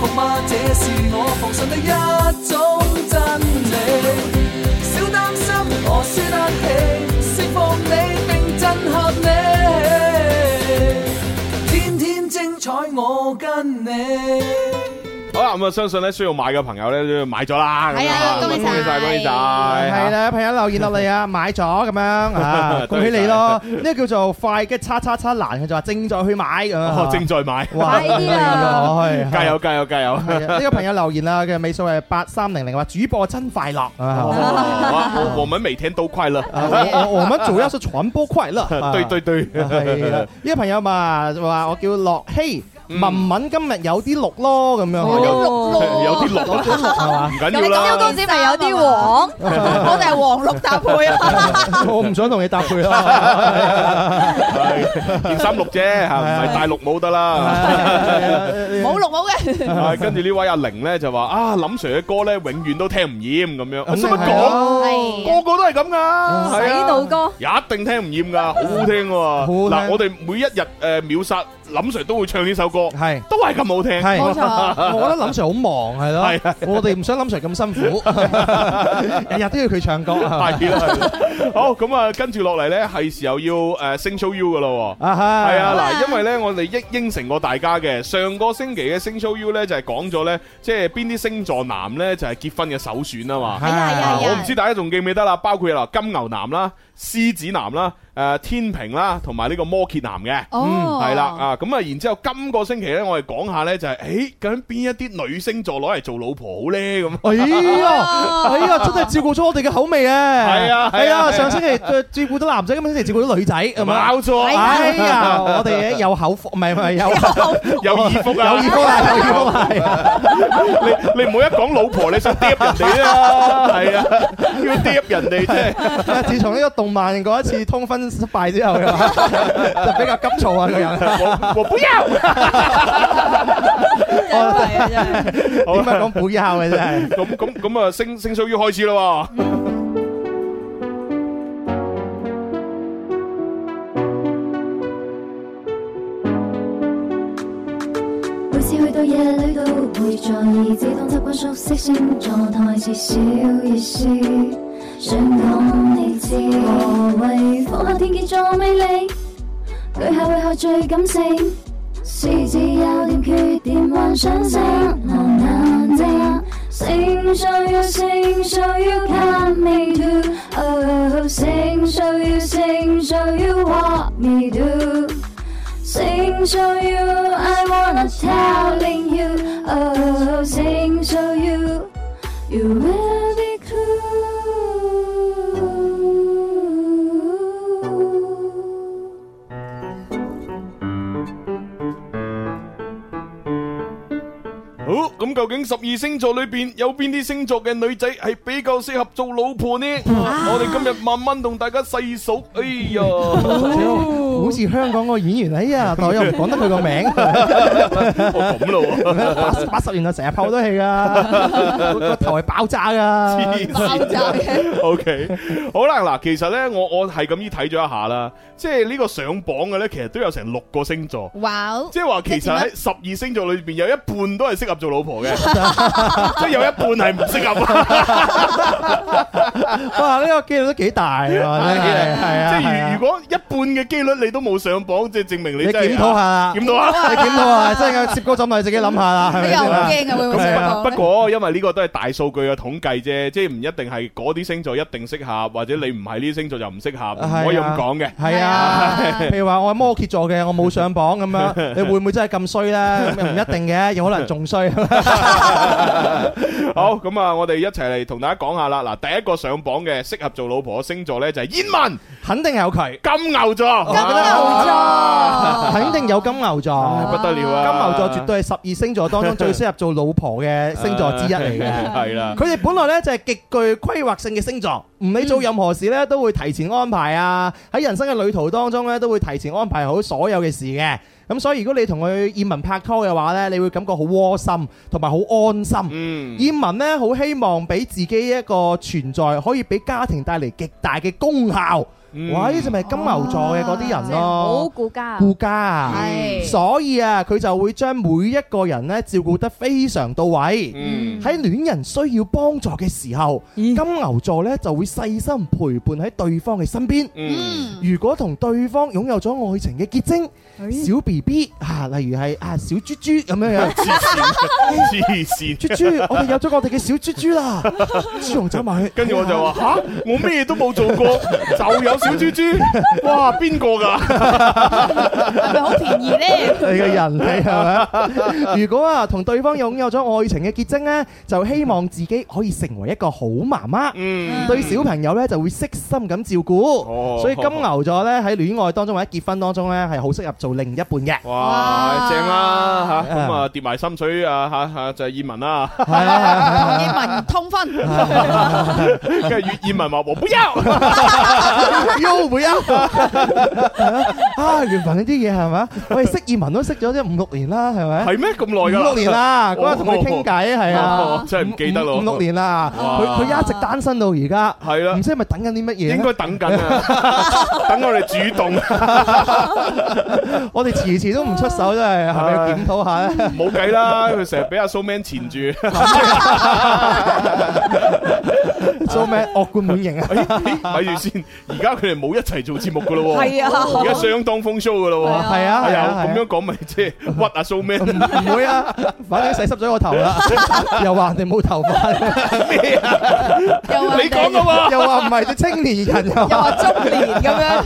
[SPEAKER 12] 服嗎？這是我奉信的一種真理。小擔心，我輸得起，釋放你並震撼你，天天精彩我跟你。
[SPEAKER 3] 好啦，咁啊，相信咧需要買嘅朋友咧都買咗啦。
[SPEAKER 4] 係啊
[SPEAKER 3] 咁
[SPEAKER 4] 恭喜
[SPEAKER 3] 恭喜晒，恭喜晒。啊
[SPEAKER 4] 係啦，朋友留言落嚟啊，買咗咁樣 啊，恭喜你咯！呢個叫做快嘅叉叉叉難，佢就話正在去買咁
[SPEAKER 3] 哦
[SPEAKER 4] 啊，。
[SPEAKER 3] 正在買，
[SPEAKER 4] 哇快啲啦係啊
[SPEAKER 3] 加油加油加油！
[SPEAKER 4] 係啊呢個朋友留言啦，佢嘅尾數係八三零零，話主播真快樂
[SPEAKER 3] 哇
[SPEAKER 4] 啊！
[SPEAKER 3] 我我們每天都快樂。。
[SPEAKER 4] 啊我我我們主要是傳播快樂
[SPEAKER 3] 對對對
[SPEAKER 4] 啊係啊呢個朋友嘛話我叫樂希，文文今日有啲綠咯咁樣，
[SPEAKER 3] 哦有綠咯 有啲綠
[SPEAKER 4] 有啲綠 係嘛？
[SPEAKER 3] 唔緊
[SPEAKER 5] 你
[SPEAKER 3] 要
[SPEAKER 5] 咁樣
[SPEAKER 3] 啦。
[SPEAKER 5] 公子咪有啲黃，我哋係黃綠搭配啊！
[SPEAKER 4] 我唔想同你搭配 啦。
[SPEAKER 3] 係件衫綠啫，嚇唔係大綠帽得啦。
[SPEAKER 5] 冇綠帽嘅
[SPEAKER 3] 係，跟住呢位阿玲咧就話啊，林 Sir 嘅歌咧永遠都聽唔厭咁樣，我使乜講？
[SPEAKER 5] 係
[SPEAKER 3] 個個都係咁噶
[SPEAKER 5] 洗腦歌。
[SPEAKER 3] 一定聽唔厭 噶，好好聽喎。嗱，我哋每一日誒秒殺林 Sir 都會唱呢 首歌，
[SPEAKER 4] 係
[SPEAKER 3] 都係咁好聽。
[SPEAKER 4] 係，我覺得林 Sir 好忙係咯，我哋唔想林 Sir 咁辛苦，日日都要佢唱歌。
[SPEAKER 3] 係啦， 係啦好咁啊，跟住落嚟咧，係時候要誒 Sing Show You 噶咯喎，
[SPEAKER 4] 啊哈
[SPEAKER 3] 係啊嗱，因為咧我哋應應承過大家嘅，上個星期嘅 Sing Show You 咧就係講咗咧，即係邊啲星座男咧就係結婚嘅首選啊嘛，
[SPEAKER 4] 係啊係啊係啊
[SPEAKER 3] 我唔知大家仲記唔記得啦，包括嗱金牛男啦、獅子男啦。誒天平啦，同埋呢個摩羯男嘅，嗯
[SPEAKER 5] 哦
[SPEAKER 3] 係啦啊，咁啊，然之後今個星期咧，我哋講下咧就係，誒究竟邊一啲女星座攞嚟做老婆好咧咁？
[SPEAKER 4] 哎呀，哎呀，真係照顧咗我哋嘅口味啊！
[SPEAKER 3] 係啊係啊
[SPEAKER 4] 係
[SPEAKER 3] 係啊
[SPEAKER 4] 啊，上星期呃照顧到男仔，今星期照顧到女仔，係嘛？
[SPEAKER 3] 冇錯
[SPEAKER 4] 哎呀，我哋有口福，唔係唔係有
[SPEAKER 3] 有耳福啊！
[SPEAKER 4] 有耳 福啊！有耳福啊！
[SPEAKER 3] 你你唔好一講老婆，你想嗲人哋啦，係啊，要嗲人哋啫。
[SPEAKER 4] 自從呢個動漫嗰一次通婚失敗 之後，就比較急躁啊個人。
[SPEAKER 3] 我我不要。 好
[SPEAKER 4] 點解講本校 嘅真係？
[SPEAKER 3] 咁咁咁啊，星星數要開始啦喎。
[SPEAKER 11] 每次去到夜裏都會在意，只當習慣熟悉星座台詞小意思。想講你知，何謂火下天蠍座魅力？巨蟹會後最感性，獅子有點缺點幻想性，狼眼睛。Sing show you, sing show you, cut me too. Oh, sing show you, sing show you, what me do. Sing show you, I wanna telling you. Oh, sing show you, you will be cool.
[SPEAKER 3] 好，咁究竟十二星座裏邊有邊啲星座嘅女仔係比較適合做老婆呢？我哋今日慢慢同大家細數。哎呀，
[SPEAKER 4] 好似香港個演員，哎呀，但我又唔講得佢個 名，
[SPEAKER 3] 我咁
[SPEAKER 4] 八
[SPEAKER 3] 咯
[SPEAKER 4] 八十年代成日拍好 多戲噶，個頭係爆炸噶，
[SPEAKER 3] 喎，O K，好啦，嗱，其實咧，我我係咁依睇咗一下啦，即係呢個上榜嘅咧，其實都有成六個星座。
[SPEAKER 5] 哇哦！
[SPEAKER 3] 即係話，其實
[SPEAKER 4] 啊
[SPEAKER 3] 喺十二星座裏邊有一半都係適合做老 婆嘅，即係有一半係唔適合。
[SPEAKER 4] 哇！呢個機率都幾大啊，真 係係啊，
[SPEAKER 3] 即
[SPEAKER 4] 係
[SPEAKER 3] 係如
[SPEAKER 4] 啊
[SPEAKER 3] 如果一半嘅機率你都冇上榜，即係證明你
[SPEAKER 4] 你
[SPEAKER 3] 真係
[SPEAKER 4] 檢討下啦，
[SPEAKER 3] 檢討下，
[SPEAKER 4] 你檢討下，真係接高枕你自己諗下啦，係咪先啊？係啊
[SPEAKER 3] 咁不過因為呢個都係大數據嘅統計啫，即係唔一定係嗰啲星座一定適合，或者你唔係呢啲星座就唔適合，唔可以咁講嘅。
[SPEAKER 4] 係啊，譬如話我係摩羯座嘅，我冇上榜咁樣，你會唔會真係咁衰咧？咁又唔一定嘅，有可能仲衰。
[SPEAKER 3] 好，咁啊，我哋一齊嚟同大家講下啦。嗱，第一個上榜嘅適合做老婆嘅星座咧就係燕文，
[SPEAKER 4] 肯定有佢
[SPEAKER 3] 金牛座，
[SPEAKER 4] 金牛座肯定有金牛座，
[SPEAKER 3] 哦不得了啊！
[SPEAKER 4] 金牛座絕對係十二星座當中最適合做老婆 嘅星座之一嚟嘅。
[SPEAKER 3] 係啦，
[SPEAKER 4] 佢哋本來咧就係極具規劃性嘅星座，唔理做任何事咧都會提前安排啊！喺人生嘅旅途當中咧都會提前安排好所有嘅事嘅。咁所以如果你同佢燕文拍拖嘅話咧，你會感覺好窩心同埋好安心。
[SPEAKER 3] 嗯
[SPEAKER 4] 燕文咧好希望俾自己一個存在，可以俾家庭帶嚟極大嘅功效。
[SPEAKER 3] 嗯
[SPEAKER 4] 哇！呢就咪金牛座嘅嗰啲人咯，
[SPEAKER 6] 哦好顧家。
[SPEAKER 4] 顧家啊，所以啊，佢就會將每一個人咧照顧得非常到位。
[SPEAKER 3] 嗯
[SPEAKER 4] 喺戀人需要幫助嘅時候，金牛座咧就會細心陪伴喺對方嘅身邊。如果同對方擁有咗愛情嘅結晶，小 B B 啊，例如係啊小豬豬咁樣樣，
[SPEAKER 3] 黐線，
[SPEAKER 4] 豬豬，我哋有咗我哋嘅小豬豬啦。朱紅走埋去，
[SPEAKER 3] 跟住我就話吓，我咩都冇做過，就有小豬豬，哇，邊個㗎？
[SPEAKER 5] 係咪好便宜 咧？
[SPEAKER 4] 你嘅人你係咪？如果啊同對方擁有咗愛情嘅結晶呢，就希望自己可以成為一個好媽媽，
[SPEAKER 3] 嗯
[SPEAKER 4] 對小朋友呢就會悉心咁照顧。
[SPEAKER 3] 哦
[SPEAKER 4] 所以金牛座呢，喺戀愛當中或者結婚當中呢，係好適合做另一半 嘅。
[SPEAKER 3] 哇，正啦吓，咁啊跌埋心水啊吓吓就係燕文啦，
[SPEAKER 5] 同燕文通婚，
[SPEAKER 3] 跟住葉燕文話我不要，
[SPEAKER 4] 要唔要？啊，緣分呢啲嘢係咪？我哋識葉文都識咗即五六年啦，係咪？
[SPEAKER 3] 係咩咁耐㗎啦？
[SPEAKER 4] 五六年啦，嗰日同佢傾偈係啊
[SPEAKER 3] 哦，真係唔記得咯，
[SPEAKER 4] 五六年啦，
[SPEAKER 3] 哇
[SPEAKER 4] 佢佢一直單身到而家，
[SPEAKER 3] 係啦
[SPEAKER 4] 唔知係咪等緊啲乜嘢
[SPEAKER 3] 應
[SPEAKER 4] 呢？
[SPEAKER 3] 該等緊 啊，等我哋主動，
[SPEAKER 4] 我哋遲遲都唔 出手，真係係咪要檢討下咧？
[SPEAKER 3] 冇計啦，佢成日俾阿蘇 man 纏住，
[SPEAKER 4] 做咩惡貫滿盈啊？
[SPEAKER 3] 睇住先，而家佢哋冇一齊做節目噶咯喎，
[SPEAKER 5] 係啊
[SPEAKER 3] 而家相當風騷噶咯喎，
[SPEAKER 4] 係啊
[SPEAKER 3] 哎
[SPEAKER 4] 係
[SPEAKER 3] 呀
[SPEAKER 4] 啊，
[SPEAKER 3] 咁樣講咪即係屈阿蘇 man
[SPEAKER 4] 唔會啊，反正洗濕咗個頭 啦，又話人哋冇頭髮，
[SPEAKER 3] 咩啊？
[SPEAKER 5] 又話
[SPEAKER 3] 你講噶嘛？
[SPEAKER 4] 又話唔係啲青年人，又
[SPEAKER 5] 又
[SPEAKER 4] 話
[SPEAKER 5] 話中年咁樣，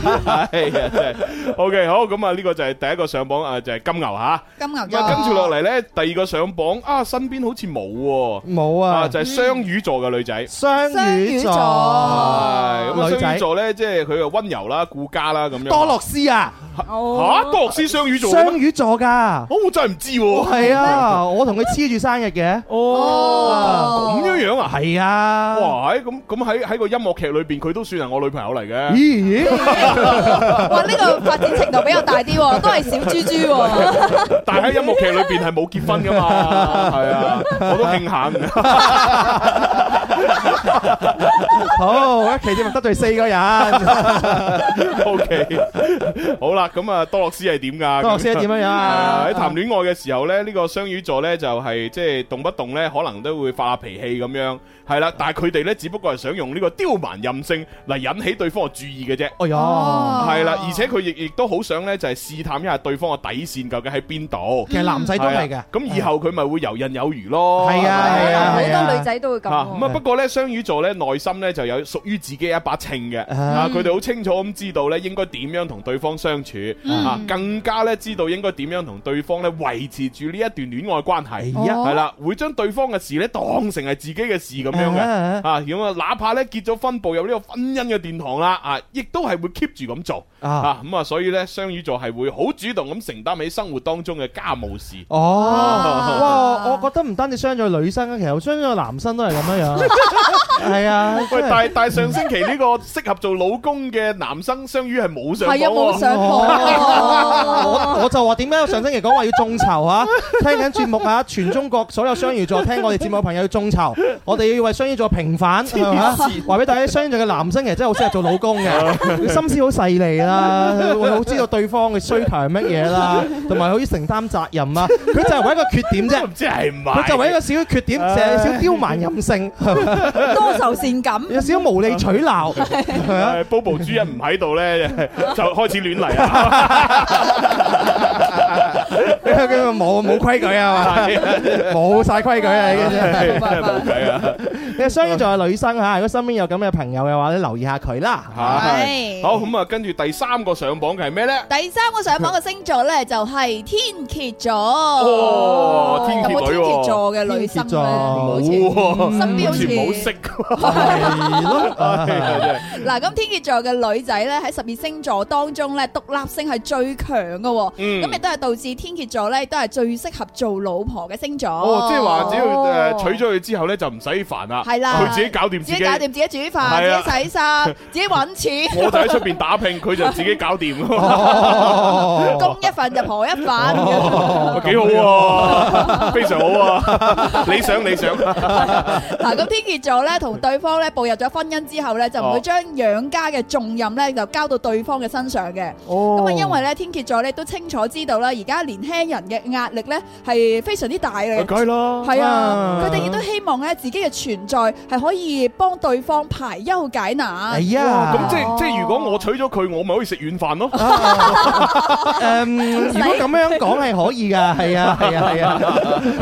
[SPEAKER 3] 係啊，真係 OK 好咁啊！呢個就係第一個上榜啊，就係金牛吓。
[SPEAKER 5] 金牛
[SPEAKER 3] 咁啊，跟住落
[SPEAKER 5] 座。
[SPEAKER 3] 嚟呢，第二個上榜啊，身邊好似冇喎，
[SPEAKER 4] 冇
[SPEAKER 3] 啊
[SPEAKER 4] 啊，
[SPEAKER 3] 就係雙魚座嘅女仔。係
[SPEAKER 4] 雙魚
[SPEAKER 5] 雙魚座
[SPEAKER 4] 座，
[SPEAKER 3] 咁啊，
[SPEAKER 4] 女
[SPEAKER 3] 雙
[SPEAKER 4] 仔
[SPEAKER 3] 魚座呢，即係佢又温柔啦、顧家啦咁樣。
[SPEAKER 4] 多樂斯啊，
[SPEAKER 3] 吓，多樂斯雙魚座嘅
[SPEAKER 4] 雙
[SPEAKER 3] 咩？
[SPEAKER 4] 魚座㗎，
[SPEAKER 3] 哦，我真係唔知喎。
[SPEAKER 4] 係啊，我同佢黐住生日嘅，
[SPEAKER 3] 咁樣樣啊？
[SPEAKER 4] 係啊，
[SPEAKER 3] 哦哇！喺咁咁喺喺個音樂劇裏邊，佢都算係我女朋友嚟嘅。
[SPEAKER 4] 咦？
[SPEAKER 5] 哇！呢個發展程度比較大啲喎，都係小豬豬喎。
[SPEAKER 3] 但係喺音樂劇裏邊係冇結婚噶嘛， 係啊，我都慶幸。
[SPEAKER 4] 好，一期節目得罪四個人，
[SPEAKER 3] O K，好啦，咁啊，多樂斯係點噶？
[SPEAKER 4] 多樂斯係點樣樣
[SPEAKER 3] 係
[SPEAKER 4] 啊
[SPEAKER 3] 啊？喺談戀愛嘅時候咧，呢個雙魚座咧就係即係動不動咧，可能都會發下脾氣咁樣，係啦。但係佢哋咧，只不過係想用呢個刁蠻任性嚟引起對方嘅注意嘅啫。
[SPEAKER 4] 哎呀，
[SPEAKER 3] 係啦，而且佢亦亦都好想咧，就係試探一下對方嘅底線究竟喺邊度。啊
[SPEAKER 4] 其實男仔都係嘅，
[SPEAKER 3] 咁以後佢咪會游刃有餘咯。
[SPEAKER 4] 係啊係
[SPEAKER 3] à,
[SPEAKER 4] 啊
[SPEAKER 6] 好
[SPEAKER 4] 係啊
[SPEAKER 6] 多女仔都會咁
[SPEAKER 3] 啊，咁啊
[SPEAKER 6] 喎。
[SPEAKER 3] 不過咧，雙魚座咧內心咧就有屬於自己一把秤嘅，
[SPEAKER 4] 嗯
[SPEAKER 3] 啊佢哋好清楚咁知道咧應該點樣同對方相處，
[SPEAKER 4] 嗯
[SPEAKER 3] 啊更加咧知道應該點樣同對方咧維持住呢一段戀愛關係，
[SPEAKER 4] 哎呀
[SPEAKER 3] 係啦，會將對方嘅事咧當成係自己嘅事咁樣嘅，
[SPEAKER 4] 啊
[SPEAKER 3] 啊咁啊，哪怕咧結咗婚步入呢個婚姻嘅殿堂啦，啊，亦都係會 keep 住咁做，
[SPEAKER 4] 啊
[SPEAKER 3] 啊咁啊，所以咧雙魚座係會好主動咁承擔起生活當中嘅家務事。
[SPEAKER 4] 哦，哇！我覺得唔單止傷咗女生，其實傷咗男生都係咁樣 樣。係啊，
[SPEAKER 3] 喂，
[SPEAKER 4] 真
[SPEAKER 3] 但
[SPEAKER 4] 係
[SPEAKER 3] 係但係上星期呢個適合做老公嘅男生雙魚係冇上榜
[SPEAKER 5] 係啊，冇
[SPEAKER 3] 喎，
[SPEAKER 5] 上過。
[SPEAKER 4] 我我就話點解我上星期講話要眾 籌啊？聽緊節目啊，全中國所有雙魚座聽我哋節目嘅朋友要眾籌，我哋要為雙魚座平反，係嘛？話俾大家，雙魚座嘅男生其實真係好適合做老公嘅，佢心思好細膩啦，會好知道對方嘅需求係乜嘢啦，同埋好似承擔責任啦。佢就係為一個缺點啫
[SPEAKER 3] 都。唔知係唔係。
[SPEAKER 4] 佢就為一個小缺點，成日少刁蠻任性，
[SPEAKER 5] 多愁善感。
[SPEAKER 4] 有少無理取鬧， 係啊，
[SPEAKER 3] 誒 Bobo 豬一唔喺度咧，就開始亂嚟啊！
[SPEAKER 4] 佢佢冇冇規矩啊嘛，
[SPEAKER 3] 係啊
[SPEAKER 4] 冇晒規矩啊，已經真係
[SPEAKER 3] 真係冇計啊！
[SPEAKER 4] 你雙魚座嘅女生嚇，如果身邊有咁嘅朋友嘅話咧，留意下佢啦。
[SPEAKER 3] 係好咁啊，跟住第三個上榜嘅係咩呢？
[SPEAKER 5] 第三個上榜嘅星座咧就係天蠍座。
[SPEAKER 3] 哦天蠍女
[SPEAKER 5] 有冇
[SPEAKER 3] 喎
[SPEAKER 5] 天蠍座嘅女生咧？好似
[SPEAKER 3] 冇喎，
[SPEAKER 5] 身邊好似
[SPEAKER 3] 好似 冇識。係咯，係，係，真係。
[SPEAKER 5] 嗱，咁天蠍座嘅女仔咧喺十二星座當中咧，獨立性係最強嘅喎，
[SPEAKER 3] 嗯
[SPEAKER 5] 咁亦都係導致天蠍座咧亦都係最適合做老婆嘅星座。
[SPEAKER 3] 哦，即係話只要誒娶咗佢之後咧，就唔使煩啦，
[SPEAKER 5] 係啦
[SPEAKER 3] 佢自己搞掂
[SPEAKER 5] 自己搞掂，自己煮
[SPEAKER 3] 係啊
[SPEAKER 5] 飯，自己洗 衫，自己揾錢。
[SPEAKER 3] 我就喺出邊打拼，佢就自己搞 掂，
[SPEAKER 4] 哦
[SPEAKER 5] 公一份就婆一份，哦
[SPEAKER 3] 幾好喎，非常好啊！理想理 想，
[SPEAKER 5] 嗱，咁天蠍座咧同對方咧步入咗婚姻之後咧，就唔會將養家嘅重任咧就交到對方嘅身上嘅。
[SPEAKER 4] 哦
[SPEAKER 5] 咁啊，因為咧天蠍座咧都清楚知道啦，而家年輕人嘅壓力咧係非常之大嘅。
[SPEAKER 3] 梗係啦
[SPEAKER 5] 係啊
[SPEAKER 3] 啊，
[SPEAKER 5] 佢哋亦都希望咧自己嘅存在係可以幫對方排憂解
[SPEAKER 4] 哎
[SPEAKER 5] 難。
[SPEAKER 3] 哇咁即係即係如果我娶咗佢，我咪可以食軟飯咯。
[SPEAKER 4] 誒，如果咁樣講係可以㗎，係啊，係啊，係啊，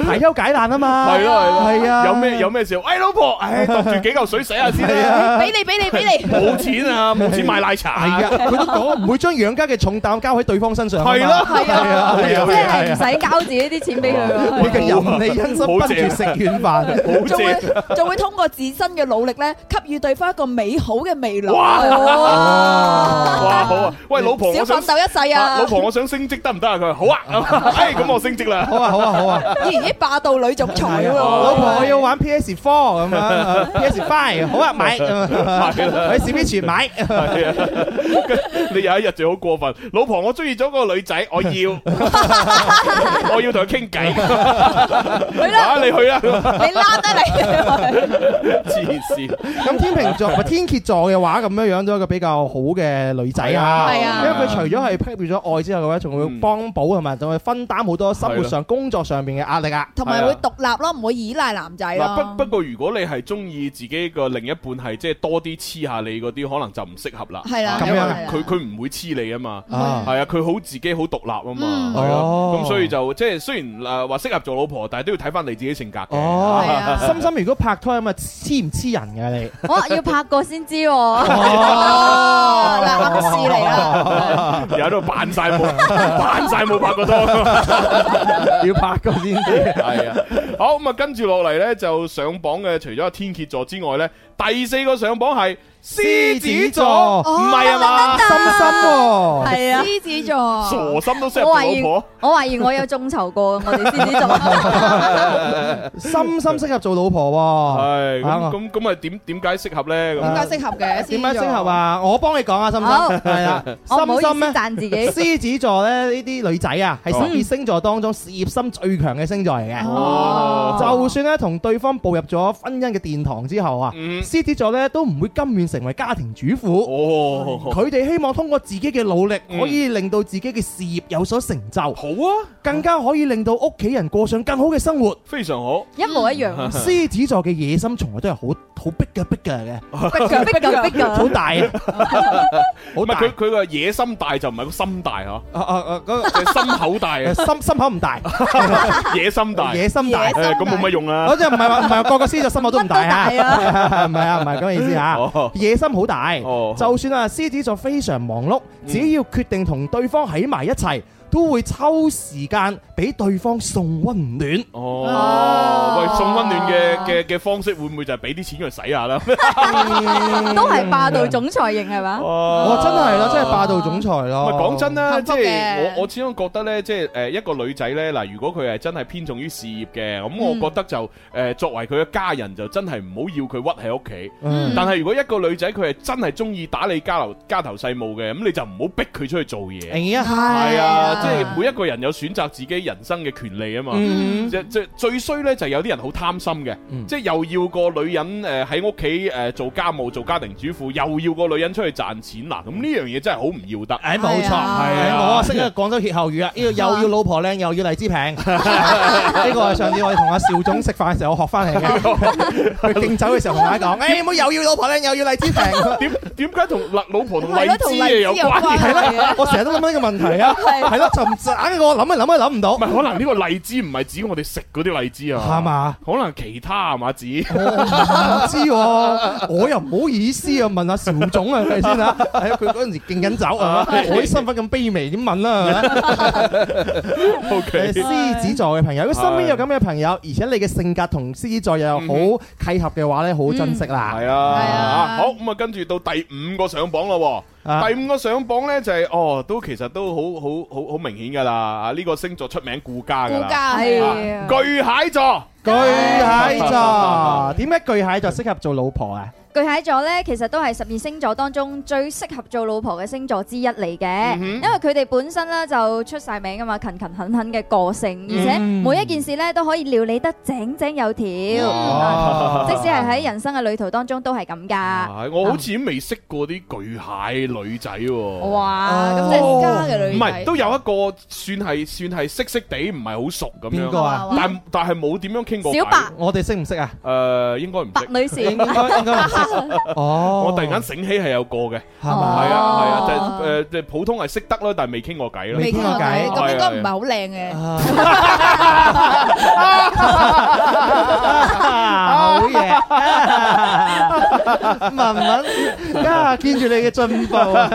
[SPEAKER 4] 排憂解難啊嘛。
[SPEAKER 3] 係咯係咯，
[SPEAKER 4] 係啊，
[SPEAKER 3] 有咩有咩事？哎，老婆， 唉，揼住幾嚿水洗下先啦。
[SPEAKER 5] 俾你俾你俾你，
[SPEAKER 3] 冇錢啊，冇錢買奶茶。
[SPEAKER 4] 啊 係啊，佢都講唔會將養家嘅重擔交喺對方身上啊嘛。
[SPEAKER 3] 係咯係啊
[SPEAKER 4] 係啊，
[SPEAKER 6] 即
[SPEAKER 4] 係啊
[SPEAKER 6] 係唔使交自己啲錢俾佢咯。
[SPEAKER 4] 你嘅由你因心不住食軟飯，
[SPEAKER 5] 仲會仲會通過自身嘅努力咧，給予對方一個美好嘅未來。哦
[SPEAKER 3] 哇，好啊！喂，老婆，我
[SPEAKER 5] 小
[SPEAKER 3] 想
[SPEAKER 5] 奮鬥一世啊
[SPEAKER 3] 老婆，我想升職得唔得啊？佢話好 啊，哎，咁我升職啦。
[SPEAKER 4] 好啊，好啊，好啊。
[SPEAKER 5] 依然啲霸道女總
[SPEAKER 3] 哎
[SPEAKER 5] 裁喎。
[SPEAKER 4] 老婆，我要玩 PS Four 咁樣，PS Five à, 好啊，買，Ờ, 喺 Switch 買。
[SPEAKER 3] 係啊， 跟你有一日最好過分，老婆，我中意咗嗰個女仔，我要， 我要同佢傾偈。去
[SPEAKER 5] 啦
[SPEAKER 3] 你去啦，
[SPEAKER 5] 你拉得嚟，
[SPEAKER 3] 黐線。
[SPEAKER 4] 咁天秤座、天蝎座嘅話，咁樣樣都一個比較好嘅女仔啊。
[SPEAKER 3] 係啊
[SPEAKER 4] 因為佢除咗係批表咗愛之後嘅話，仲
[SPEAKER 3] 嗯
[SPEAKER 4] 會幫補同埋仲會分擔好多生活
[SPEAKER 3] 係
[SPEAKER 4] 上、工作上面嘅壓力啊。
[SPEAKER 5] 同埋會獨立咯，唔會依賴男仔
[SPEAKER 3] 嗱，
[SPEAKER 5] 咯。
[SPEAKER 3] 啊不不過如果你係中意自己個另一半係即係多啲黐下你嗰啲，可能就唔適合啦。
[SPEAKER 5] 係啦
[SPEAKER 3] 因為
[SPEAKER 5] 咁樣嗯啊
[SPEAKER 3] 佢佢唔會黐你啊嘛，
[SPEAKER 6] 嗯
[SPEAKER 4] 啊
[SPEAKER 3] 係啊，佢好自己好獨立啊嘛，
[SPEAKER 5] 嗯
[SPEAKER 3] 係啊，
[SPEAKER 4] 哦
[SPEAKER 3] 咁所以就即係雖然誒話適合做老婆，但係都要睇翻你自己性格嘅。啊
[SPEAKER 5] 啊
[SPEAKER 4] 哦，心心如果拍拖咁啊，黐唔黐人㗎你？
[SPEAKER 6] 我要拍過先知喎。
[SPEAKER 4] 哦
[SPEAKER 6] 嗱
[SPEAKER 5] 暗示嚟啦。
[SPEAKER 3] 又喺度扮晒 冇，扮晒冇拍過拖，
[SPEAKER 4] 要拍過先知。
[SPEAKER 3] 係啊，好咁啊，跟住落嚟咧就上榜嘅，除咗天蝎座之外咧，第四個上榜係獅子座，唔係啊
[SPEAKER 5] 哦
[SPEAKER 3] 嘛，
[SPEAKER 4] 心心喎。
[SPEAKER 6] 係啊，
[SPEAKER 5] 獅子
[SPEAKER 6] Ờ.
[SPEAKER 5] 座
[SPEAKER 3] 傻心都識
[SPEAKER 6] 我
[SPEAKER 3] 做老
[SPEAKER 6] 懷疑
[SPEAKER 3] 婆。
[SPEAKER 6] 我懷疑我有眾籌過，我哋獅子座。
[SPEAKER 4] Ờ. 心心適合做老婆
[SPEAKER 3] 係
[SPEAKER 4] 喎，
[SPEAKER 3] 咁咁咁啊？點點解適合咧？
[SPEAKER 4] 點
[SPEAKER 3] 咁
[SPEAKER 5] 點解適合嘅？
[SPEAKER 4] 點解適合？啊？我幫你講啊，心心
[SPEAKER 6] 哎好
[SPEAKER 4] 係啦，
[SPEAKER 6] 我唔
[SPEAKER 4] 心
[SPEAKER 6] 好意思
[SPEAKER 4] 心咧
[SPEAKER 6] 讚自己
[SPEAKER 4] 獅子座咧呢啲女仔啊，係十二星座當中事業心最強嘅星座嚟嘅。
[SPEAKER 3] 哦
[SPEAKER 4] 就算咧同對方步入咗婚姻嘅殿堂之後啊，
[SPEAKER 3] 嗯
[SPEAKER 4] 獅子座咧都唔會甘願成為家庭主婦。
[SPEAKER 3] 哦，
[SPEAKER 4] 佢哋希望通過自己嘅努力，
[SPEAKER 3] 嗯
[SPEAKER 4] 可以令到自己嘅事業有所成就，好
[SPEAKER 3] 啊，
[SPEAKER 4] 更加可以令到屋企人過上更好嘅生活。
[SPEAKER 3] 非常好。
[SPEAKER 6] 一模一
[SPEAKER 3] 嗯
[SPEAKER 6] 樣。
[SPEAKER 4] 獅子座嘅野心從來都係好好逼嘅逼嘅
[SPEAKER 5] 逼㗎逼㗎逼
[SPEAKER 4] 嘅，好大 啊！
[SPEAKER 3] 哦 唔係佢佢個野心大就唔係個心大嚇，
[SPEAKER 4] 啊啊啊！嗰個
[SPEAKER 3] 係心口大啊，
[SPEAKER 4] 心心口唔大，
[SPEAKER 3] 野心大，
[SPEAKER 4] 野心大
[SPEAKER 3] 誒咁冇乜用啊
[SPEAKER 4] 我。就唔係話唔係話個個獅座心口都唔大啊，
[SPEAKER 6] 乜都 大
[SPEAKER 4] 唔係啊，唔係咁嘅意思嚇
[SPEAKER 3] 哦。
[SPEAKER 4] 野心好大，
[SPEAKER 3] 哦嗯
[SPEAKER 4] 就算啊獅子座非常忙碌，只要決定同對方喺埋一齊，都會抽時間俾對方送温暖。
[SPEAKER 6] Ờ.
[SPEAKER 3] 哦，喂，送温暖嘅嘅嘅方式會唔會就係俾啲錢佢使下啦？
[SPEAKER 6] Ờ, 都係霸道總裁型係嘛？
[SPEAKER 4] 哇！真係啦，真係霸道總裁
[SPEAKER 3] 唔
[SPEAKER 4] 咯。
[SPEAKER 3] 係哦講真啦，即
[SPEAKER 6] 幸福嘅
[SPEAKER 3] 係我我始終覺得咧，即係呃誒一個女仔咧，嗱，如果佢係真係偏重於事業嘅，咁
[SPEAKER 4] 嗯
[SPEAKER 3] 我覺得就誒作為佢嘅家人就真係唔好要佢屈喺屋企。
[SPEAKER 4] 嗯
[SPEAKER 3] 但係如果一個女仔佢係真係中意打理家頭家頭細務嘅，咁你就唔好逼佢出去做嘢。
[SPEAKER 4] 哎呀，
[SPEAKER 3] 係啊，即係每一個人有選擇自己人生嘅權利啊嘛。
[SPEAKER 4] 嗯
[SPEAKER 3] 即即最衰呢，就係有啲人好貪心嘅，即係又要個女人誒喺屋企誒做家務、做家庭主婦，又要個女人出去賺錢嗱。咁呢樣嘢真係好唔要得。
[SPEAKER 4] 誒哎冇錯，係啊！我啊識一個廣州歇後語啊，呢個又要老婆靚，又要荔 枝平。呢個係上次我哋同阿邵總食飯嘅時候，我學翻嚟 嘅。佢敬酒嘅時候同大家講：，誒唔好又要老婆靚，又要荔枝平。
[SPEAKER 3] 點點解同辣老婆同
[SPEAKER 5] 係
[SPEAKER 3] 荔
[SPEAKER 5] 咯
[SPEAKER 3] 啊枝嘅有關
[SPEAKER 5] 同荔枝有
[SPEAKER 3] 嘅？
[SPEAKER 4] 係
[SPEAKER 5] 關
[SPEAKER 4] 啦，我成日都諗緊呢個問題啊，係啦，就唔硬係我諗啊諗啊諗唔到，到
[SPEAKER 3] 唔係可能呢個荔枝唔係指我哋食嗰啲荔枝啊，
[SPEAKER 4] 係嘛？
[SPEAKER 3] 可能其他係嘛 指？
[SPEAKER 4] 我唔知喎，我又唔好意思啊，問下邵總啊，係咪先 啊？係啊，佢嗰陣時敬緊酒啊，
[SPEAKER 3] 係
[SPEAKER 4] 我啲身份咁卑微，點 問啦？
[SPEAKER 3] O
[SPEAKER 4] 誒
[SPEAKER 3] K，
[SPEAKER 4] 獅子座嘅朋友，如果身邊有咁嘅朋友，而且你嘅性格同獅子座又好契合嘅話咧，好珍惜啦。
[SPEAKER 3] 係啊，啊好咁啊，跟住到第五個上榜咯喎。第五個上榜呢，就係哦，都其實都好好好好明顯㗎啦，啊呢個星座出名顧家㗎
[SPEAKER 5] 顧家
[SPEAKER 3] 啦，
[SPEAKER 5] 係
[SPEAKER 3] 啊巨蟹座，
[SPEAKER 4] 巨蟹 座，點解巨蟹座適合做老婆啊？
[SPEAKER 6] 巨蟹座咧，其實都係十二星座當中最適合做老婆嘅星座之一嚟
[SPEAKER 3] 嗯
[SPEAKER 6] 嘅，因為佢哋本身咧就出晒名噶嘛，勤勤懇懇嘅個性，而且
[SPEAKER 11] 嗯
[SPEAKER 6] 每一件事咧都可以料理得井井有條，
[SPEAKER 3] 哇
[SPEAKER 6] 啊 即使係喺人生嘅旅途當中都係咁噶。
[SPEAKER 3] 啊我好似未識過啲巨蟹女仔喎。
[SPEAKER 6] 哇
[SPEAKER 5] 咁即係家嘅
[SPEAKER 3] 唔
[SPEAKER 5] 女仔
[SPEAKER 3] 係，都有一個算係算係識識地，唔係好熟咁樣。
[SPEAKER 4] 邊個啊
[SPEAKER 3] 但但係冇點樣傾過偈。
[SPEAKER 4] 小白我哋識唔識啊？
[SPEAKER 3] 誒，應該唔識。
[SPEAKER 6] 女士
[SPEAKER 4] 應該應該唔識。 哦，
[SPEAKER 3] 我突然間醒起係有個嘅，係
[SPEAKER 4] 嘛
[SPEAKER 3] 係啊係啊，就誒就普通係識得啦，但係未傾過偈啦。
[SPEAKER 5] 未傾過偈，咁應該唔係
[SPEAKER 3] 係啊
[SPEAKER 5] 好靚嘅。
[SPEAKER 4] 啊 好嘢，文文，啊，見住你嘅進 步啊！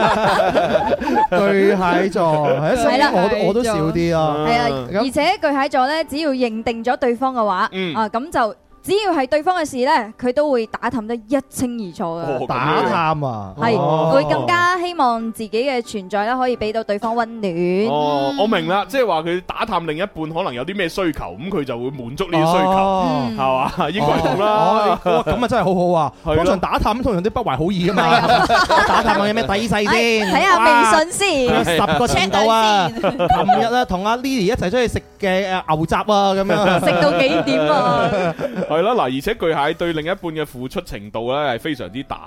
[SPEAKER 4] 巨蟹座，係啊，
[SPEAKER 6] 係啦
[SPEAKER 4] 我都我都少啲
[SPEAKER 3] 哦
[SPEAKER 4] 啊。
[SPEAKER 6] 係啊，
[SPEAKER 4] 咁
[SPEAKER 6] 而且巨蟹座咧，只要認定咗對方嘅話，
[SPEAKER 4] 嗯
[SPEAKER 6] 啊咁就只要係對方嘅事咧，佢都會打探得一清二楚
[SPEAKER 3] 嗯
[SPEAKER 6] 噶。
[SPEAKER 4] 打探啊，
[SPEAKER 6] 係
[SPEAKER 3] 哦
[SPEAKER 6] 會更加希望自己嘅存在咧，可以俾到對方温暖。
[SPEAKER 3] 哦，我明啦，即係話佢打探另一半可能有啲咩需求，咁佢就會滿足呢啲需
[SPEAKER 4] 哦
[SPEAKER 6] 嗯
[SPEAKER 3] 求，係嘛？應該係咁
[SPEAKER 4] 哦哇
[SPEAKER 3] 啦。
[SPEAKER 4] 咁啊真係好好啊！
[SPEAKER 3] 係咯
[SPEAKER 4] 通常打探通常都不懷好意噶嘛， 打探我有咩底細先，
[SPEAKER 6] 啊哎睇下微信先
[SPEAKER 4] 哇有十個前度啊！琴日咧同阿 ờ, Lily 一齊出去食嘅誒牛雜啊，咁樣
[SPEAKER 6] 食到幾點啊？
[SPEAKER 3] 係啦，嗱，而且巨蟹對另一半嘅付出程度咧係非常之大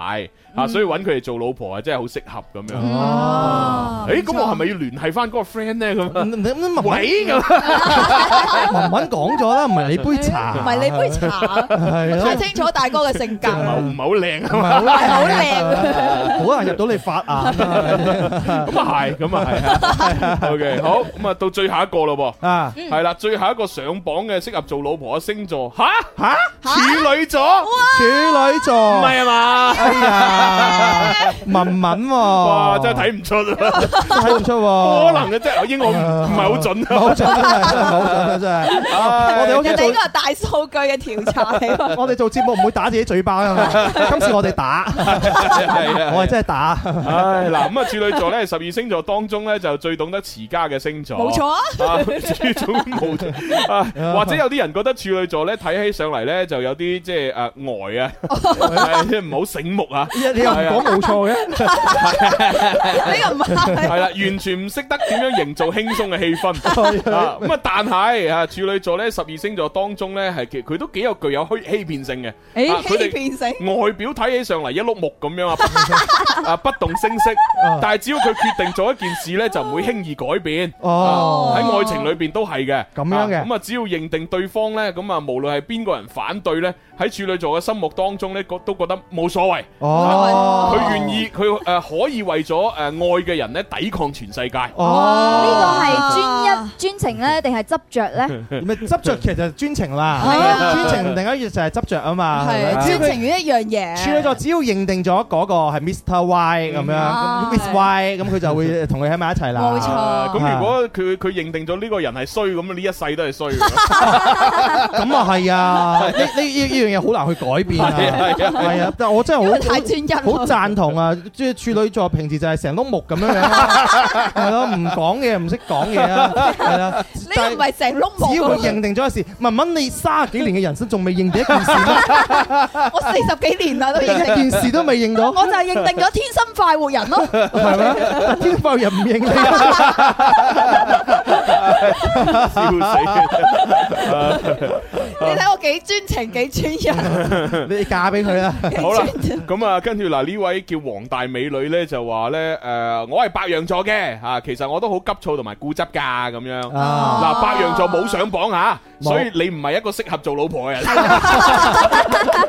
[SPEAKER 3] 啊，所以揾佢哋做老婆啊，真係好適合咁樣。
[SPEAKER 4] 嗯哦
[SPEAKER 3] 誒，咁我係咪要聯繫翻嗰個 friend 咧？咁啊
[SPEAKER 4] 咁
[SPEAKER 3] 喂咁。
[SPEAKER 4] 文文講咗啦，唔係你杯茶，
[SPEAKER 5] 唔係你杯茶，
[SPEAKER 4] 係咯
[SPEAKER 5] 睇清楚大哥嘅性格。
[SPEAKER 3] 唔係好靚 啊
[SPEAKER 4] 嘛，
[SPEAKER 5] 唔係好靚
[SPEAKER 4] 好難入到你法眼。
[SPEAKER 3] 咁啊係，咁啊係。OK，好，咁啊到最後一個咯
[SPEAKER 4] 喎。啊，
[SPEAKER 3] 係啦，最後一個上榜嘅適合做老婆嘅星座，吓
[SPEAKER 4] 吓
[SPEAKER 3] 處女座，
[SPEAKER 4] 處女座，唔
[SPEAKER 3] 係啊嘛。
[SPEAKER 4] 哎呀，文文喎，
[SPEAKER 3] 哇，真係睇唔出啊，
[SPEAKER 4] 睇唔出喎
[SPEAKER 3] 可能嘅即係英文唔係好準，
[SPEAKER 4] 唔係好準真係真係唔係好準啊真係
[SPEAKER 3] 唉
[SPEAKER 4] 我哋好似
[SPEAKER 5] 人哋
[SPEAKER 4] 做
[SPEAKER 5] 應該係大數據嘅調查嚟喎。
[SPEAKER 4] 我哋做節目唔會打自己嘴巴㗎嘛，今次我哋打， 我係真係打。
[SPEAKER 3] 唉，嗱咁啊，處女座咧，十二星座當中咧就最懂得持家嘅星座，
[SPEAKER 4] 冇錯啊
[SPEAKER 3] 處總冇錯啊，或者有啲人覺得處女座咧睇起上嚟咧就有啲即係誒呆啊，係即係唔好醒目啊，
[SPEAKER 4] 你又唔講冇錯嘅，
[SPEAKER 3] 呢
[SPEAKER 5] 個唔係
[SPEAKER 3] 係啦，完全唔識得點樣營造輕鬆嘅氣氛啊，咁啊，但係啊，處女座咧十二星座當中咧係其佢都幾有具有虛欺騙性嘅，
[SPEAKER 5] 誒
[SPEAKER 3] 啊佢哋
[SPEAKER 5] 欺騙性
[SPEAKER 3] 外表睇起上嚟一碌木咁樣啊， 啊不動聲色，但係只要佢決定做一件事咧，就唔會輕易改變。
[SPEAKER 4] 哦
[SPEAKER 3] 啊喺愛情裏邊都係嘅。
[SPEAKER 4] 咁樣嘅
[SPEAKER 3] 啊咁啊，只要認定對方咧，咁啊，無論係邊個人反對咧，喺處女座嘅心目當中咧，覺都覺得冇所謂。啊
[SPEAKER 4] 哦
[SPEAKER 3] 佢願意，佢誒可以為咗誒呃愛嘅人咧抵抗全世界。
[SPEAKER 6] 呢個
[SPEAKER 4] 哦，
[SPEAKER 6] 係專一專情咧，定係執着咧？
[SPEAKER 4] 咪執着其實就專情啦，
[SPEAKER 6] 係啊
[SPEAKER 4] 專情另一樣就係執着啊嘛，係咪
[SPEAKER 5] 係專情願一樣
[SPEAKER 4] 處女
[SPEAKER 5] 嘢。
[SPEAKER 4] 座只要認定咗嗰個係 Mr Y 咁樣
[SPEAKER 5] 啊
[SPEAKER 4] 咁，Miss Y 咁佢就會同佢喺埋一齊啦。
[SPEAKER 5] 冇錯
[SPEAKER 3] 啊咁如
[SPEAKER 4] 啊
[SPEAKER 3] 果佢佢認定咗呢個人係衰，咁呢一世都係 衰㗎。
[SPEAKER 4] 咁啊係啊，呢呢呢呢樣嘢好難去改變啊。
[SPEAKER 3] 係啊係啊
[SPEAKER 4] 係啊，但我真係
[SPEAKER 5] 因
[SPEAKER 4] 好
[SPEAKER 5] 為太專一啦
[SPEAKER 4] 好贊同啊！即係處女座平時就係成碌木咁樣樣啊，係咯，唔講嘢唔識講嘢啊，係啦。
[SPEAKER 5] 呢個唔係成碌木
[SPEAKER 4] 只要佢
[SPEAKER 5] 咁
[SPEAKER 4] 認定咗一事，文文你三十幾年嘅人生仲未認定一件 事
[SPEAKER 3] 啊
[SPEAKER 4] 咩？
[SPEAKER 5] 樣，我四十幾年啦都認定
[SPEAKER 4] 一件事都未認到，
[SPEAKER 5] 我就係認定咗天生快活人咯。
[SPEAKER 4] 係咪？啊天爆人唔認你啊！
[SPEAKER 3] 笑
[SPEAKER 5] 你
[SPEAKER 3] 死！
[SPEAKER 5] 睇我幾專情幾專一，
[SPEAKER 3] 啊
[SPEAKER 4] 你嫁俾佢啊啦。
[SPEAKER 3] 好啦，咁啊，跟住嗱呢位叫黃大美女咧就話咧，誒，我係白羊座嘅吓，其實我都好急躁同埋固執噶咁樣。
[SPEAKER 4] 啊
[SPEAKER 3] 嗱，白羊座冇上榜吓，
[SPEAKER 4] 冇
[SPEAKER 3] 所以你唔係一個適合做老婆嘅人。
[SPEAKER 4] 係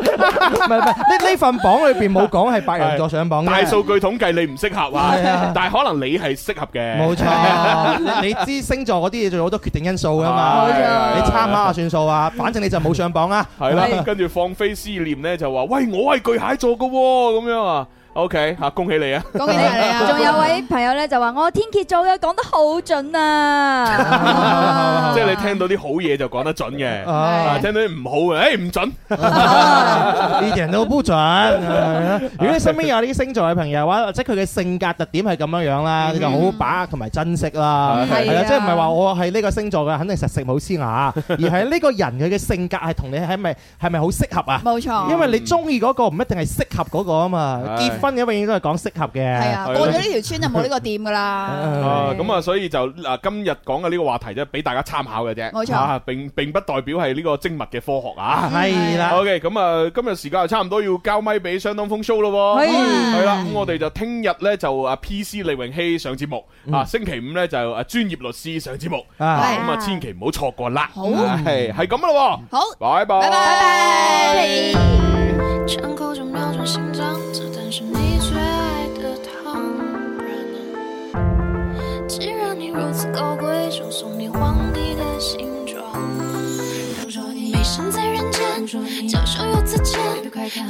[SPEAKER 4] 唔係呢呢份榜裏邊冇講係白羊座上榜嘅。
[SPEAKER 3] 大數據統計你唔適合
[SPEAKER 4] 係
[SPEAKER 3] 啊
[SPEAKER 4] 啊，
[SPEAKER 3] 但係可能你 係啊適合嘅。
[SPEAKER 4] 冇錯，你你知星座嗰啲嘢仲有好多決定因素噶嘛，
[SPEAKER 3] 冇錯
[SPEAKER 4] 你參考下算數啊，反正你就冇上榜啊，
[SPEAKER 3] 係啦，跟住放飛思念咧就話：喂，我係巨蟹座嘅喎，咁樣啊。OK 嚇，恭喜你啊！
[SPEAKER 6] 恭喜晒你啊！仲有位朋友咧就話：我天蝎座嘅講得好準啊！
[SPEAKER 3] 即係你聽到啲好嘢就講得準嘅，啊
[SPEAKER 4] 啊
[SPEAKER 3] 聽到啲唔好嘅，誒唔準。
[SPEAKER 4] 呢啲人都好準。係啊如果你身邊有呢啲星座嘅朋友啊，或者佢嘅性格特點係咁樣樣啦，你就好好把握同埋珍惜啦。
[SPEAKER 3] 係
[SPEAKER 4] 係啦，
[SPEAKER 3] 啊
[SPEAKER 4] 即係唔係話我係呢個星座嘅，肯定實食冇黐牙，而係呢個人佢嘅性格係同你係咪係咪好適合啊？
[SPEAKER 5] 冇錯
[SPEAKER 4] 因為你中意嗰個唔一定係適合嗰個啊嘛。
[SPEAKER 3] 係
[SPEAKER 4] 結婚嘅永遠都係講適合嘅。係
[SPEAKER 5] 啊，過咗呢條村就冇呢個店噶啦。
[SPEAKER 3] 啊，咁啊，所以就嗱，今日講嘅呢個話題啫，俾大家參考嘅啫，
[SPEAKER 5] 冇錯
[SPEAKER 3] 啊，並並不代表係呢個精密嘅科學啊，
[SPEAKER 4] 係啦
[SPEAKER 3] ，OK，咁啊，今日時間就差唔多要交咪俾相當風騷咯喎，
[SPEAKER 4] 係啊
[SPEAKER 3] 係啦，咁我哋就聽日咧就啊 PC 李榮熙上節目，啊，星期五咧就啊專業律師上節目，
[SPEAKER 4] 啊
[SPEAKER 3] 啊咁啊千祈唔好錯過啦，好
[SPEAKER 11] 啊
[SPEAKER 3] 係係咁咯喎，
[SPEAKER 5] 好，
[SPEAKER 3] 拜拜，拜
[SPEAKER 11] 拜。枪口就瞄准心脏，子弹是你最爱的糖。不然呢？既然你如此高贵，就送你皇帝的新装。如若你没身在人间，娇羞又自谦，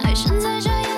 [SPEAKER 11] 还身在这阳